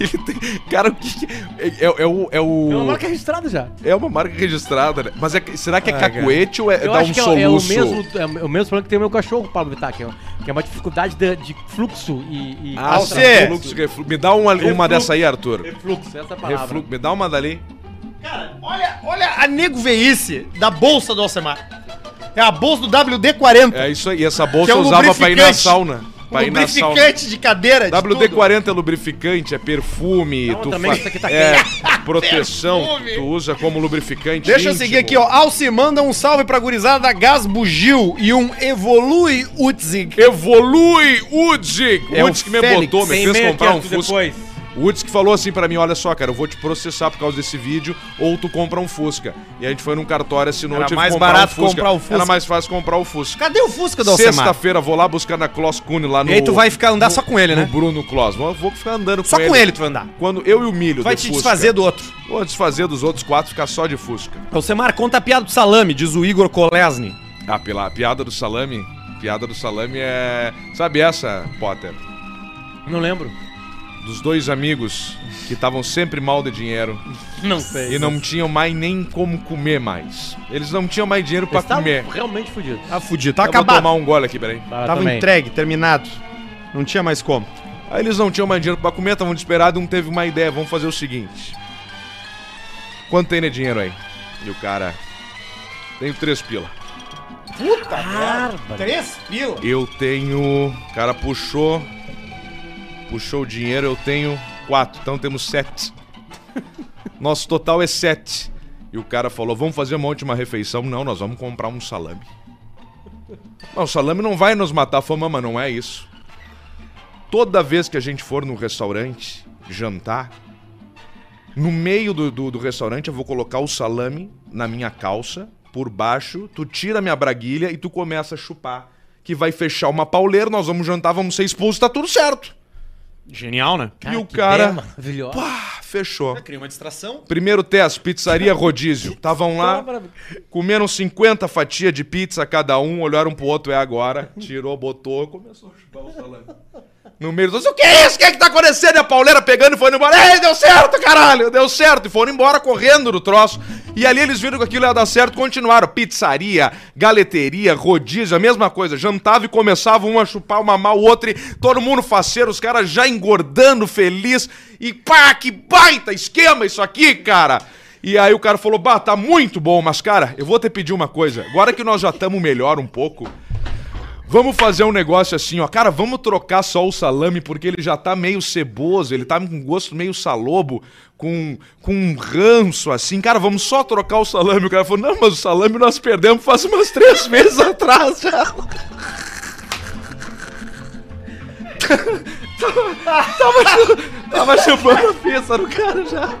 [SPEAKER 2] Ele tem- Cara, o que. que- É, é- é o. É, o...
[SPEAKER 3] É uma marca registrada já.
[SPEAKER 2] É uma marca registrada, né? Mas é que- será
[SPEAKER 1] Ah,
[SPEAKER 2] que é cacuete ou é,
[SPEAKER 3] Eu
[SPEAKER 2] dá
[SPEAKER 3] acho
[SPEAKER 2] um
[SPEAKER 3] que é, o- é o
[SPEAKER 2] soluço?
[SPEAKER 3] mesmo, é o mesmo problema que tem o meu cachorro, Pablo Vittar, que é, que é uma dificuldade de, de fluxo e. e
[SPEAKER 2] Ah,
[SPEAKER 3] contra-
[SPEAKER 1] você-
[SPEAKER 2] fluxo, reflu- Me dá uma, uma dessa aí, Arthur.
[SPEAKER 3] Refluxo, essa é a palavra.
[SPEAKER 2] Reflu... Me dá uma dali.
[SPEAKER 1] Olha, olha a nego veice da bolsa do Alcemar. É a bolsa do WD-40.
[SPEAKER 2] É isso aí. E essa bolsa
[SPEAKER 1] Que é
[SPEAKER 2] eu
[SPEAKER 1] um
[SPEAKER 2] usava pra ir na
[SPEAKER 1] lubrificante.
[SPEAKER 2] sauna. Pra ir na sauna.
[SPEAKER 1] Um lubrificante de cadeira. de tudo.
[SPEAKER 2] WD-40 é lubrificante, é perfume,
[SPEAKER 3] Não, também isso aqui tá
[SPEAKER 2] é proteção, tu usa como lubrificante.
[SPEAKER 1] Deixa eu
[SPEAKER 2] íntimo.
[SPEAKER 1] seguir aqui, ó. Alce manda um salve pra gurizada da Gás Bugil e um Evolui Utzig.
[SPEAKER 2] Evolui Udig!
[SPEAKER 1] É
[SPEAKER 2] É
[SPEAKER 1] o
[SPEAKER 2] Udig que me
[SPEAKER 1] Félix,
[SPEAKER 2] botou, me
[SPEAKER 3] Sem
[SPEAKER 2] fez
[SPEAKER 3] meia,
[SPEAKER 2] comprar um
[SPEAKER 3] quieto
[SPEAKER 2] Fusca.
[SPEAKER 3] depois.
[SPEAKER 2] O Uds que falou assim pra mim, olha só, cara, eu vou te processar por causa desse vídeo, ou tu compra um Fusca. E a gente foi num cartório, assinou,
[SPEAKER 1] Era
[SPEAKER 2] eu tive que
[SPEAKER 1] mais
[SPEAKER 2] comprar um
[SPEAKER 1] barato comprar o Fusca.
[SPEAKER 2] Era mais fácil comprar o Fusca.
[SPEAKER 1] Cadê o Fusca do Alcemar?
[SPEAKER 2] Sexta-feira vou lá buscar na Kloss Kuhn lá no...
[SPEAKER 1] E aí tu vai ficar andar só com ele,
[SPEAKER 2] no
[SPEAKER 1] né?
[SPEAKER 2] Bruno Kloss. Vou, vou ficar andando
[SPEAKER 1] Só com ele tu vai andar.
[SPEAKER 2] Quando eu e o Milho
[SPEAKER 1] Vai
[SPEAKER 2] de
[SPEAKER 1] te
[SPEAKER 2] Fusca.
[SPEAKER 1] desfazer do outro.
[SPEAKER 2] Vou desfazer dos outros quatro, ficar só de Fusca.
[SPEAKER 1] Alcemar, conta a piada do salame, diz o Igor Kolesny.
[SPEAKER 2] Ah, pela piada do salame... Piada do salame é... Sabe essa, Potter?
[SPEAKER 3] Não lembro.
[SPEAKER 2] Dos dois amigos que estavam sempre mal de dinheiro.
[SPEAKER 3] Não sei.
[SPEAKER 2] E não tinham mais nem como comer mais. Eles não tinham mais dinheiro pra
[SPEAKER 3] Eles tavam
[SPEAKER 2] comer.
[SPEAKER 3] realmente fudido.
[SPEAKER 1] Tá fudido, tá
[SPEAKER 2] Eu vou
[SPEAKER 1] acabado.
[SPEAKER 2] tomar um gole aqui, peraí.
[SPEAKER 3] Tava
[SPEAKER 1] Tava entregue, terminado. Não tinha mais como.
[SPEAKER 2] Aí eles não tinham mais dinheiro pra comer, estavam desesperados, um teve uma ideia, vamos fazer o seguinte. Quanto tem de dinheiro aí? E o cara... Tenho três pila.
[SPEAKER 1] Três pila?
[SPEAKER 2] Eu tenho... O cara puxou... Puxou o dinheiro, eu tenho quatro, então temos sete. Nosso total é sete. E o cara falou, vamos fazer uma última refeição? Não, nós vamos comprar um salame. Não, o salame não vai nos matar, falou, mama, não é isso. Toda vez que a gente for num restaurante jantar, no meio do, do, do restaurante eu vou colocar o salame na minha calça, por baixo, tu tira a minha braguilha e tu começa a chupar. Que vai fechar uma pauleira, nós vamos jantar, vamos ser expulsos, tá tudo certo.
[SPEAKER 1] Genial, né?
[SPEAKER 2] e o
[SPEAKER 3] Ah, que
[SPEAKER 2] cara.
[SPEAKER 3] ideia maravilhosa.
[SPEAKER 2] Pá, fechou.
[SPEAKER 1] Cria uma distração.
[SPEAKER 2] Primeiro teste, pizzaria rodízio. Estavam lá, comeram 50 fatias de pizza cada um, olharam pro outro, é agora. Tirou, botou, começou a chupar o salame. No meio dos o que é isso? O que é que tá acontecendo? E a pauleira pegando e foi embora. Ei, deu certo, caralho! Deu certo! E foram embora correndo do troço. E ali eles viram que aquilo ia dar certo, continuaram. Pizzaria, galeteria, rodízio, a mesma coisa. Jantava e começava um a chupar, uma mal, o outro. E todo mundo faceiro, os caras já engordando, feliz. E pá, que baita esquema isso aqui, cara! E aí o cara falou: Bah, tá muito bom, mas cara, eu vou te pedir uma coisa. Agora que nós já estamos melhor um pouco, vamos fazer um negócio assim, ó. Cara, vamos trocar só o salame, porque ele já tá meio ceboso, ele tá com um gosto meio salobo, com, com um ranço assim. Cara, vamos só trocar o salame. O cara falou: Não, mas o salame nós perdemos faz umas três <laughs> meses atrás já. Tava, tava, tava chupando a pizza do cara já.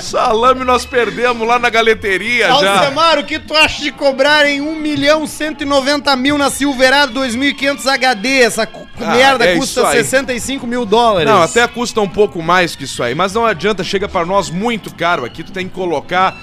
[SPEAKER 2] Salame nós perdemos lá na galeteria já.
[SPEAKER 1] Alcemar, o que tu acha de cobrarem 1 milhão 190 mil na Silverado 2500 HD? Essa cu-
[SPEAKER 2] Ah,
[SPEAKER 1] merda
[SPEAKER 2] é isso
[SPEAKER 1] custa
[SPEAKER 2] aí.
[SPEAKER 1] 65 mil dólares.
[SPEAKER 2] Não, até custa um pouco mais que isso aí, mas não adianta, chega pra nós muito caro aqui, tu tem que colocar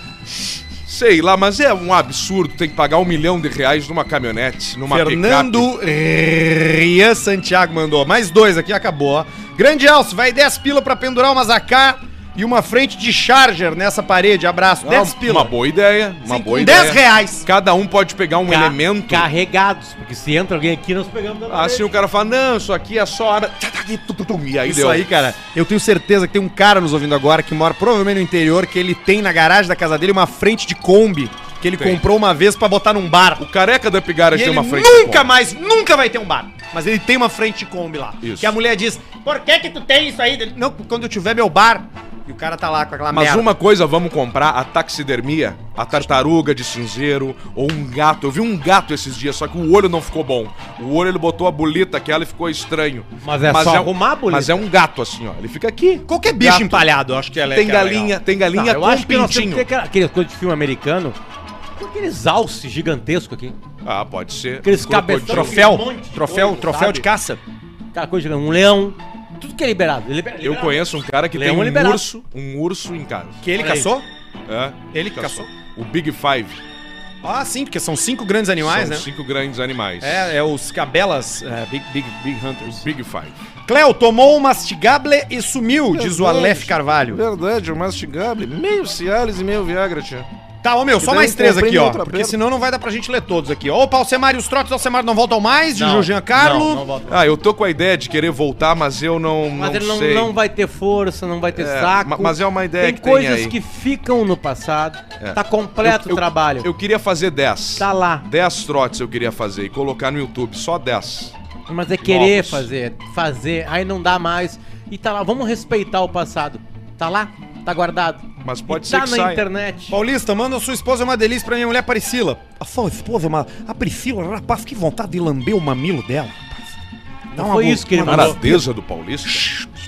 [SPEAKER 2] sei lá, mas é um absurdo, tem que pagar um milhão de reais numa caminhonete, numa picape.
[SPEAKER 1] Fernando Rian Santiago mandou. Mais dois aqui, acabou. ó. Grande Alce, vai 10 pila pra pendurar umas AK e uma frente de charger nessa parede. Abraço. 10
[SPEAKER 2] Ah,
[SPEAKER 1] pila.
[SPEAKER 2] Uma boa ideia, uma
[SPEAKER 1] Sim,
[SPEAKER 2] boa
[SPEAKER 1] com
[SPEAKER 2] ideia.
[SPEAKER 1] 10 reais.
[SPEAKER 2] Cada um pode pegar um
[SPEAKER 3] Ca-
[SPEAKER 2] elemento.
[SPEAKER 3] Carregados, Ah, porque
[SPEAKER 1] é
[SPEAKER 3] se entra alguém aqui, nós pegamos da parede.
[SPEAKER 2] Assim o cara fala: "Não, isso aqui é só arma." E aí
[SPEAKER 1] Isso
[SPEAKER 2] deu.
[SPEAKER 1] aí, cara. Eu tenho certeza que tem um cara nos ouvindo agora que mora provavelmente no interior, que ele tem na garagem da casa dele uma frente de Kombi que ele comprou uma vez pra botar num bar.
[SPEAKER 2] O careca da Epigara
[SPEAKER 1] E
[SPEAKER 2] tinha
[SPEAKER 1] ele
[SPEAKER 2] uma frente. de
[SPEAKER 1] nunca
[SPEAKER 2] Kombi.
[SPEAKER 1] mais, nunca vai ter um bar. Mas ele tem uma frente Kombi lá.
[SPEAKER 2] Isso.
[SPEAKER 1] Que a mulher diz, por que que tu tem isso aí? Ele, Não, quando eu tiver meu bar. E o cara tá lá com aquela
[SPEAKER 2] Mas
[SPEAKER 1] merda.
[SPEAKER 2] uma coisa, vamos comprar a taxidermia, a tartaruga de cinzeiro ou um gato. Eu vi um gato esses dias, só que o olho não ficou bom. O olho ele botou a bolita aquela e ficou estranho.
[SPEAKER 6] Mas é só
[SPEAKER 2] um-
[SPEAKER 6] arrumar a bolita.
[SPEAKER 2] Mas é um gato assim, ó. Ele fica aqui.
[SPEAKER 1] Qualquer bicho
[SPEAKER 2] Gato.
[SPEAKER 1] empalhado, eu acho que ela é
[SPEAKER 2] Tem
[SPEAKER 1] que é
[SPEAKER 2] galinha,
[SPEAKER 1] legal.
[SPEAKER 2] tem
[SPEAKER 3] Não,
[SPEAKER 2] galinha
[SPEAKER 3] tá, eu
[SPEAKER 2] com
[SPEAKER 3] acho que nós temos que ter
[SPEAKER 2] pintinho.
[SPEAKER 3] aquela- aquelas coisas de filme americano com aqueles alces gigantescos aqui.
[SPEAKER 2] Ah, pode ser.
[SPEAKER 3] Aqueles
[SPEAKER 2] Crocodilo.
[SPEAKER 3] cabeção.
[SPEAKER 1] Troféu,
[SPEAKER 3] Um monte de
[SPEAKER 1] troféu,
[SPEAKER 3] coisa,
[SPEAKER 1] troféu
[SPEAKER 3] sabe?
[SPEAKER 1] de caça.
[SPEAKER 3] Aquela coisa gigante, um leão. Tudo que é liberado. é liber-
[SPEAKER 2] Eu
[SPEAKER 3] liberado.
[SPEAKER 2] conheço um cara que
[SPEAKER 3] Leão
[SPEAKER 2] tem um
[SPEAKER 3] liberado.
[SPEAKER 2] urso, um urso em casa.
[SPEAKER 1] Que ele
[SPEAKER 3] Olha aí.
[SPEAKER 1] caçou?
[SPEAKER 2] É,
[SPEAKER 1] Ele que caçou.
[SPEAKER 2] O Big Five.
[SPEAKER 1] Ah, sim, porque são cinco grandes animais,
[SPEAKER 2] São
[SPEAKER 1] né?
[SPEAKER 2] cinco grandes animais.
[SPEAKER 1] É, é os cabelas, é, big, big, big hunters.
[SPEAKER 2] Big Five.
[SPEAKER 1] Cleo tomou um mastigable e sumiu, diz o
[SPEAKER 10] Verdade.
[SPEAKER 1] Aleph Carvalho.
[SPEAKER 10] Verdade, o mastigable. Meio Cialis e meio Viagra, tia.
[SPEAKER 1] Tá, ô meu, só
[SPEAKER 10] daí
[SPEAKER 1] mais
[SPEAKER 10] eu
[SPEAKER 1] três
[SPEAKER 10] comprei
[SPEAKER 1] aqui,
[SPEAKER 10] minha
[SPEAKER 1] ó.
[SPEAKER 10] outra
[SPEAKER 1] Porque
[SPEAKER 10] perna.
[SPEAKER 1] senão não vai dar pra gente ler todos aqui. Opa, Alcemar e os trotes do Alcemar não voltam mais, de
[SPEAKER 3] Não,
[SPEAKER 1] Jorginho
[SPEAKER 3] Não,
[SPEAKER 1] Carlo.
[SPEAKER 3] não volta.
[SPEAKER 2] Ah, eu tô com a ideia de querer voltar, mas eu não,
[SPEAKER 3] Mas
[SPEAKER 2] não
[SPEAKER 3] ele não,
[SPEAKER 2] sei.
[SPEAKER 3] não vai ter força, não vai ter
[SPEAKER 2] É,
[SPEAKER 3] saco.
[SPEAKER 2] ma- mas é uma ideia
[SPEAKER 3] tem
[SPEAKER 2] que tem
[SPEAKER 3] coisas
[SPEAKER 2] aí.
[SPEAKER 3] que ficam no passado.
[SPEAKER 2] É.
[SPEAKER 3] Tá completo
[SPEAKER 2] Eu-
[SPEAKER 3] o trabalho.
[SPEAKER 2] Eu queria fazer 10.
[SPEAKER 3] tá lá.
[SPEAKER 2] 10 trotes eu queria fazer e colocar no YouTube, só 10.
[SPEAKER 3] Mas é querer
[SPEAKER 2] Novos.
[SPEAKER 3] fazer, fazer, aí não dá mais. E tá lá, vamos respeitar o passado. Tá lá, tá guardado.
[SPEAKER 2] Mas pode
[SPEAKER 3] E
[SPEAKER 2] ser
[SPEAKER 3] tá
[SPEAKER 2] que
[SPEAKER 3] na
[SPEAKER 2] saia.
[SPEAKER 3] internet.
[SPEAKER 1] Paulista, manda sua esposa uma delícia pra minha mulher Priscila.
[SPEAKER 6] A sua
[SPEAKER 1] é
[SPEAKER 6] esposa, mas a Priscila, rapaz, que vontade de lamber o mamilo dela, rapaz. Dá
[SPEAKER 3] Não foi isso que ele
[SPEAKER 6] uma-
[SPEAKER 3] mandou.
[SPEAKER 2] Maradeza do Paulista?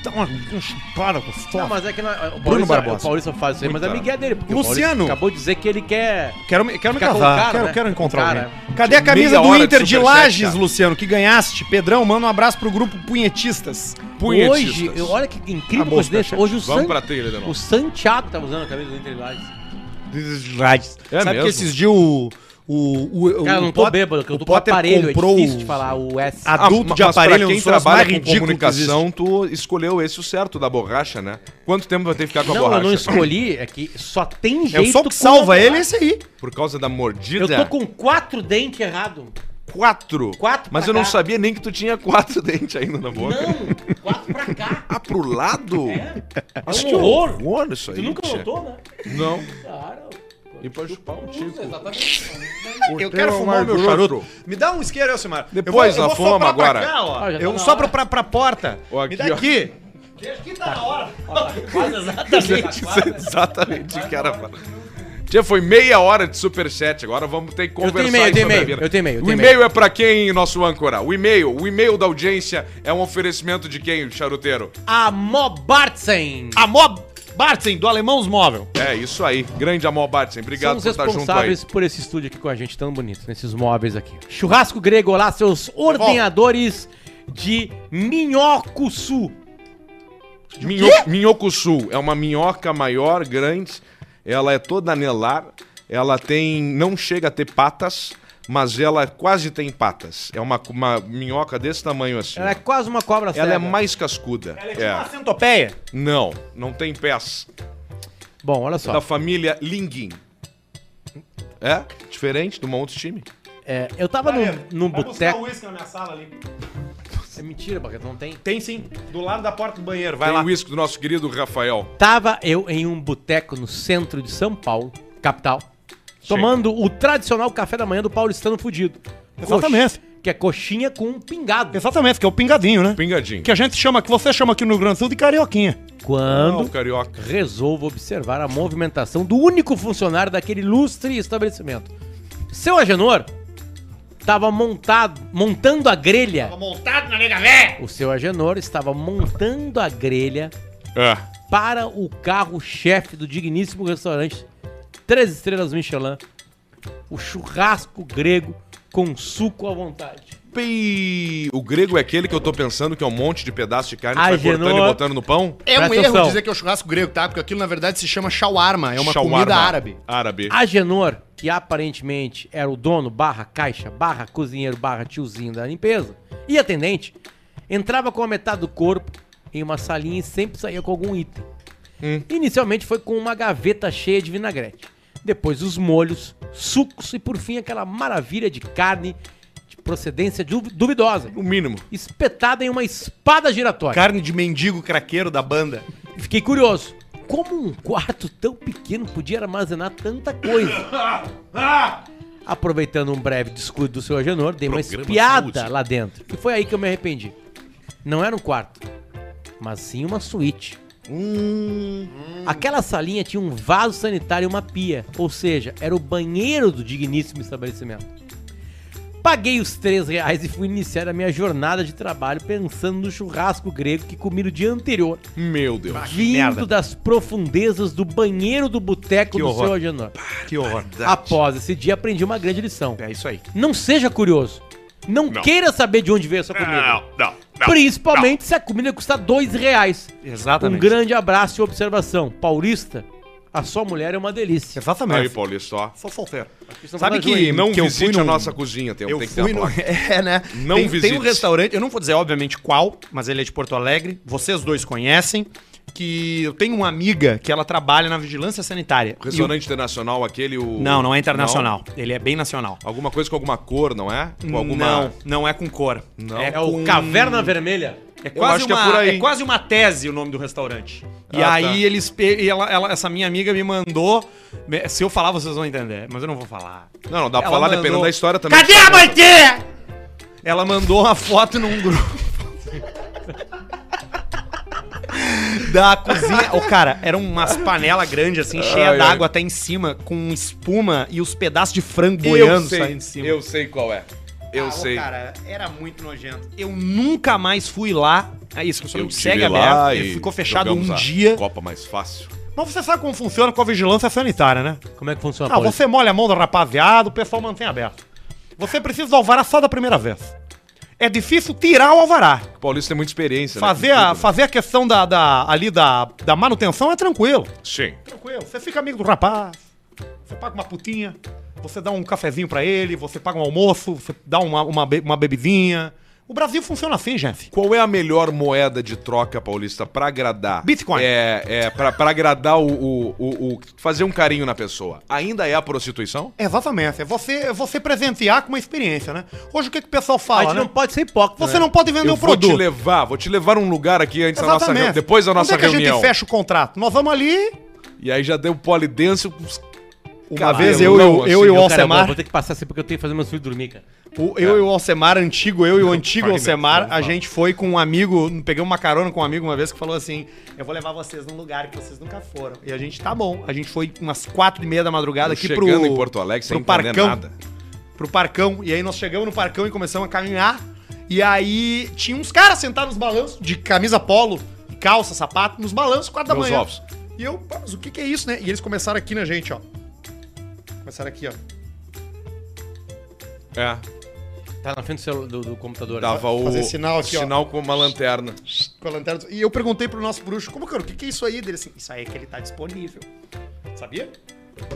[SPEAKER 6] Dá uma,
[SPEAKER 1] um
[SPEAKER 6] uma chupada gostosa.
[SPEAKER 3] Não, mas é que não, o, Paulista,
[SPEAKER 6] Barbosa.
[SPEAKER 3] o Paulista faz isso aí, mas é migué dele. Porque o
[SPEAKER 1] Luciano.
[SPEAKER 3] Paulista acabou de dizer que ele quer...
[SPEAKER 1] Quero, me- quero me
[SPEAKER 3] Ficar com
[SPEAKER 1] casar,
[SPEAKER 3] o cara,
[SPEAKER 1] quero,
[SPEAKER 3] né?
[SPEAKER 1] quero encontrar
[SPEAKER 3] Com o cara. né?
[SPEAKER 1] alguém. Cadê a camisa
[SPEAKER 2] Meia
[SPEAKER 1] do
[SPEAKER 2] hora de
[SPEAKER 1] Inter de,
[SPEAKER 2] superchat,
[SPEAKER 1] Lages,
[SPEAKER 2] cara.
[SPEAKER 1] Luciano, que ganhaste? Pedrão, manda um abraço pro grupo Punhetistas.
[SPEAKER 3] Hoje, eu- olha que incrível
[SPEAKER 1] Acabou os
[SPEAKER 3] coincidência, hoje o,
[SPEAKER 2] Vamos
[SPEAKER 3] San,
[SPEAKER 2] pra trilha de
[SPEAKER 3] o
[SPEAKER 2] novo.
[SPEAKER 3] Santiago tá usando a camisa do Inter de Lages.
[SPEAKER 1] Lages.
[SPEAKER 2] É
[SPEAKER 1] Sabe
[SPEAKER 2] mesmo?
[SPEAKER 1] que esses dias o... o, o
[SPEAKER 3] Cara, eu
[SPEAKER 1] o
[SPEAKER 3] não tô
[SPEAKER 1] Pot-
[SPEAKER 3] bêbado, que eu
[SPEAKER 1] o
[SPEAKER 3] tô com
[SPEAKER 1] Potter
[SPEAKER 3] aparelho, é
[SPEAKER 1] comprou
[SPEAKER 3] difícil de
[SPEAKER 1] os-
[SPEAKER 3] falar o S.
[SPEAKER 1] Ah, adulto
[SPEAKER 2] ma-
[SPEAKER 1] de
[SPEAKER 2] mas pra
[SPEAKER 1] aparelho é um
[SPEAKER 2] quem
[SPEAKER 1] dos troços
[SPEAKER 2] trabalha
[SPEAKER 1] mais
[SPEAKER 2] com
[SPEAKER 1] ridículos que
[SPEAKER 2] comunicação, tu escolheu esse o certo da borracha, né? Quanto tempo vai ter que ficar com a
[SPEAKER 3] não, eu
[SPEAKER 2] borracha?
[SPEAKER 3] não escolhi, é que só tem
[SPEAKER 1] É
[SPEAKER 3] jeito...
[SPEAKER 1] o som que
[SPEAKER 3] com
[SPEAKER 1] salva
[SPEAKER 3] a-
[SPEAKER 1] ele é esse aí.
[SPEAKER 2] Por causa da mordida?
[SPEAKER 3] Eu tô com quatro dentes errado.
[SPEAKER 2] quatro.
[SPEAKER 3] Quatro
[SPEAKER 2] Mas
[SPEAKER 3] pra
[SPEAKER 2] eu não
[SPEAKER 3] cá.
[SPEAKER 2] sabia nem que tu tinha quatro <laughs> dentes ainda na boca.
[SPEAKER 3] Não, quatro pra cá.
[SPEAKER 2] Ah, pro lado? Acho
[SPEAKER 3] É um
[SPEAKER 2] que
[SPEAKER 3] horror.
[SPEAKER 2] horror isso aí.
[SPEAKER 3] Tu nunca
[SPEAKER 2] tia.
[SPEAKER 3] notou, né?
[SPEAKER 2] Não.
[SPEAKER 3] Cara,
[SPEAKER 2] E pode chupar um tico.
[SPEAKER 1] Eu quero
[SPEAKER 3] um
[SPEAKER 1] fumar o meu charuto. Me dá um isqueiro, Elcimar.
[SPEAKER 2] Depois
[SPEAKER 1] eu
[SPEAKER 2] nós
[SPEAKER 1] soprar
[SPEAKER 2] fomos
[SPEAKER 1] pra
[SPEAKER 2] agora.
[SPEAKER 1] cá, ó.
[SPEAKER 3] Ah, já tá
[SPEAKER 1] eu
[SPEAKER 3] na
[SPEAKER 1] sopro pra, pra porta.
[SPEAKER 2] Ó,
[SPEAKER 1] Me
[SPEAKER 2] aqui,
[SPEAKER 1] dá
[SPEAKER 2] ó. <laughs>
[SPEAKER 1] aqui.
[SPEAKER 3] tá
[SPEAKER 6] tá
[SPEAKER 3] exatamente.
[SPEAKER 2] Isso é <laughs> exatamente o que era pra- Tia, foi meia hora de superchat, agora vamos ter que
[SPEAKER 3] tenho
[SPEAKER 2] conversar
[SPEAKER 3] e-mail, eu tenho
[SPEAKER 2] sobre a
[SPEAKER 3] e-mail,
[SPEAKER 2] vida.
[SPEAKER 3] eu tenho e-mail, eu
[SPEAKER 2] O
[SPEAKER 3] tenho
[SPEAKER 2] e-mail é pra quem, nosso âncora? O e-mail, o e-mail da audiência é um oferecimento de quem, charuteiro?
[SPEAKER 3] A Mobartsen.
[SPEAKER 1] A Mob Bartzen, do Alemãos Móvel.
[SPEAKER 2] É, isso aí. Grande Amor Batson,
[SPEAKER 3] São
[SPEAKER 2] obrigado
[SPEAKER 3] os
[SPEAKER 2] por estar junto aí.
[SPEAKER 3] responsáveis por esse estúdio aqui com a gente, tão bonito, nesses móveis aqui. Churrasco grego, olá, seus ordenhadores de Minhocuçu.
[SPEAKER 2] Minho... Minhoco Sul é uma minhoca maior, grande. Ela é toda anelar. Ela tem. não chega a ter patas, mas ela quase tem patas. É uma, uma minhoca desse tamanho assim.
[SPEAKER 3] Ela é quase uma cobra
[SPEAKER 2] Ela
[SPEAKER 3] cega.
[SPEAKER 2] é mais cascuda. É.
[SPEAKER 1] Centopeia.
[SPEAKER 2] Não, não tem pés.
[SPEAKER 3] Bom, olha
[SPEAKER 2] Da
[SPEAKER 3] só.
[SPEAKER 2] família Linguin. É? Diferente de um outro time.
[SPEAKER 3] é, eu tava num, num boteco.
[SPEAKER 1] uísque na minha sala ali.
[SPEAKER 3] É mentira, Baqueta, não tem.
[SPEAKER 1] Tem sim. Do lado da porta do banheiro. Vai
[SPEAKER 2] Tem
[SPEAKER 1] lá.
[SPEAKER 2] o uísque do nosso querido Rafael.
[SPEAKER 3] Tava eu em um boteco no centro de São Paulo, capital, tomando o tradicional café da manhã do paulistano fudido.
[SPEAKER 6] Exatamente.
[SPEAKER 3] Coxa, que é coxinha com pingado.
[SPEAKER 6] Exatamente, que é o pingadinho, né?
[SPEAKER 2] Pingadinho.
[SPEAKER 6] Que a gente chama, que você chama aqui no Rio Grande do Sul de carioquinha.
[SPEAKER 2] Não,
[SPEAKER 3] Quando
[SPEAKER 2] carioca.
[SPEAKER 3] resolvo observar a movimentação do único funcionário daquele ilustre estabelecimento. Seu Agenor estava montado, montando a grelha. Estava montado na nega véia. O seu Agenor estava montando a grelha
[SPEAKER 2] É.
[SPEAKER 3] para o carro-chefe do digníssimo restaurante Três Estrelas Michelin, o churrasco grego com suco à vontade.
[SPEAKER 2] Pi- O grego é aquele que eu tô pensando que é um monte de pedaço de carne que vai
[SPEAKER 3] Agenor.
[SPEAKER 2] cortando e botando no pão?
[SPEAKER 10] É
[SPEAKER 3] um Presta erro atenção. dizer
[SPEAKER 10] que é o churrasco grego, tá? Porque aquilo na verdade se chama
[SPEAKER 1] É
[SPEAKER 10] shawarma, É
[SPEAKER 2] Shawarma. Árabe.
[SPEAKER 1] Ah.
[SPEAKER 3] Agenor, que aparentemente era o dono, barra caixa, barra cozinheiro, barra tiozinho da limpeza, e atendente, entrava com a metade do corpo em uma salinha e sempre saía com algum item. Inicialmente foi com uma gaveta cheia de vinagrete. Depois os molhos, sucos e por fim aquela maravilha de carne de procedência du- duvidosa,
[SPEAKER 2] No mínimo.
[SPEAKER 3] espetada em uma espada giratória.
[SPEAKER 1] Carne de mendigo craqueiro da banda.
[SPEAKER 3] Fiquei
[SPEAKER 2] <laughs>
[SPEAKER 3] curioso. Como um quarto tão pequeno podia armazenar tanta coisa? Aproveitando um breve descuido do seu Agenor, dei uma
[SPEAKER 2] Programa
[SPEAKER 3] espiada
[SPEAKER 2] Saúde.
[SPEAKER 3] lá dentro. E foi aí que eu me arrependi. Não era um quarto, mas sim uma suíte.
[SPEAKER 2] Hum.
[SPEAKER 3] Aquela salinha tinha um vaso sanitário e uma pia, ou seja, era o banheiro do digníssimo estabelecimento. Paguei os três reais e fui iniciar a minha jornada de trabalho pensando no churrasco grego que comi no dia anterior,
[SPEAKER 2] Meu Deus.
[SPEAKER 3] vindo das profundezas do banheiro do boteco do seu Agenor.
[SPEAKER 6] Que horror.
[SPEAKER 3] Após esse dia, aprendi uma grande lição.
[SPEAKER 6] É isso aí.
[SPEAKER 3] Não seja curioso. Não, queira saber de onde veio a sua comida.
[SPEAKER 2] não,
[SPEAKER 3] Principalmente se a comida custar dois reais. Um
[SPEAKER 6] Exatamente.
[SPEAKER 3] grande abraço e observação. Paulista, a sua mulher é uma delícia.
[SPEAKER 2] Aí,
[SPEAKER 6] Exatamente.
[SPEAKER 2] Paulista, ó.
[SPEAKER 6] Sou solteiro.
[SPEAKER 3] Vocês
[SPEAKER 1] Sabe
[SPEAKER 3] não
[SPEAKER 1] que-
[SPEAKER 3] ajudam, hein?
[SPEAKER 2] Não
[SPEAKER 1] que eu
[SPEAKER 2] visite
[SPEAKER 1] fui
[SPEAKER 2] a
[SPEAKER 1] num-
[SPEAKER 2] nossa cozinha, Então tem,
[SPEAKER 1] Eu
[SPEAKER 2] tem que ter
[SPEAKER 1] fui
[SPEAKER 2] a
[SPEAKER 1] no...
[SPEAKER 2] placa.
[SPEAKER 1] <laughs> É, né?
[SPEAKER 2] Não
[SPEAKER 1] tem, tem um
[SPEAKER 2] visite.
[SPEAKER 1] restaurante, eu não vou dizer obviamente qual, mas ele é de Porto Alegre, vocês dois conhecem, que eu tenho uma amiga que ela trabalha na vigilância sanitária.
[SPEAKER 2] O Restaurante internacional aquele, o...
[SPEAKER 1] E o- Não, não é internacional. Ele é bem nacional.
[SPEAKER 2] Não? Alguma coisa com alguma cor, não é? Com alguma...
[SPEAKER 1] Não, não é com cor. Não.
[SPEAKER 3] É o Caverna Vermelha.
[SPEAKER 1] É quase,
[SPEAKER 2] acho que é
[SPEAKER 1] uma,
[SPEAKER 2] por aí.
[SPEAKER 1] é quase uma tese o nome do restaurante. E
[SPEAKER 2] Ah,
[SPEAKER 1] aí
[SPEAKER 2] tá.
[SPEAKER 1] eles. pe- E ela, ela- essa minha amiga me mandou. me- Se eu falar, vocês vão entender, mas eu não vou falar.
[SPEAKER 2] Não, não, dá pra
[SPEAKER 1] Ela
[SPEAKER 2] falar
[SPEAKER 1] mandou-
[SPEAKER 2] dependendo da história também.
[SPEAKER 1] Maitê? Ela mandou uma foto num grupo. da cozinha. Ô, cara, eram umas panelas grandes, assim,
[SPEAKER 2] Ai, ai.
[SPEAKER 1] cheia d'água até em cima, com espuma e os pedaços de frango
[SPEAKER 2] Eu
[SPEAKER 1] boiando saindo
[SPEAKER 2] sei,
[SPEAKER 1] em cima.
[SPEAKER 2] eu sei qual é. Eu
[SPEAKER 1] Ah, ô,
[SPEAKER 2] sei.
[SPEAKER 1] Cara, era muito nojento. Eu nunca mais fui lá. É isso, que eu só
[SPEAKER 2] Eu
[SPEAKER 1] não
[SPEAKER 2] tive
[SPEAKER 1] segue
[SPEAKER 2] lá
[SPEAKER 1] aberto.
[SPEAKER 2] e
[SPEAKER 1] Ele ficou fechado
[SPEAKER 2] jogamos
[SPEAKER 1] um
[SPEAKER 2] a
[SPEAKER 1] dia.
[SPEAKER 2] Copa mais fácil.
[SPEAKER 6] Mas você sabe como funciona com a vigilância sanitária, né?
[SPEAKER 3] Como é que funciona,
[SPEAKER 1] Ah,
[SPEAKER 6] Não, você molha a mão do rapaziada, o pessoal mantém aberto. Você precisa do alvará só da primeira vez. É difícil tirar o alvará.
[SPEAKER 2] O Paulista tem muita experiência,
[SPEAKER 6] Fazer
[SPEAKER 2] né? com
[SPEAKER 6] a,
[SPEAKER 2] tudo, né?
[SPEAKER 6] fazer a questão da, da- ali da, da manutenção é tranquilo.
[SPEAKER 2] Sim.
[SPEAKER 6] Tranquilo. Você fica amigo do rapaz, você paga uma putinha, você dá um cafezinho pra ele, você paga um almoço, você dá uma, uma, be- uma bebidinha. O Brasil funciona assim, gente.
[SPEAKER 2] Qual é a melhor moeda de troca, Paulista, pra agradar?
[SPEAKER 6] Bitcoin.
[SPEAKER 2] É, é pra, pra agradar o, o- o- o- Fazer um carinho na pessoa. Ainda é a prostituição?
[SPEAKER 6] Exatamente. É você, é você presentear com uma experiência, né? Hoje o que, que o pessoal
[SPEAKER 3] A
[SPEAKER 6] fala,
[SPEAKER 3] gente
[SPEAKER 6] né?
[SPEAKER 3] não pode ser hipócrita.
[SPEAKER 6] Você
[SPEAKER 3] né?
[SPEAKER 6] não pode vender
[SPEAKER 2] Eu
[SPEAKER 6] o
[SPEAKER 2] vou
[SPEAKER 6] produto.
[SPEAKER 2] te levar, vou te levar um lugar aqui antes da nossa
[SPEAKER 6] Exatamente.
[SPEAKER 2] reunião. Depois da
[SPEAKER 6] Onde
[SPEAKER 2] nossa
[SPEAKER 6] é que a
[SPEAKER 2] reunião.
[SPEAKER 6] gente fecha o contrato? Nós vamos ali.
[SPEAKER 2] E aí já deu polidense. os-
[SPEAKER 1] Uma
[SPEAKER 2] Cabelão,
[SPEAKER 1] vez eu, e o-
[SPEAKER 2] assim,
[SPEAKER 1] eu e o
[SPEAKER 3] Meu, cara, eu
[SPEAKER 1] Alcemar.
[SPEAKER 3] vou ter que passar assim porque eu tenho que fazer meus filhos dormir, cara.
[SPEAKER 1] O- eu e o Alcemar, antigo, eu e o antigo
[SPEAKER 2] fala,
[SPEAKER 1] Alcemar,
[SPEAKER 2] não fala.
[SPEAKER 1] a gente foi com um amigo, peguei uma carona com um amigo uma vez que falou assim: Eu vou levar vocês num lugar que vocês nunca foram. E a gente, tá bom. A gente foi umas quatro e meia da madrugada aqui pro.
[SPEAKER 2] Chegando em Porto Alegre sem
[SPEAKER 1] pro
[SPEAKER 2] entender
[SPEAKER 1] Parcão.
[SPEAKER 2] nada.
[SPEAKER 1] Pro parcão. E aí nós chegamos no parcão e começamos a caminhar. E aí tinha uns caras sentados nos balanços, de camisa polo, calça, sapato, nos balanços, quatro da
[SPEAKER 2] Meus
[SPEAKER 1] manhã.
[SPEAKER 2] ovos.
[SPEAKER 1] E eu, "Pá, mas o que que é isso, né? E eles começaram aqui na gente, ó. Começaram aqui, ó.
[SPEAKER 2] É.
[SPEAKER 3] Tá na frente do, celu- do- do computador. né?
[SPEAKER 2] Dava o
[SPEAKER 1] Fazer sinal aqui, ó.
[SPEAKER 2] sinal com uma lanterna.
[SPEAKER 1] com a lanterna. E eu perguntei pro nosso bruxo, como, cara, o que, que é isso aí? Dele assim, isso aí é que ele tá disponível. Sabia?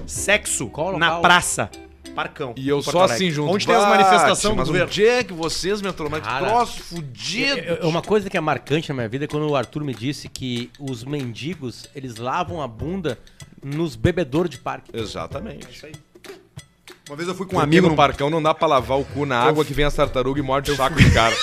[SPEAKER 1] Sexo
[SPEAKER 3] Qual
[SPEAKER 1] na
[SPEAKER 3] local?
[SPEAKER 1] praça. Parcão.
[SPEAKER 2] E eu
[SPEAKER 1] em Porto
[SPEAKER 2] só
[SPEAKER 1] Alegre.
[SPEAKER 2] assim junto.
[SPEAKER 1] Onde tem as
[SPEAKER 2] Bate,
[SPEAKER 1] manifestações do
[SPEAKER 2] mas
[SPEAKER 1] governo.
[SPEAKER 2] um dia que vocês me entromaram. Que
[SPEAKER 3] Cara,
[SPEAKER 2] troço fudido.
[SPEAKER 3] É- é Uma coisa que é marcante na minha vida é quando o Arthur me disse que os mendigos, eles lavam a bunda nos bebedouros de parque.
[SPEAKER 2] Exatamente.
[SPEAKER 1] Uma vez eu fui com
[SPEAKER 2] Um amigo no parcão não dá pra lavar o cu na água que vem as tartarugas e morde o saco do
[SPEAKER 1] <laughs>
[SPEAKER 2] cara.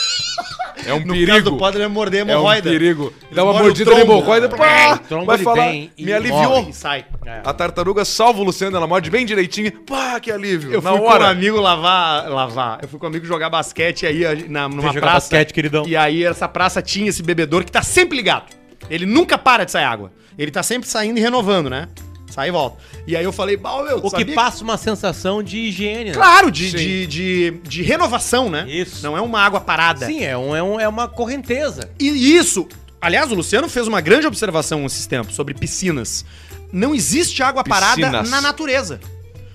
[SPEAKER 2] É um
[SPEAKER 1] No caso do
[SPEAKER 2] perigo.
[SPEAKER 1] padre, ele ia morder a
[SPEAKER 2] É um
[SPEAKER 1] hemorroida.
[SPEAKER 2] perigo.
[SPEAKER 1] Ele
[SPEAKER 2] Dá uma
[SPEAKER 1] morde o
[SPEAKER 2] mordida na
[SPEAKER 1] trombo. É,
[SPEAKER 2] hemorroida. Pá,
[SPEAKER 3] trombo
[SPEAKER 2] vai
[SPEAKER 3] ele
[SPEAKER 2] falar.
[SPEAKER 3] tem e
[SPEAKER 2] Me aliviou.
[SPEAKER 3] morre.
[SPEAKER 1] E sai.
[SPEAKER 2] A tartaruga salva o Luciano, ela morde bem direitinho. Pá, que alívio.
[SPEAKER 1] Eu
[SPEAKER 2] na
[SPEAKER 1] fui com um
[SPEAKER 2] hora.
[SPEAKER 1] amigo lavar, lavar. Eu fui com um amigo jogar basquete aí a- na, numa
[SPEAKER 3] jogar
[SPEAKER 1] praça.
[SPEAKER 3] basquete, então. queridão.
[SPEAKER 1] E aí essa praça tinha esse bebedouro que tá sempre ligado. Ele nunca para de sair água. Ele tá sempre saindo e renovando, né? Sai e volta. E aí eu falei, bah, meu,
[SPEAKER 3] O
[SPEAKER 1] sabia
[SPEAKER 3] que passa uma sensação de higiene, né?
[SPEAKER 1] Claro, de,
[SPEAKER 2] Sim.
[SPEAKER 1] de, de, de renovação, né?
[SPEAKER 3] Isso.
[SPEAKER 1] Não é uma água parada.
[SPEAKER 3] Sim, é, um, é, um- é uma correnteza.
[SPEAKER 1] E isso, aliás, o Luciano fez uma grande observação esses tempos sobre piscinas. Não existe água parada
[SPEAKER 2] Piscinas.
[SPEAKER 1] na natureza.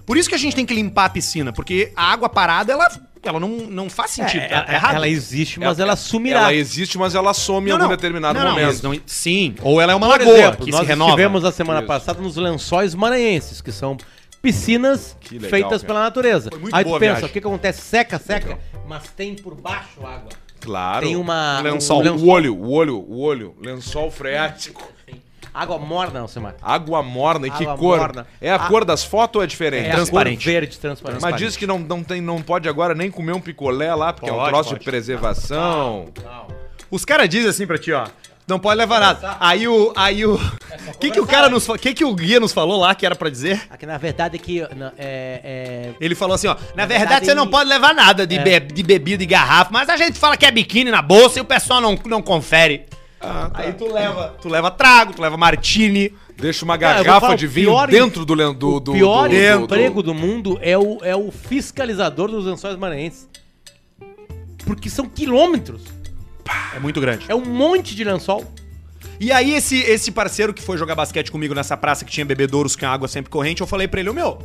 [SPEAKER 1] Por isso que a gente tem que limpar a piscina, porque a água parada, ela, ela não, não faz sentido. tá- tá errado.
[SPEAKER 3] É, ela existe, mas
[SPEAKER 1] é.
[SPEAKER 3] ela, sumirá.
[SPEAKER 2] Ela existe, mas ela some em
[SPEAKER 1] Não,
[SPEAKER 2] algum
[SPEAKER 1] não.
[SPEAKER 2] determinado
[SPEAKER 1] Não, não,
[SPEAKER 2] momento.
[SPEAKER 1] não, sim, ou ela é uma
[SPEAKER 3] Por
[SPEAKER 1] lagoa
[SPEAKER 3] exemplo,
[SPEAKER 1] que
[SPEAKER 3] nós
[SPEAKER 1] se renova.
[SPEAKER 3] estivemos a semana
[SPEAKER 2] Isso.
[SPEAKER 3] passada nos lençóis maranhenses, que são piscinas
[SPEAKER 2] Que legal,
[SPEAKER 3] feitas
[SPEAKER 2] cara.
[SPEAKER 3] pela natureza.
[SPEAKER 1] Foi muito
[SPEAKER 3] Aí
[SPEAKER 1] boa a
[SPEAKER 3] tu pensa,
[SPEAKER 1] viagem.
[SPEAKER 3] o que, que acontece? Seca, seca, mas tem por baixo água.
[SPEAKER 2] Claro.
[SPEAKER 3] Tem uma...
[SPEAKER 1] Lençol.
[SPEAKER 3] um
[SPEAKER 2] O olho, o olho, o olho. Lençol freático.
[SPEAKER 3] Água morna, Alcimar.
[SPEAKER 2] Água morna. E que
[SPEAKER 3] Água
[SPEAKER 2] cor?
[SPEAKER 3] morna.
[SPEAKER 2] É a,
[SPEAKER 1] Ah.
[SPEAKER 2] cor das fotos ou é diferente?
[SPEAKER 3] É a cor
[SPEAKER 1] transparente.
[SPEAKER 3] verde transparente.
[SPEAKER 2] Mas diz que não, não, tem, não pode agora nem comer um picolé lá, porque é um
[SPEAKER 1] Pode,
[SPEAKER 2] troço de
[SPEAKER 1] pode.
[SPEAKER 2] preservação.
[SPEAKER 1] Os caras dizem assim pra ti, ó. Não pode levar nada. Aí o. Aí o. que, que o cara nos. fa- que, que o guia nos falou lá que era pra dizer?
[SPEAKER 3] Aqui, na verdade, é que. na- é, é,
[SPEAKER 1] Ele falou assim, ó. Na
[SPEAKER 3] Na
[SPEAKER 1] verdade,
[SPEAKER 3] verdade,
[SPEAKER 1] você não
[SPEAKER 3] ele-
[SPEAKER 1] pode levar nada de,
[SPEAKER 3] É.
[SPEAKER 1] be- de bebida e garrafa, mas a gente fala que é biquíni na bolsa e o pessoal não, não confere. Aí tu leva. Tu leva trago, tu leva martini.
[SPEAKER 2] Deixa uma
[SPEAKER 3] Cara, eu vou
[SPEAKER 2] garrafa
[SPEAKER 3] falar, o
[SPEAKER 2] de vinho
[SPEAKER 3] pior-
[SPEAKER 2] dentro do, len- do,
[SPEAKER 3] o
[SPEAKER 2] do-
[SPEAKER 3] pior
[SPEAKER 2] do- do-
[SPEAKER 3] emprego do mundo é o, é o fiscalizador dos lençóis maranhenses. Porque são quilômetros.
[SPEAKER 1] É muito grande.
[SPEAKER 3] É um monte de lençol.
[SPEAKER 1] E aí, esse, esse parceiro que foi jogar basquete comigo nessa praça que tinha bebedouros com água sempre corrente, eu falei pra ele, ô meu,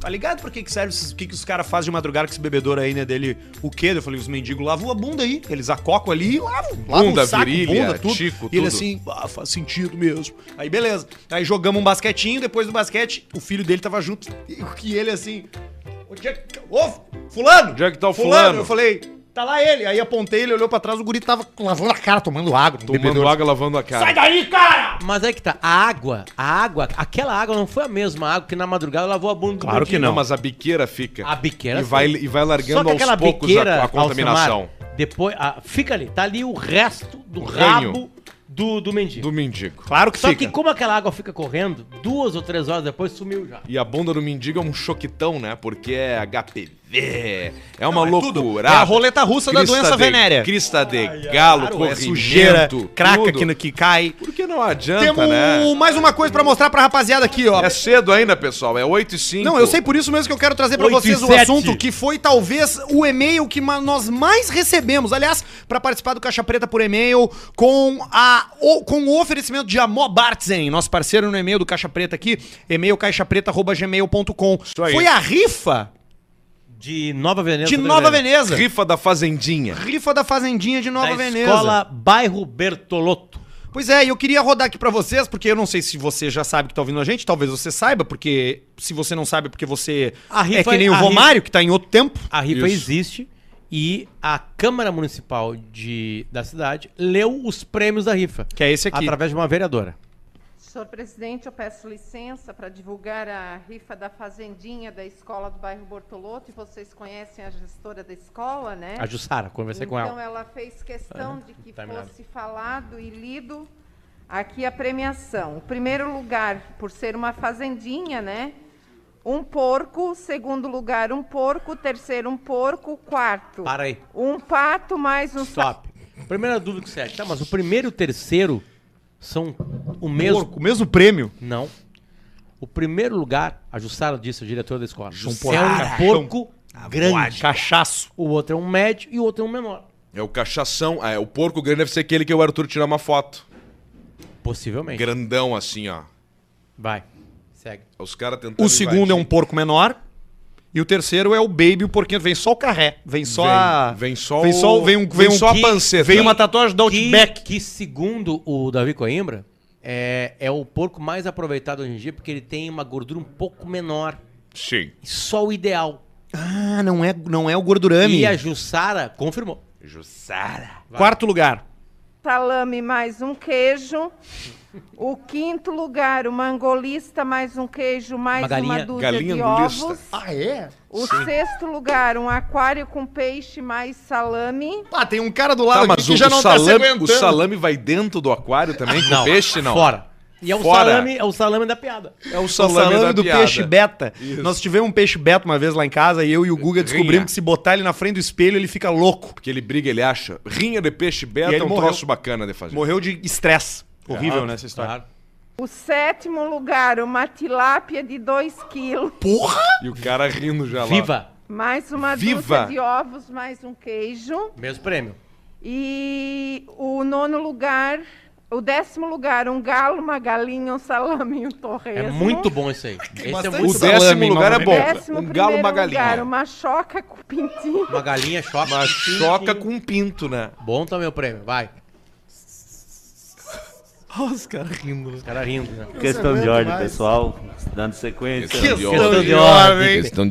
[SPEAKER 1] tá ligado pra que, que serve, esses- o que, que os caras fazem de madrugada com esse bebedouro aí, né, dele? O quê? Eu falei, os mendigos lavam a bunda aí, eles acocam ali e lavam. lavam
[SPEAKER 2] Bunda,
[SPEAKER 1] o saco,
[SPEAKER 2] virilha,
[SPEAKER 1] bunda, tudo.
[SPEAKER 2] tico,
[SPEAKER 1] E ele
[SPEAKER 2] tudo.
[SPEAKER 1] assim, ah, faz sentido mesmo. Aí, beleza. Aí jogamos um basquetinho, depois do basquete, o filho dele tava junto e e ele assim, onde é que... Ô, fulano!
[SPEAKER 2] Onde é que tá o fulano?
[SPEAKER 1] Eu falei... Tá lá ele. Aí apontei, ele olhou pra trás, o guri tava lavando a cara, tomando água.
[SPEAKER 2] Tomando água, lavando a cara.
[SPEAKER 3] Mas é que tá. A água, a água, aquela água não foi a mesma água que na madrugada lavou a bunda
[SPEAKER 1] Claro
[SPEAKER 3] do
[SPEAKER 1] que não.
[SPEAKER 2] Mas a biqueira fica.
[SPEAKER 3] A biqueira
[SPEAKER 2] E vai,
[SPEAKER 3] sim.
[SPEAKER 2] e vai
[SPEAKER 3] Só
[SPEAKER 2] largando
[SPEAKER 3] que aquela
[SPEAKER 2] aos poucos
[SPEAKER 3] biqueira,
[SPEAKER 2] a, a contaminação
[SPEAKER 3] Alcemar, depois, ah, fica ali, tá ali o resto do
[SPEAKER 2] O ranho.
[SPEAKER 3] rabo do, do mendigo.
[SPEAKER 2] do mendigo.
[SPEAKER 1] Claro que
[SPEAKER 3] Só
[SPEAKER 1] fica. É
[SPEAKER 3] que como aquela água fica correndo, duas ou três horas depois sumiu já.
[SPEAKER 2] E a bunda do mendigo é um choquitão, né? Porque é HPV, é uma
[SPEAKER 1] é tudo.
[SPEAKER 2] loucura.
[SPEAKER 1] É a roleta russa da doença
[SPEAKER 2] de,
[SPEAKER 1] venérea.
[SPEAKER 2] Crista de galo,
[SPEAKER 1] Claro, é
[SPEAKER 2] corrimento,
[SPEAKER 1] sujeira, craca
[SPEAKER 2] tudo.
[SPEAKER 1] que, no- que cai.
[SPEAKER 2] Porque não adianta,
[SPEAKER 1] Temos um-
[SPEAKER 2] né?
[SPEAKER 1] mais uma coisa pra mostrar pra rapaziada aqui, ó.
[SPEAKER 2] É cedo ainda, pessoal. É 8 e 5.
[SPEAKER 1] Não, eu sei por isso mesmo que eu quero trazer pra
[SPEAKER 3] Oito e
[SPEAKER 1] vocês o
[SPEAKER 3] sete.
[SPEAKER 1] assunto que foi talvez o e-mail que ma- nós mais recebemos. Aliás, pra participar do Caixa Preta por e-mail com a o, com o oferecimento de Amó Bartzen, nosso parceiro no e-mail do Caixa Preta aqui, e-mail caixapreta@gmail.com.
[SPEAKER 2] aí.
[SPEAKER 1] Foi a rifa
[SPEAKER 3] De Nova Veneza.
[SPEAKER 1] de
[SPEAKER 3] Santa
[SPEAKER 1] Nova
[SPEAKER 3] Catarina.
[SPEAKER 1] Veneza.
[SPEAKER 2] Rifa da Fazendinha.
[SPEAKER 1] Rifa da Fazendinha de Nova
[SPEAKER 3] da
[SPEAKER 1] Veneza.
[SPEAKER 3] Escola Bairro Bertolotto.
[SPEAKER 1] Pois é, e eu queria rodar aqui pra vocês, porque eu não sei se você já sabe que tá ouvindo a gente, talvez você saiba, porque se você não sabe, é porque você
[SPEAKER 3] A rifa
[SPEAKER 1] é que
[SPEAKER 3] é-
[SPEAKER 1] nem
[SPEAKER 3] a
[SPEAKER 1] o
[SPEAKER 3] rifa-
[SPEAKER 1] Romário, que tá em outro tempo.
[SPEAKER 3] A rifa
[SPEAKER 2] Isso.
[SPEAKER 3] existe e a Câmara Municipal de, da cidade leu os prêmios da rifa.
[SPEAKER 1] Que é esse aqui.
[SPEAKER 3] Através de uma vereadora.
[SPEAKER 7] Senhor presidente, eu peço licença para divulgar a rifa da fazendinha da escola do bairro Bortoloto. E vocês conhecem a gestora da escola, né?
[SPEAKER 3] A Jussara, conversei com
[SPEAKER 1] é
[SPEAKER 7] então
[SPEAKER 3] ela. É,
[SPEAKER 7] ela fez questão de que
[SPEAKER 3] terminado.
[SPEAKER 7] fosse falado e lido aqui a premiação. O primeiro lugar, por ser uma fazendinha, né? Um porco, segundo lugar um porco, terceiro um porco, quarto
[SPEAKER 3] Para aí.
[SPEAKER 7] um pato mais um sa-
[SPEAKER 3] Stop. Primeira dúvida que você acha. Tá, mas o primeiro e o terceiro são o mesmo.
[SPEAKER 1] Um Porco, mesmo prêmio.
[SPEAKER 3] Não. O primeiro lugar, a Jussara disse, o diretor da escola.
[SPEAKER 1] Jussara.
[SPEAKER 3] É um porco
[SPEAKER 1] Ah,
[SPEAKER 3] grande.
[SPEAKER 1] Cachaço.
[SPEAKER 3] O outro é um médio e o outro é um menor.
[SPEAKER 2] É o cachação. Ah, é, o porco grande deve ser aquele que o Arthur tirar uma foto.
[SPEAKER 3] Possivelmente.
[SPEAKER 2] Grandão assim, ó. É
[SPEAKER 3] Vai. Segue.
[SPEAKER 2] Os caras tentando.
[SPEAKER 1] O segundo é um porco menor. E o terceiro é o baby, o porquinho. Vem só o carré. Vem só
[SPEAKER 2] Vem-
[SPEAKER 1] a.
[SPEAKER 2] vem só
[SPEAKER 1] Vem só,
[SPEAKER 2] o-
[SPEAKER 1] vem um, vem
[SPEAKER 2] vem
[SPEAKER 1] um-
[SPEAKER 2] só a
[SPEAKER 1] que-
[SPEAKER 2] panceta.
[SPEAKER 1] Vem uma tatuagem da Outback.
[SPEAKER 3] Que, que segundo o Davi Coimbra, é, é o porco mais aproveitado hoje em dia porque ele tem uma gordura um pouco menor.
[SPEAKER 2] Sim.
[SPEAKER 3] E Só o ideal.
[SPEAKER 1] Ah, não é, não é o gordurame.
[SPEAKER 3] E a Jussara confirmou.
[SPEAKER 2] Jussara.
[SPEAKER 1] Quarto lugar.
[SPEAKER 7] salame mais um queijo. O quinto lugar, uma angolista mais um queijo mais
[SPEAKER 3] Uma
[SPEAKER 7] uma,
[SPEAKER 3] galinha-
[SPEAKER 7] dúzia
[SPEAKER 2] galinha Tá,
[SPEAKER 7] de
[SPEAKER 2] angolista.
[SPEAKER 7] ovos.
[SPEAKER 1] Ah, é?
[SPEAKER 7] O sexto lugar, um aquário com peixe mais salame.
[SPEAKER 1] Ah, tem um cara do lado
[SPEAKER 2] Tá,
[SPEAKER 1] aqui
[SPEAKER 2] mas o,
[SPEAKER 1] que já
[SPEAKER 2] o
[SPEAKER 1] não tá se
[SPEAKER 2] salame, o
[SPEAKER 1] aguentando.
[SPEAKER 2] salame vai dentro do aquário também com peixe, não?
[SPEAKER 3] Fora. E é o,
[SPEAKER 2] Fora.
[SPEAKER 3] Salame, é o salame da piada.
[SPEAKER 2] É o
[SPEAKER 1] O
[SPEAKER 2] salame,
[SPEAKER 1] salame,
[SPEAKER 2] da
[SPEAKER 1] do
[SPEAKER 2] piada.
[SPEAKER 1] peixe beta. Nós tivemos um peixe beta uma vez lá em casa e eu e o Guga descobrimos que se botar ele na frente do espelho, ele fica louco.
[SPEAKER 2] Porque ele briga, ele acha. Rinha de peixe
[SPEAKER 1] E
[SPEAKER 2] beta
[SPEAKER 1] ele
[SPEAKER 2] é um
[SPEAKER 1] morreu.
[SPEAKER 2] troço Ah. bacana de fazer.
[SPEAKER 1] Morreu de estresse. Horrível, né, essa história.
[SPEAKER 3] Claro.
[SPEAKER 7] O sétimo lugar, uma tilápia de 2 quilos.
[SPEAKER 1] Porra!
[SPEAKER 2] E o cara rindo já lá.
[SPEAKER 3] Viva.
[SPEAKER 7] Mais uma
[SPEAKER 2] Viva!
[SPEAKER 7] dúzia de ovos, mais um queijo.
[SPEAKER 3] Mesmo prêmio.
[SPEAKER 7] E o nono lugar, o décimo lugar, um galo, uma galinha, um salame e um torresmo.
[SPEAKER 3] É muito bom isso aí. Esse é
[SPEAKER 1] bastante
[SPEAKER 2] O
[SPEAKER 3] muito bom.
[SPEAKER 2] décimo
[SPEAKER 1] salame,
[SPEAKER 2] lugar é
[SPEAKER 1] novamente.
[SPEAKER 2] bom.
[SPEAKER 7] Décimo
[SPEAKER 2] Um galo, uma
[SPEAKER 7] primeiro lugar,
[SPEAKER 2] galinha.
[SPEAKER 7] uma choca com pintinho.
[SPEAKER 3] Uma galinha choca.
[SPEAKER 2] Uma choca com um pinto, né?
[SPEAKER 3] Bom também o prêmio, vai. os caras rindo. Os caras rindo, né?
[SPEAKER 6] Questão de ordem, pessoal.
[SPEAKER 10] Dando sequência.
[SPEAKER 1] Questão de
[SPEAKER 2] Ah,
[SPEAKER 3] ordem.
[SPEAKER 1] ordem.
[SPEAKER 10] de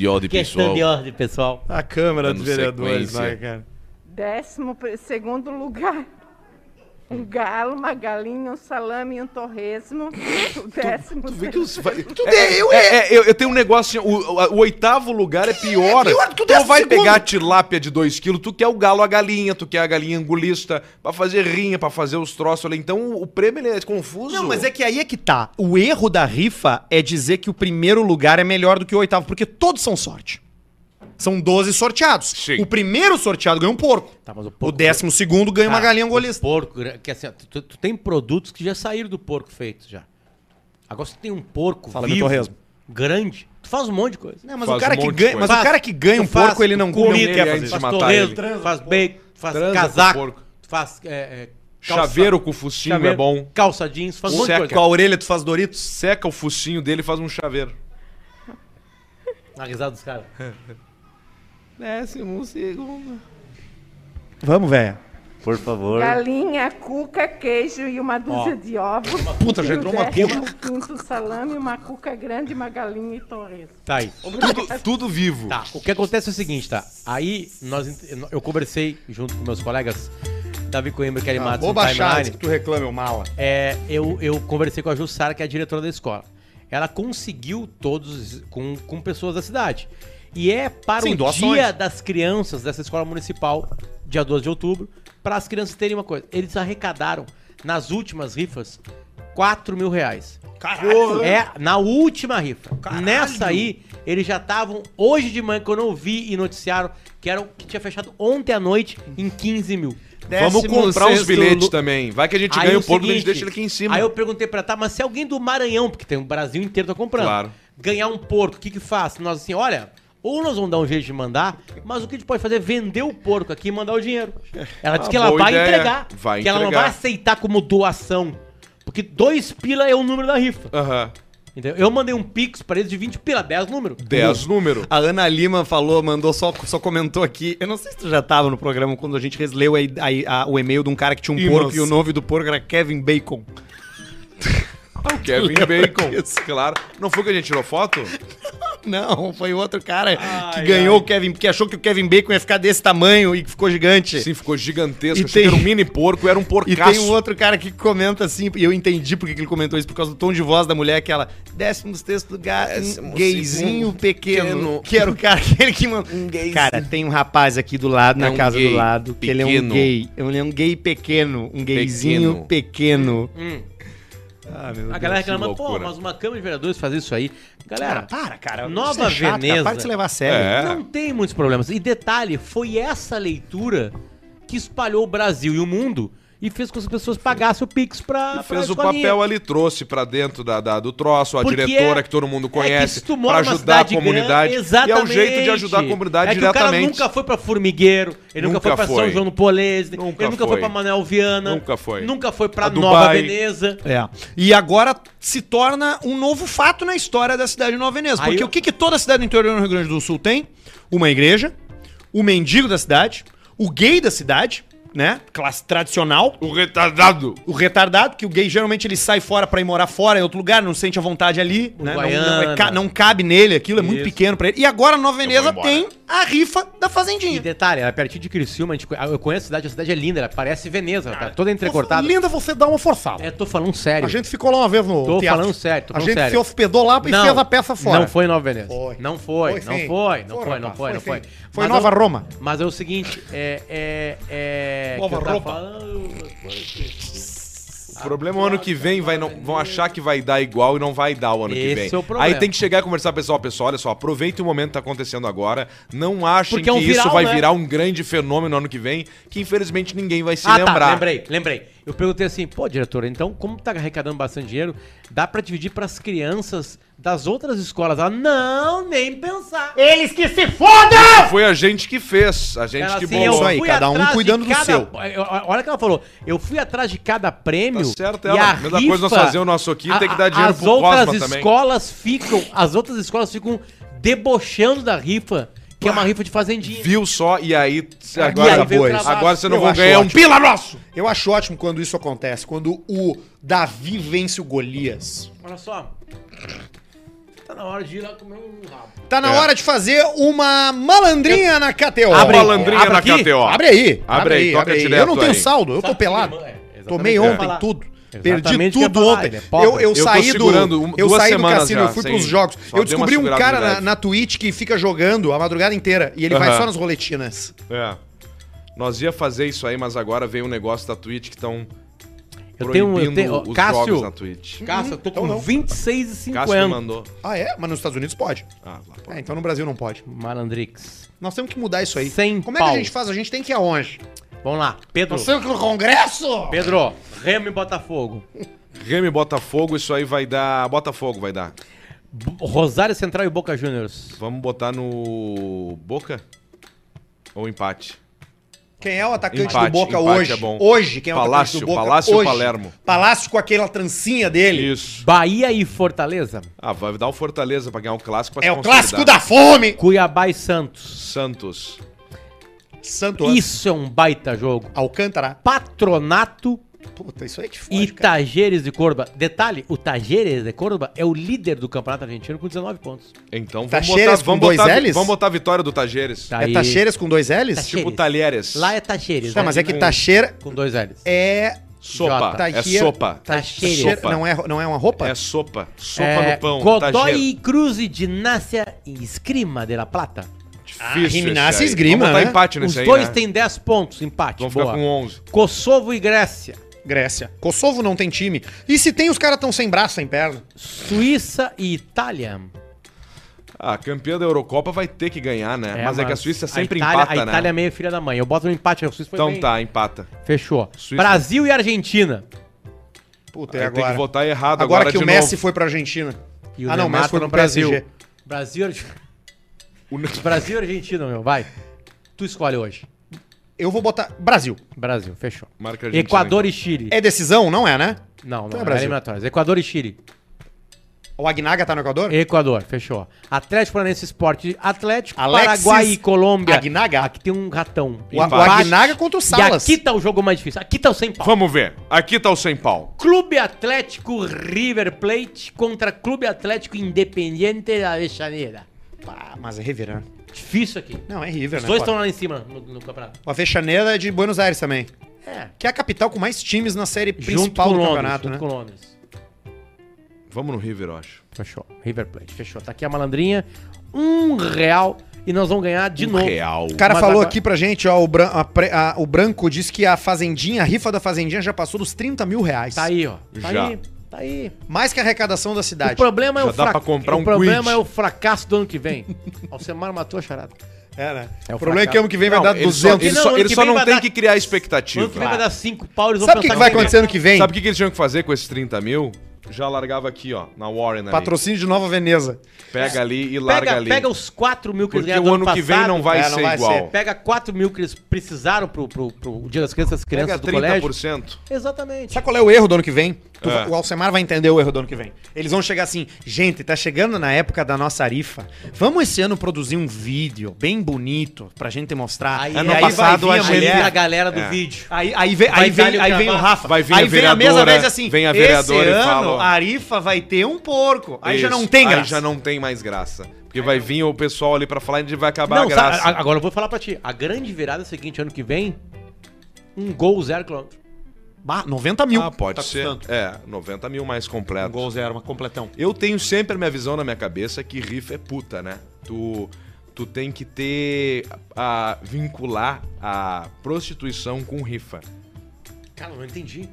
[SPEAKER 10] ordem,
[SPEAKER 3] Questão de ordem, pessoal.
[SPEAKER 1] A Câmara dos
[SPEAKER 10] Dando
[SPEAKER 1] Vereadores,
[SPEAKER 10] sequência.
[SPEAKER 1] né, cara?
[SPEAKER 7] Décimo pri- segundo lugar, <laughs> um galo, uma galinha, um salame e um torresmo. O décimo
[SPEAKER 10] Tu vê que os. vai-
[SPEAKER 2] É, eu, eu, eu tenho um negócio assim, o, o- o oitavo lugar é pior.
[SPEAKER 6] pior que o
[SPEAKER 2] tu não
[SPEAKER 6] décimo
[SPEAKER 2] vai
[SPEAKER 6] segundo.
[SPEAKER 2] pegar a tilápia de 2 quilos, tu quer o galo a galinha, tu quer a galinha angulista, pra fazer rinha, pra fazer os troços ali. Então o, o prêmio ele é confuso.
[SPEAKER 1] Não, mas é que aí é que tá. O erro da rifa é dizer que o primeiro lugar é melhor do que o oitavo, porque todos são sorte. São 12 sorteados.
[SPEAKER 2] Sim.
[SPEAKER 1] O primeiro sorteado ganha um porco.
[SPEAKER 3] Tá, mas o
[SPEAKER 1] O
[SPEAKER 3] porco-
[SPEAKER 1] décimo segundo ganha uma
[SPEAKER 2] Ah.
[SPEAKER 3] Tá,
[SPEAKER 1] galinha um
[SPEAKER 3] o
[SPEAKER 1] angolista.
[SPEAKER 3] Porco, que assim, ó, tu, tu tem produtos que já saíram do porco feito já. Agora se tu tem um porco
[SPEAKER 1] Fala, meu
[SPEAKER 3] vivo,
[SPEAKER 1] torresmo.
[SPEAKER 3] grande, tu faz um monte de coisa.
[SPEAKER 1] Não, mas
[SPEAKER 2] Faz
[SPEAKER 1] o cara
[SPEAKER 2] um
[SPEAKER 1] que
[SPEAKER 2] monte de
[SPEAKER 1] ganha,
[SPEAKER 2] coisa.
[SPEAKER 1] mas o
[SPEAKER 3] Faz-
[SPEAKER 1] cara que ganha um
[SPEAKER 3] Tu faz
[SPEAKER 1] porco, ele não,
[SPEAKER 3] comida,
[SPEAKER 1] não quer
[SPEAKER 2] ele
[SPEAKER 1] fazer
[SPEAKER 2] antes
[SPEAKER 1] isso.
[SPEAKER 2] de
[SPEAKER 3] faz
[SPEAKER 2] matar
[SPEAKER 3] torresmo,
[SPEAKER 2] ele.
[SPEAKER 3] faz bacon, faz
[SPEAKER 2] Transa com
[SPEAKER 3] casaco,
[SPEAKER 2] porco.
[SPEAKER 3] tu faz é, é, calça-
[SPEAKER 2] Chaveiro com focinho
[SPEAKER 3] chaveiro,
[SPEAKER 2] é bom.
[SPEAKER 3] Calça jeans, faz um monte de
[SPEAKER 2] Seca.
[SPEAKER 3] coisa.
[SPEAKER 1] Com a orelha tu faz Doritos?
[SPEAKER 2] Seca o focinho dele e faz um chaveiro.
[SPEAKER 3] Na risada dos caras.
[SPEAKER 10] Décimo segundo.
[SPEAKER 6] Vamos, velho.
[SPEAKER 11] Por favor.
[SPEAKER 7] Galinha, cuca, queijo e uma dúzia de ovos.
[SPEAKER 6] Puta,
[SPEAKER 7] E
[SPEAKER 6] já
[SPEAKER 7] o
[SPEAKER 6] entrou uma
[SPEAKER 7] décimo quinto salame, uma cuca grande, uma galinha e torresmo.
[SPEAKER 3] Tá aí.
[SPEAKER 2] Tudo, tudo vivo.
[SPEAKER 3] Tá, o que acontece é o seguinte, tá? Aí nós, ent- eu conversei junto com meus colegas, Davi Coimbra
[SPEAKER 1] Ah,
[SPEAKER 3] e Kelly Matos,
[SPEAKER 6] Vou
[SPEAKER 3] no
[SPEAKER 6] baixar antes
[SPEAKER 3] timeline.
[SPEAKER 6] que tu reclame, o mala.
[SPEAKER 3] É, eu, eu conversei com a Jussara, que é a diretora da escola. Ela conseguiu todos com, com pessoas da cidade. E é para
[SPEAKER 1] Sim,
[SPEAKER 3] o
[SPEAKER 1] doações.
[SPEAKER 3] dia das crianças dessa escola municipal, dia 12 de outubro, para as crianças terem uma coisa. Eles arrecadaram, nas últimas rifas, 4 mil reais.
[SPEAKER 6] Caralho.
[SPEAKER 3] É, na última rifa. Nessa aí, eles já estavam hoje de manhã, que eu não vi e noticiaram, que, eram, que tinha fechado ontem à noite em 15 mil.
[SPEAKER 2] Vamos
[SPEAKER 11] Décimo
[SPEAKER 2] comprar os
[SPEAKER 11] sexto
[SPEAKER 2] bilhetes
[SPEAKER 11] lu-
[SPEAKER 2] também. Vai que a gente ganha o porco e a gente deixa ele aqui em cima.
[SPEAKER 3] é Aí eu perguntei pra ela, tá, mas se alguém do Maranhão, porque tem o Brasil inteiro tá comprando,
[SPEAKER 2] Claro.
[SPEAKER 3] ganhar um porco, o que que faz? Nós assim, olha, ou nós vamos dar um jeito de mandar, mas o que a gente pode fazer é vender o porco aqui e mandar o dinheiro. Ela disse
[SPEAKER 2] Uma
[SPEAKER 3] que ela
[SPEAKER 2] Ah, boa
[SPEAKER 3] vai
[SPEAKER 2] ideia.
[SPEAKER 3] entregar,
[SPEAKER 2] Vai
[SPEAKER 3] que ela não
[SPEAKER 2] entregar.
[SPEAKER 3] vai aceitar como doação, porque dois pila é o número da rifa.
[SPEAKER 2] Aham.
[SPEAKER 3] Entendeu? Eu mandei um pix pra eles de 20 pila, 10 número.
[SPEAKER 2] 10
[SPEAKER 3] <laughs>
[SPEAKER 2] número.
[SPEAKER 1] A Ana Lima falou, mandou só, só comentou aqui. Eu não sei se tu já tava no programa quando a gente releu a- a- a- o e-mail de um cara que tinha um
[SPEAKER 2] Ih,
[SPEAKER 1] porco
[SPEAKER 2] nossa.
[SPEAKER 1] e o nome do porco era Kevin Bacon. <laughs>
[SPEAKER 2] Ah, o Kevin Bacon. Claro. Não foi que a gente tirou foto?
[SPEAKER 1] Não, foi outro cara que ganhou o Kevin, que achou que o Kevin Bacon ia ficar desse tamanho e que ficou gigante.
[SPEAKER 2] Sim, ficou gigantesco.
[SPEAKER 1] E
[SPEAKER 2] Achei que
[SPEAKER 1] tem-
[SPEAKER 2] era um mini porco,
[SPEAKER 3] <laughs>
[SPEAKER 2] era um
[SPEAKER 1] E
[SPEAKER 2] porcaço.
[SPEAKER 1] tem um outro cara que comenta assim, e eu entendi porque que ele comentou isso, por causa do tom de voz da mulher, que ela, décimo sexto lugar, um gayzinho pequeno, que era o cara <laughs> aquele que mandou. É cara, tem um rapaz aqui do lado, na
[SPEAKER 2] um
[SPEAKER 1] casa
[SPEAKER 2] gay
[SPEAKER 1] do lado, que ele é um
[SPEAKER 2] pequeno.
[SPEAKER 1] gay, ele é um gay pequeno, um gayzinho pequeno. Hum. Ah, meu
[SPEAKER 3] A
[SPEAKER 1] Deus.
[SPEAKER 3] galera
[SPEAKER 2] que
[SPEAKER 3] reclama, pô,
[SPEAKER 2] loucura.
[SPEAKER 3] mas uma Câmara de Vereadores fazer isso aí.
[SPEAKER 1] Cara,
[SPEAKER 3] Galera,
[SPEAKER 1] para, cara.
[SPEAKER 3] Nova
[SPEAKER 1] isso é chato, cara,
[SPEAKER 3] Veneza.
[SPEAKER 1] Para de se levar a sério.
[SPEAKER 2] É.
[SPEAKER 3] Não tem muitos problemas. E detalhe, foi essa leitura que espalhou o Brasil e o mundo e fez com que as pessoas pagassem o Pix pra.
[SPEAKER 2] E
[SPEAKER 3] pra
[SPEAKER 2] fez o
[SPEAKER 3] escolinha.
[SPEAKER 2] papel ali, trouxe pra dentro da, da- do troço, a
[SPEAKER 3] Porque
[SPEAKER 2] diretora
[SPEAKER 3] é-
[SPEAKER 2] que todo mundo
[SPEAKER 3] É que
[SPEAKER 2] conhece,
[SPEAKER 3] se tu
[SPEAKER 2] pra
[SPEAKER 3] mora numa
[SPEAKER 2] ajudar a
[SPEAKER 3] cidade
[SPEAKER 2] comunidade.
[SPEAKER 3] grande-
[SPEAKER 2] e é o jeito de ajudar a comunidade
[SPEAKER 3] É que
[SPEAKER 2] diretamente.
[SPEAKER 3] O cara nunca foi pra Formigueiro, ele nunca,
[SPEAKER 2] Nunca
[SPEAKER 3] foi pra
[SPEAKER 2] foi.
[SPEAKER 3] São João do Polesne,
[SPEAKER 2] Nunca
[SPEAKER 3] ele nunca foi,
[SPEAKER 2] foi.
[SPEAKER 3] pra Manuel Viana,
[SPEAKER 2] Nunca foi.
[SPEAKER 3] nunca foi pra
[SPEAKER 2] A
[SPEAKER 3] Nova
[SPEAKER 2] Dubai.
[SPEAKER 3] Veneza.
[SPEAKER 1] É. E agora se torna um novo fato na história da cidade de Nova Veneza.
[SPEAKER 3] Aí
[SPEAKER 1] porque
[SPEAKER 3] eu-
[SPEAKER 1] o que, que toda cidade do interior do Rio Grande do Sul tem? Uma igreja, o mendigo da cidade, o gay da cidade, né? Classe tradicional.
[SPEAKER 2] O retardado.
[SPEAKER 1] O retardado, que o gay geralmente ele sai fora pra ir morar fora, em outro lugar, não sente a vontade ali, né? Não, não é ca- não cabe nele, aquilo é muito
[SPEAKER 3] Isso.
[SPEAKER 1] pequeno pra ele. E agora Nova Veneza
[SPEAKER 2] embora.
[SPEAKER 1] tem a rifa da
[SPEAKER 3] E
[SPEAKER 1] fazendinha.
[SPEAKER 3] detalhe, ela é pertinho de Criciúma, a gente, eu conheço a cidade, a cidade é linda, ela parece Veneza, ela tá toda entrecortada.
[SPEAKER 6] Linda você dá uma forçada.
[SPEAKER 3] É, tô falando sério.
[SPEAKER 6] A gente ficou lá uma vez no
[SPEAKER 3] Tô
[SPEAKER 6] teatro.
[SPEAKER 3] falando sério, tô
[SPEAKER 6] A
[SPEAKER 3] falando
[SPEAKER 6] gente
[SPEAKER 3] sério.
[SPEAKER 6] se hospedou lá e fez a peça fora.
[SPEAKER 3] Não foi em Nova Veneza.
[SPEAKER 6] Foi.
[SPEAKER 3] Não foi,
[SPEAKER 6] Foi
[SPEAKER 3] não
[SPEAKER 6] sim. Foi,
[SPEAKER 3] foi, não foi, não
[SPEAKER 6] rapaz,
[SPEAKER 3] foi, não
[SPEAKER 6] foi
[SPEAKER 3] foi.
[SPEAKER 6] sim. Foi
[SPEAKER 3] Mas
[SPEAKER 6] Nova
[SPEAKER 3] eu-
[SPEAKER 6] Roma.
[SPEAKER 3] Mas é o seguinte, é. é, é
[SPEAKER 6] Nova
[SPEAKER 3] que eu tava
[SPEAKER 6] Roma.
[SPEAKER 3] falando-
[SPEAKER 2] O problema é o ano que vem vai não, vão achar que vai dar igual e não vai dar o ano que
[SPEAKER 3] Esse
[SPEAKER 2] vem.
[SPEAKER 3] é o problema.
[SPEAKER 2] Aí tem que chegar e conversar com o pessoal, pessoal, olha só, aproveita o momento que tá acontecendo agora, não achem
[SPEAKER 3] Porque é um
[SPEAKER 2] que isso
[SPEAKER 3] viral,
[SPEAKER 2] vai
[SPEAKER 3] né?
[SPEAKER 2] virar um grande fenômeno ano que vem, que infelizmente ninguém vai se
[SPEAKER 3] ah,
[SPEAKER 2] lembrar.
[SPEAKER 3] tá, lembrei, lembrei. Eu perguntei assim, pô, diretora, então, como tá arrecadando bastante dinheiro, dá pra dividir pras crianças das outras escolas? Ela, não, nem pensar.
[SPEAKER 6] Eles que se fodam!
[SPEAKER 2] Foi a gente que fez, a gente
[SPEAKER 3] Ela,
[SPEAKER 2] que
[SPEAKER 3] assim,
[SPEAKER 2] bolou.
[SPEAKER 3] eu
[SPEAKER 1] Isso aí,
[SPEAKER 3] fui
[SPEAKER 1] cada um
[SPEAKER 3] atrás de
[SPEAKER 1] cuidando do
[SPEAKER 3] cada-
[SPEAKER 1] seu.
[SPEAKER 3] Eu- Olha o que ela falou. Eu fui atrás de cada prêmio.
[SPEAKER 2] Tá certo,
[SPEAKER 3] e
[SPEAKER 2] ela.
[SPEAKER 3] a
[SPEAKER 2] Mesma coisa nós
[SPEAKER 3] rifa-
[SPEAKER 2] fazer o nosso aqui,
[SPEAKER 3] a-
[SPEAKER 2] tem que dar dinheiro
[SPEAKER 3] as
[SPEAKER 2] pro
[SPEAKER 3] outras
[SPEAKER 2] Cosma também.
[SPEAKER 3] escolas ficam, as outras escolas ficam debochando da rifa, que é uma rifa de fazendinha.
[SPEAKER 2] Viu só e aí
[SPEAKER 3] aí
[SPEAKER 2] agora,
[SPEAKER 3] veio o
[SPEAKER 2] agora,
[SPEAKER 3] trabalho.
[SPEAKER 2] você não
[SPEAKER 6] Eu
[SPEAKER 2] vai
[SPEAKER 6] acho
[SPEAKER 2] ganhar um
[SPEAKER 6] ótimo.
[SPEAKER 2] pila nosso.
[SPEAKER 6] Eu acho ótimo quando isso acontece, quando o Davi vence o Golias.
[SPEAKER 3] Olha só. Tá na hora de ir lá comer um rabo.
[SPEAKER 6] Tá na
[SPEAKER 2] É.
[SPEAKER 6] hora de fazer uma malandrinha na KTO.
[SPEAKER 2] Malandrinha
[SPEAKER 3] abre
[SPEAKER 2] na
[SPEAKER 3] aqui?
[SPEAKER 2] KTO.
[SPEAKER 6] Abre aí.
[SPEAKER 2] Abre aí, toca direto
[SPEAKER 6] Eu não tenho
[SPEAKER 2] aí.
[SPEAKER 6] saldo, eu tô
[SPEAKER 3] Sabe que
[SPEAKER 6] pelado.
[SPEAKER 3] minha irmã- é,
[SPEAKER 1] Tomei
[SPEAKER 2] eu ia
[SPEAKER 1] ontem
[SPEAKER 2] falar.
[SPEAKER 1] tudo.
[SPEAKER 3] Exatamente
[SPEAKER 1] Perdi
[SPEAKER 3] o que eu ia
[SPEAKER 1] tudo
[SPEAKER 3] falar,
[SPEAKER 1] ontem.
[SPEAKER 3] ele é pobre.
[SPEAKER 1] Eu, eu
[SPEAKER 2] Eu tô
[SPEAKER 1] saí do,
[SPEAKER 2] segurando um-
[SPEAKER 1] eu
[SPEAKER 2] duas
[SPEAKER 1] saí do
[SPEAKER 2] semanas
[SPEAKER 1] cassino,
[SPEAKER 2] já,
[SPEAKER 1] eu fui
[SPEAKER 2] sem-
[SPEAKER 1] pros jogos.
[SPEAKER 2] só dei
[SPEAKER 1] Eu
[SPEAKER 2] uma
[SPEAKER 1] descobri um
[SPEAKER 2] segurada
[SPEAKER 1] cara
[SPEAKER 2] de
[SPEAKER 1] na,
[SPEAKER 2] leve.
[SPEAKER 1] na Twitch que fica jogando a madrugada inteira. E ele vai
[SPEAKER 2] Aham.
[SPEAKER 1] só nas roletinas.
[SPEAKER 2] É. Nós ia fazer isso aí, mas agora veio um negócio da Twitch que estão
[SPEAKER 3] Eu tenho um- eu
[SPEAKER 2] proibindo
[SPEAKER 3] tenho- ó,
[SPEAKER 2] os
[SPEAKER 3] Cássio.
[SPEAKER 2] jogos na Twitch.
[SPEAKER 3] Cássio, eu tô
[SPEAKER 1] Então
[SPEAKER 3] com
[SPEAKER 1] não.
[SPEAKER 3] 26,50.
[SPEAKER 2] Cássio me mandou.
[SPEAKER 1] Ah, é? Mas nos Estados Unidos pode.
[SPEAKER 2] Ah, lá, pô.
[SPEAKER 1] É, então no Brasil não pode.
[SPEAKER 3] Malandrix.
[SPEAKER 1] Nós temos que mudar isso aí.
[SPEAKER 3] Sem
[SPEAKER 1] Como é
[SPEAKER 3] pau.
[SPEAKER 1] que a gente faz? A gente tem que ir aonde?
[SPEAKER 3] Vamos lá, Pedro.
[SPEAKER 1] que no Congresso!
[SPEAKER 3] Pedro, Remo e Botafogo.
[SPEAKER 2] Grêmio e Botafogo, isso aí vai dar. Botafogo vai dar.
[SPEAKER 3] B- Rosário Central e Boca Juniors.
[SPEAKER 2] Vamos botar no. Boca? Ou empate?
[SPEAKER 1] Quem é o atacante
[SPEAKER 2] Empate,
[SPEAKER 1] do Boca
[SPEAKER 2] empate
[SPEAKER 1] hoje?
[SPEAKER 2] é bom.
[SPEAKER 1] Hoje, quem é o
[SPEAKER 2] Palácio,
[SPEAKER 1] atacante do Boca
[SPEAKER 2] Palácio ou
[SPEAKER 1] hoje?
[SPEAKER 2] Palermo?
[SPEAKER 1] Palácio com aquela trancinha dele.
[SPEAKER 2] Isso.
[SPEAKER 3] Bahia e Fortaleza.
[SPEAKER 2] Ah, vai dar o Fortaleza pra ganhar o clássico. pra
[SPEAKER 1] É
[SPEAKER 2] se
[SPEAKER 1] o clássico
[SPEAKER 2] consolidar.
[SPEAKER 1] da fome!
[SPEAKER 3] Cuiabá e Santos.
[SPEAKER 2] Santos.
[SPEAKER 1] Santo
[SPEAKER 2] assim.
[SPEAKER 1] Isso.
[SPEAKER 3] Isso é um baita jogo.
[SPEAKER 1] Alcântara.
[SPEAKER 3] Patronato
[SPEAKER 1] Puta, isso aí te fode,
[SPEAKER 3] e
[SPEAKER 1] cara.
[SPEAKER 3] Tajeres de Córdoba. Detalhe, o Tajeres de Córdoba é o líder do Campeonato Argentino com 19 pontos.
[SPEAKER 2] Então vamos
[SPEAKER 1] Tacheres
[SPEAKER 2] botar,
[SPEAKER 1] com
[SPEAKER 2] vamos,
[SPEAKER 1] dois
[SPEAKER 2] botar,
[SPEAKER 1] Ls?
[SPEAKER 2] vamos botar a vitória do Tajeres.
[SPEAKER 3] Tá
[SPEAKER 1] É
[SPEAKER 3] aí.
[SPEAKER 1] Tacheiras com dois L's?
[SPEAKER 3] Tacheres.
[SPEAKER 2] Tipo Talheres.
[SPEAKER 3] Lá é Tajeres.
[SPEAKER 1] Tá, mas é que
[SPEAKER 3] com,
[SPEAKER 1] Tacheira
[SPEAKER 3] com dois L's.
[SPEAKER 1] é...
[SPEAKER 2] Sopa.
[SPEAKER 3] tá
[SPEAKER 1] Jota.
[SPEAKER 2] É sopa.
[SPEAKER 3] Tacheres.
[SPEAKER 1] Tacheira-
[SPEAKER 2] Sopa.
[SPEAKER 1] Não é, não é uma roupa?
[SPEAKER 2] É sopa. Sopa
[SPEAKER 3] É,
[SPEAKER 2] no pão.
[SPEAKER 3] Godoy
[SPEAKER 2] Tajeres.
[SPEAKER 3] Cruz e Dinácia e Esgrima de La Plata. Ah,
[SPEAKER 2] Difícil esse
[SPEAKER 1] Gimnasia e
[SPEAKER 2] aí.
[SPEAKER 1] esgrima,
[SPEAKER 2] Vamos botar
[SPEAKER 1] né?
[SPEAKER 2] empate
[SPEAKER 3] Os
[SPEAKER 2] nesse aí,
[SPEAKER 3] dois
[SPEAKER 2] né?
[SPEAKER 3] têm 10 pontos, empate.
[SPEAKER 2] Vamos
[SPEAKER 3] boa.
[SPEAKER 2] ficar com 11.
[SPEAKER 3] Kosovo e Grécia.
[SPEAKER 1] Grécia. Kosovo não tem time. E se tem, os caras estão sem braço, sem perna.
[SPEAKER 3] Suíça e Itália.
[SPEAKER 2] Ah, campeã da Eurocopa vai ter que ganhar, né? mas, é que a Suíça sempre
[SPEAKER 3] Itália-
[SPEAKER 2] empata,
[SPEAKER 3] A Itália é
[SPEAKER 2] né?
[SPEAKER 3] meio filha da mãe. Eu boto no empate, a Suíça foi
[SPEAKER 2] Então
[SPEAKER 3] bem.
[SPEAKER 2] tá, empata.
[SPEAKER 3] Fechou.
[SPEAKER 2] Suíça.
[SPEAKER 3] Brasil e Argentina.
[SPEAKER 1] Puta, e
[SPEAKER 2] Aí tem que
[SPEAKER 1] agora?
[SPEAKER 2] votar errado
[SPEAKER 1] Agora,
[SPEAKER 2] agora,
[SPEAKER 1] que
[SPEAKER 2] de
[SPEAKER 1] o Messi
[SPEAKER 2] novo.
[SPEAKER 1] foi pra Argentina.
[SPEAKER 3] E o
[SPEAKER 1] ah, não, o
[SPEAKER 3] Neymar
[SPEAKER 1] Messi foi
[SPEAKER 3] tá
[SPEAKER 1] pro PSG.
[SPEAKER 3] Brasil e Argentina. <laughs> Brasil e Argentina, meu. Vai. Tu escolhe hoje.
[SPEAKER 1] Eu vou botar... Ah, Brasil.
[SPEAKER 3] Brasil, fechou.
[SPEAKER 2] Marca a Argentina, então.
[SPEAKER 3] Equador e Chile.
[SPEAKER 1] É decisão? Não é, né?
[SPEAKER 3] Não,
[SPEAKER 1] Então
[SPEAKER 3] não,
[SPEAKER 1] é
[SPEAKER 3] é
[SPEAKER 1] Brasil.
[SPEAKER 3] eliminatórias. Equador e Chile.
[SPEAKER 1] O Agnaga tá no Equador?
[SPEAKER 3] Equador, fechou. Atlético Paranaense Esporte Atlético,
[SPEAKER 1] Alexis
[SPEAKER 3] Paraguai e Colômbia.
[SPEAKER 1] Agnaga.
[SPEAKER 3] Aqui tem um ratão.
[SPEAKER 1] O, o
[SPEAKER 2] Empate.
[SPEAKER 1] Agnaga contra o
[SPEAKER 3] E
[SPEAKER 1] Salas.
[SPEAKER 3] aqui tá o jogo mais difícil. Aqui tá o sem pau.
[SPEAKER 2] Vamos ver. Aqui tá o sem pau.
[SPEAKER 3] Clube Atlético River Plate contra Clube Atlético Independiente da Avejaneira.
[SPEAKER 1] Pá, mas é River, né?
[SPEAKER 3] Difícil aqui.
[SPEAKER 1] Não, é River,
[SPEAKER 3] Os
[SPEAKER 1] né?
[SPEAKER 3] dois
[SPEAKER 1] pô?
[SPEAKER 3] estão lá em cima no, no campeonato.
[SPEAKER 1] O Avechaneira é de Buenos Aires também.
[SPEAKER 3] É.
[SPEAKER 1] Que é a capital com mais times na série
[SPEAKER 3] Junto
[SPEAKER 1] principal
[SPEAKER 3] com
[SPEAKER 1] do
[SPEAKER 3] Londres.
[SPEAKER 1] campeonato,
[SPEAKER 3] Junto
[SPEAKER 1] né?
[SPEAKER 3] com Londres.
[SPEAKER 2] Vamos no River, eu acho.
[SPEAKER 3] Fechou. River Plate, fechou. Tá aqui a malandrinha. Um real e nós vamos ganhar de novo.
[SPEAKER 2] Um Real.
[SPEAKER 1] O cara
[SPEAKER 3] Mas
[SPEAKER 1] falou
[SPEAKER 3] agora-
[SPEAKER 1] aqui pra gente, ó, o, Bran- a pre- a- o Branco diz que a Fazendinha, a rifa da Fazendinha já passou dos 30 mil reais.
[SPEAKER 3] Tá aí, ó. Tá
[SPEAKER 2] Já.
[SPEAKER 3] aí. Tá aí.
[SPEAKER 1] Mais que a arrecadação da cidade.
[SPEAKER 3] O problema é
[SPEAKER 2] Já
[SPEAKER 3] o
[SPEAKER 2] dá
[SPEAKER 3] frac-
[SPEAKER 2] pra comprar
[SPEAKER 3] o
[SPEAKER 2] um
[SPEAKER 3] problema
[SPEAKER 2] quid.
[SPEAKER 3] é o fracasso do ano que vem. Alcemar matou a charada.
[SPEAKER 1] É, né?
[SPEAKER 3] É
[SPEAKER 1] o
[SPEAKER 3] o
[SPEAKER 1] problema é que
[SPEAKER 3] fracasso.
[SPEAKER 1] ano que vem vai
[SPEAKER 2] Não,
[SPEAKER 1] dar
[SPEAKER 2] ele só,
[SPEAKER 1] 200.
[SPEAKER 2] ele
[SPEAKER 3] Não,
[SPEAKER 2] só,
[SPEAKER 3] ano
[SPEAKER 2] ele
[SPEAKER 3] que
[SPEAKER 2] só
[SPEAKER 3] vem
[SPEAKER 2] não
[SPEAKER 3] vai
[SPEAKER 2] tem
[SPEAKER 3] dar-
[SPEAKER 2] que criar
[SPEAKER 3] Ano que vem vai
[SPEAKER 2] expectativa.
[SPEAKER 3] dar 5 pau, eles vão
[SPEAKER 1] Sabe o que,
[SPEAKER 3] pensar
[SPEAKER 1] que vai
[SPEAKER 3] em
[SPEAKER 1] acontecer ano que vem?
[SPEAKER 2] Sabe o que, que eles tinham que fazer com esses 30 mil? Já largava aqui, ó, na Warren ali.
[SPEAKER 1] Patrocínio de Nova Veneza.
[SPEAKER 2] Pega ali e larga
[SPEAKER 3] Pega,
[SPEAKER 2] ali.
[SPEAKER 3] pega os 4 mil que eles
[SPEAKER 2] Porque
[SPEAKER 3] ganharam
[SPEAKER 2] o
[SPEAKER 3] do
[SPEAKER 2] ano que vem não vai
[SPEAKER 1] É, não
[SPEAKER 2] ser
[SPEAKER 1] vai
[SPEAKER 2] igual.
[SPEAKER 1] ser.
[SPEAKER 3] Pega 4 mil que eles precisaram pro, pro, pro Dia das Crianças, as crianças
[SPEAKER 2] Pega
[SPEAKER 3] do colégio.
[SPEAKER 2] 30%.
[SPEAKER 3] Exatamente.
[SPEAKER 1] Sabe qual é o erro do ano que vem? Tu
[SPEAKER 2] É.
[SPEAKER 1] va- O Alcemar vai entender o erro do ano que vem. Eles vão chegar assim, gente, tá chegando na época da nossa arifa. Vamos esse ano produzir um vídeo bem bonito pra gente mostrar.
[SPEAKER 3] Aí,
[SPEAKER 1] E
[SPEAKER 2] Ano
[SPEAKER 1] aí
[SPEAKER 2] É, passado
[SPEAKER 1] vai vir
[SPEAKER 3] vai vir
[SPEAKER 1] a
[SPEAKER 3] mulher
[SPEAKER 1] mulher.
[SPEAKER 3] da galera do
[SPEAKER 2] É.
[SPEAKER 3] vídeo.
[SPEAKER 1] Aí, aí vem,
[SPEAKER 3] Vai
[SPEAKER 1] aí, vem,
[SPEAKER 3] dar-lhe o
[SPEAKER 1] aí vem o
[SPEAKER 3] cavalo.
[SPEAKER 1] Rafa.
[SPEAKER 2] Vai vir
[SPEAKER 1] aí
[SPEAKER 2] a
[SPEAKER 1] vem a mesa
[SPEAKER 2] vereadora,
[SPEAKER 1] vez assim.
[SPEAKER 2] vem a vereadora
[SPEAKER 1] esse
[SPEAKER 2] e
[SPEAKER 1] ano
[SPEAKER 2] fala, ó.
[SPEAKER 1] a Arifa vai ter um porco. Aí já
[SPEAKER 2] Isso.
[SPEAKER 1] não tem graça.
[SPEAKER 2] Aí já não tem mais graça. Porque vai vir o pessoal ali pra falar e vai acabar
[SPEAKER 3] Não,
[SPEAKER 2] a
[SPEAKER 3] sabe,
[SPEAKER 2] graça.
[SPEAKER 3] a- agora eu vou falar pra ti. A grande virada é a seguinte, ano que vem, um gol zero quilômetro.
[SPEAKER 1] Bah, 90 mil.
[SPEAKER 2] Ah, pode
[SPEAKER 1] Tá
[SPEAKER 2] ser.
[SPEAKER 1] custando.
[SPEAKER 2] É, 90 mil mais completo.
[SPEAKER 1] Gol zero, uma completão.
[SPEAKER 2] Eu tenho sempre a minha visão na minha cabeça que rifa é puta, né? Tu, tu tem que ter. A, vincular a prostituição com rifa.
[SPEAKER 3] Cara, não entendi.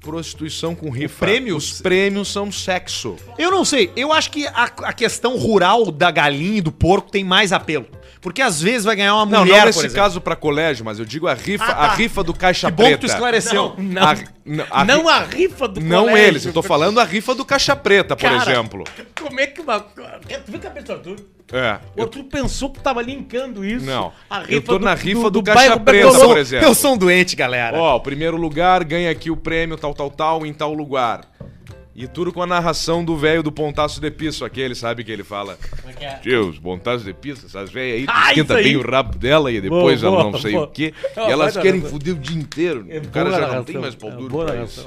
[SPEAKER 2] Prostituição com rifa.
[SPEAKER 1] prêmios-
[SPEAKER 2] Os prêmios são sexo.
[SPEAKER 1] Eu não sei, eu acho que a, a questão rural da galinha e do porco tem mais apelo. Porque às vezes vai ganhar uma
[SPEAKER 2] Não,
[SPEAKER 1] mulher,
[SPEAKER 2] não
[SPEAKER 1] por
[SPEAKER 2] nesse
[SPEAKER 1] exemplo.
[SPEAKER 2] caso pra colégio, mas eu digo a rifa,
[SPEAKER 1] Ah,
[SPEAKER 2] a
[SPEAKER 1] tá.
[SPEAKER 2] rifa do caixa
[SPEAKER 1] Que bom
[SPEAKER 2] preta.
[SPEAKER 1] que tu esclareceu.
[SPEAKER 3] Não,
[SPEAKER 2] A- não, a
[SPEAKER 3] não
[SPEAKER 2] ri-
[SPEAKER 3] a rifa do
[SPEAKER 2] Não
[SPEAKER 3] colégio.
[SPEAKER 2] eles, eu tô falando a rifa do caixa preta, por
[SPEAKER 3] Cara.
[SPEAKER 2] exemplo.
[SPEAKER 3] Como é que uma... Tu viu que a pessoa... Tu...
[SPEAKER 2] É.
[SPEAKER 3] O Arthur pensou que tava linkando isso.
[SPEAKER 2] Não.
[SPEAKER 3] A
[SPEAKER 2] Eu
[SPEAKER 3] rifa
[SPEAKER 2] tô na rifa do Caixa
[SPEAKER 3] bairro
[SPEAKER 2] Preta,
[SPEAKER 3] Bertolão.
[SPEAKER 2] por exemplo.
[SPEAKER 1] Eu sou um doente, galera.
[SPEAKER 2] Ó, o primeiro lugar ganha aqui o prêmio tal, tal, tal, em tal lugar. E tudo com a narração do velho do Pontaço de Piso, aquele, sabe que ele fala. Tio, os Pontaços de Piso, essas velhas aí, tu
[SPEAKER 3] é Ah,
[SPEAKER 2] esquenta
[SPEAKER 3] isso aí.
[SPEAKER 2] bem o rabo dela e depois
[SPEAKER 3] Boa,
[SPEAKER 2] ela
[SPEAKER 3] boa,
[SPEAKER 2] não sei
[SPEAKER 3] boa.
[SPEAKER 2] o quê.
[SPEAKER 3] É uma
[SPEAKER 2] E elas
[SPEAKER 3] baita
[SPEAKER 2] querem
[SPEAKER 3] É narração. é
[SPEAKER 2] foder o dia inteiro. o cara já não tem mais pau duro pra isso.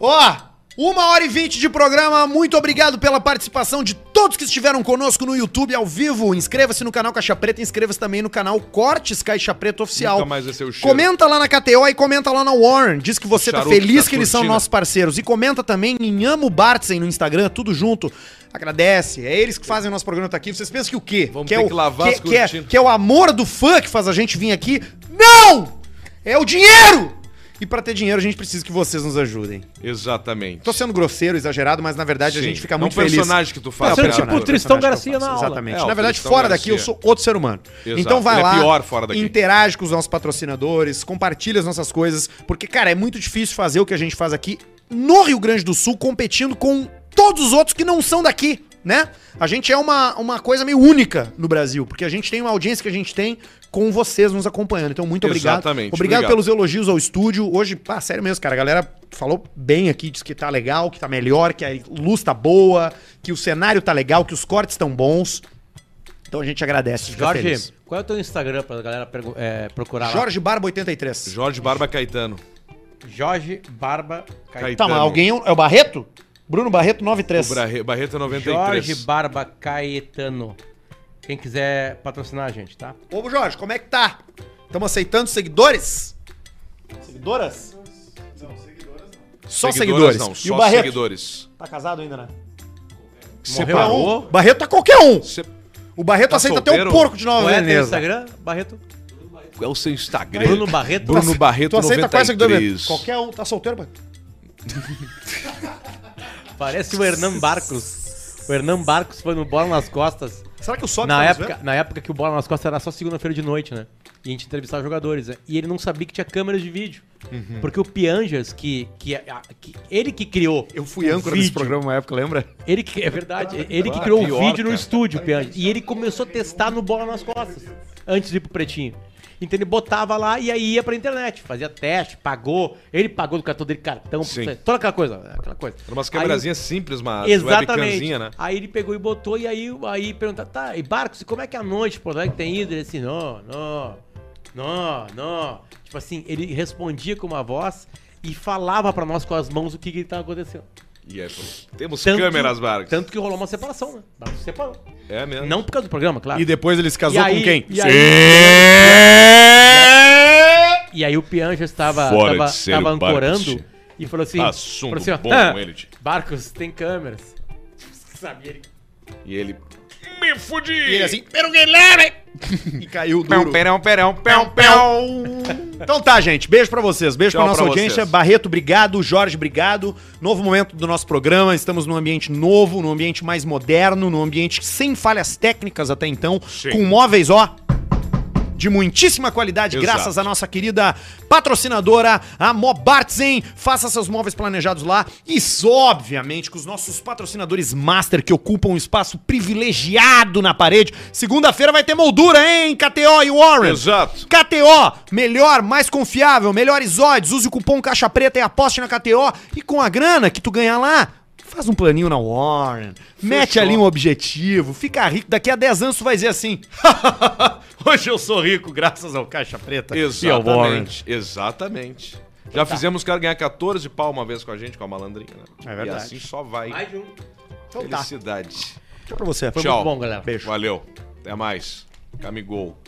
[SPEAKER 1] Ó, Uma hora e vinte de programa. Muito obrigado pela participação de todos que estiveram conosco no YouTube ao vivo. Inscreva-se no canal Caixa Preta, inscreva-se também no canal Cortes Caixa Preta Oficial.
[SPEAKER 2] Nunca mais vai ser o cheiro.
[SPEAKER 1] Comenta lá na KTO e comenta lá na Warren. Diz que você tá
[SPEAKER 2] Charuto,
[SPEAKER 1] feliz
[SPEAKER 2] tá
[SPEAKER 1] que eles são
[SPEAKER 2] curtindo.
[SPEAKER 1] nossos parceiros. E comenta também em Amo Bartzen no Instagram, tudo junto. Agradece. É eles que fazem o nosso programa estar aqui. Vocês pensam que o quê?
[SPEAKER 2] Vamos
[SPEAKER 1] que é
[SPEAKER 2] ter
[SPEAKER 1] o,
[SPEAKER 2] que lavar as
[SPEAKER 1] que, que é,
[SPEAKER 2] cortinas.
[SPEAKER 1] que é o amor do fã que faz a gente vir aqui. Não! É o dinheiro! E pra ter dinheiro, a gente precisa que vocês nos ajudem.
[SPEAKER 2] Exatamente.
[SPEAKER 1] Tô sendo grosseiro, exagerado, mas na verdade Então, a
[SPEAKER 2] Sim.
[SPEAKER 1] gente fica
[SPEAKER 2] É um
[SPEAKER 1] muito feliz.
[SPEAKER 2] personagem que tu faz,
[SPEAKER 1] É um
[SPEAKER 2] cara.
[SPEAKER 1] personagem,
[SPEAKER 2] Tipo o
[SPEAKER 3] Tristão
[SPEAKER 1] personagem que eu
[SPEAKER 3] Garcia na
[SPEAKER 1] faço,
[SPEAKER 3] aula.
[SPEAKER 1] Exatamente.
[SPEAKER 2] É, o
[SPEAKER 1] na verdade,
[SPEAKER 2] Tristão
[SPEAKER 1] fora daqui
[SPEAKER 2] Garcia.
[SPEAKER 1] eu sou outro ser humano.
[SPEAKER 2] Exato.
[SPEAKER 1] Então vai
[SPEAKER 2] Ele é
[SPEAKER 1] lá,
[SPEAKER 2] pior fora daqui.
[SPEAKER 1] interage com os nossos patrocinadores, compartilha as nossas coisas, porque cara, é muito difícil fazer o que a gente faz aqui no Rio Grande do Sul competindo com todos os outros que não são daqui. Né? A gente é uma, uma coisa meio única no Brasil, porque a gente tem uma audiência que a gente tem com vocês nos acompanhando. Então, muito obrigado.
[SPEAKER 2] Exatamente.
[SPEAKER 1] Obrigado,
[SPEAKER 2] Obrigado.
[SPEAKER 1] pelos os elogios ao estúdio. Hoje, pá, sério mesmo, cara. A galera falou bem aqui, disse que tá legal, que tá melhor, que a luz tá boa, que o cenário tá legal, que os cortes estão bons. Então a gente agradece. fica
[SPEAKER 3] Jorge,
[SPEAKER 1] feliz.
[SPEAKER 3] qual é o teu Instagram pra galera pergu- é, procurar
[SPEAKER 1] Jorge Barba 83.
[SPEAKER 2] Jorge Barba Caetano.
[SPEAKER 3] lá? Jorge Barba Caetano.
[SPEAKER 1] Tá, mas alguém é o é o Barreto? Bruno Barreto
[SPEAKER 2] O
[SPEAKER 1] 93.
[SPEAKER 2] Barre- Barreto 93.
[SPEAKER 3] Jorge Barba Caetano. Quem quiser patrocinar a gente, tá?
[SPEAKER 1] Ô, Jorge, como é que tá? Estamos aceitando seguidores? Seguidoras? Não, seguidoras não. Só seguidores.
[SPEAKER 2] Não,
[SPEAKER 1] e o
[SPEAKER 2] só
[SPEAKER 1] Barreto?
[SPEAKER 2] seguidores.
[SPEAKER 1] Tá casado ainda, né?
[SPEAKER 2] Separou.
[SPEAKER 1] O Barreto tá qualquer um.
[SPEAKER 2] Se-
[SPEAKER 1] O Barreto
[SPEAKER 2] Tá
[SPEAKER 1] aceita até
[SPEAKER 2] solteiro?
[SPEAKER 1] o porco de Nova
[SPEAKER 3] Qual é o teu
[SPEAKER 1] Veneza.
[SPEAKER 3] Instagram, Barreto?
[SPEAKER 2] Qual é o seu Instagram?
[SPEAKER 3] Bruno Barreto.
[SPEAKER 2] Bruno Barreto
[SPEAKER 1] Tu aceita quase que
[SPEAKER 2] 93.
[SPEAKER 1] Qualquer um tá solteiro, mano.
[SPEAKER 3] Parece o Hernan Barcos. O Hernan Barcos foi no Bola nas Costas.
[SPEAKER 1] Será que o Sobe
[SPEAKER 3] Na
[SPEAKER 1] tá nos
[SPEAKER 3] época, na época que o Bola nas Costas era só segunda-feira de noite, né? E a gente entrevistava jogadores. né? E ele não sabia que tinha câmeras de vídeo.
[SPEAKER 1] Uhum.
[SPEAKER 3] Porque o Pianjas, que, que, a- que- Ele que criou.
[SPEAKER 1] Eu fui âncora desse programa uma época, lembra?
[SPEAKER 3] Ele que, é verdade. Ele que
[SPEAKER 2] Ah,
[SPEAKER 3] criou
[SPEAKER 2] pior,
[SPEAKER 3] o vídeo no
[SPEAKER 2] cara.
[SPEAKER 3] estúdio, o Pianjas. E ele começou a testar no Bola nas Costas. Antes de ir pro Pretinho. Então ele botava lá e aí ia pra internet. Fazia teste, pagou. Ele pagou do cartão dele, cartão.
[SPEAKER 2] Sim.
[SPEAKER 3] Toda aquela coisa. né, Aquela coisa.
[SPEAKER 2] Era umas
[SPEAKER 3] Aí-
[SPEAKER 2] câmerazinhas simples, mas
[SPEAKER 3] Exatamente.
[SPEAKER 2] né?
[SPEAKER 3] Aí ele pegou e botou, e aí, aí perguntaram, tá, e Barcos, e como é que é a noite de Porto Alegre tem ido? Ele assim, não, não, não, não. Tipo assim, ele respondia com uma voz e falava pra nós com as mãos o que que tava acontecendo.
[SPEAKER 2] E aí, falou, temos
[SPEAKER 3] Tanto-
[SPEAKER 2] câmeras, Barcos.
[SPEAKER 3] Tanto que rolou uma separação, né? Barcos se separou.
[SPEAKER 2] É mesmo.
[SPEAKER 3] Não por causa do programa, claro.
[SPEAKER 12] E depois ele se casou
[SPEAKER 3] E aí-
[SPEAKER 12] com quem?
[SPEAKER 3] E aí, e aí o Pianja estava
[SPEAKER 2] Fora
[SPEAKER 3] tava,
[SPEAKER 2] de série,
[SPEAKER 3] tava
[SPEAKER 2] Barcos.
[SPEAKER 3] ancorando e falou assim,
[SPEAKER 2] Assunto
[SPEAKER 3] falou assim ó,
[SPEAKER 2] bom, ele, tio.
[SPEAKER 3] Barcos, tem câmeras. <laughs> Sabia ele.
[SPEAKER 2] E ele.
[SPEAKER 1] E ele assim, pero Guilherme! <laughs> e caiu duro.
[SPEAKER 5] perão, perão, perão,
[SPEAKER 1] Então tá, gente. Beijo pra vocês. Beijo
[SPEAKER 2] Tchau
[SPEAKER 1] pra nossa
[SPEAKER 2] pra
[SPEAKER 1] audiência.
[SPEAKER 2] vocês.
[SPEAKER 1] Barreto, obrigado. Jorge, obrigado. Novo momento do nosso programa. Estamos num ambiente novo, num ambiente mais moderno, num ambiente sem falhas técnicas até então. Com móveis, ó. De muitíssima qualidade,
[SPEAKER 2] Exato.
[SPEAKER 1] graças à nossa querida patrocinadora, a Mobartzen. Faça seus móveis planejados lá. E, obviamente, com os nossos patrocinadores Master, que ocupam um espaço privilegiado na parede. Segunda-feira vai ter moldura, hein? KTO e Warren.
[SPEAKER 2] Exato.
[SPEAKER 1] KTO, melhor, mais confiável, melhores odds. Use o cupom Caixa Preta e aposte na KTO. E com a grana que tu ganhar lá, faz um planinho na Warren. Mete ali um objetivo, fica rico. Daqui a 10 anos tu vai dizer assim: <laughs> hoje eu sou rico graças ao Caixa Preta. E ao Warren.
[SPEAKER 2] Exatamente. Exatamente. Já fizemos o cara ganhar 14 pau uma vez com a gente, com a malandrinha. Né?
[SPEAKER 1] É verdade.
[SPEAKER 2] E assim só vai.
[SPEAKER 3] Mais de um.
[SPEAKER 1] Então tá,
[SPEAKER 2] Felicidade.
[SPEAKER 1] tchau pra você.
[SPEAKER 3] Foi
[SPEAKER 2] Tchau.
[SPEAKER 3] muito bom, galera.
[SPEAKER 1] Beijo.
[SPEAKER 2] Valeu. Até mais. Camigol.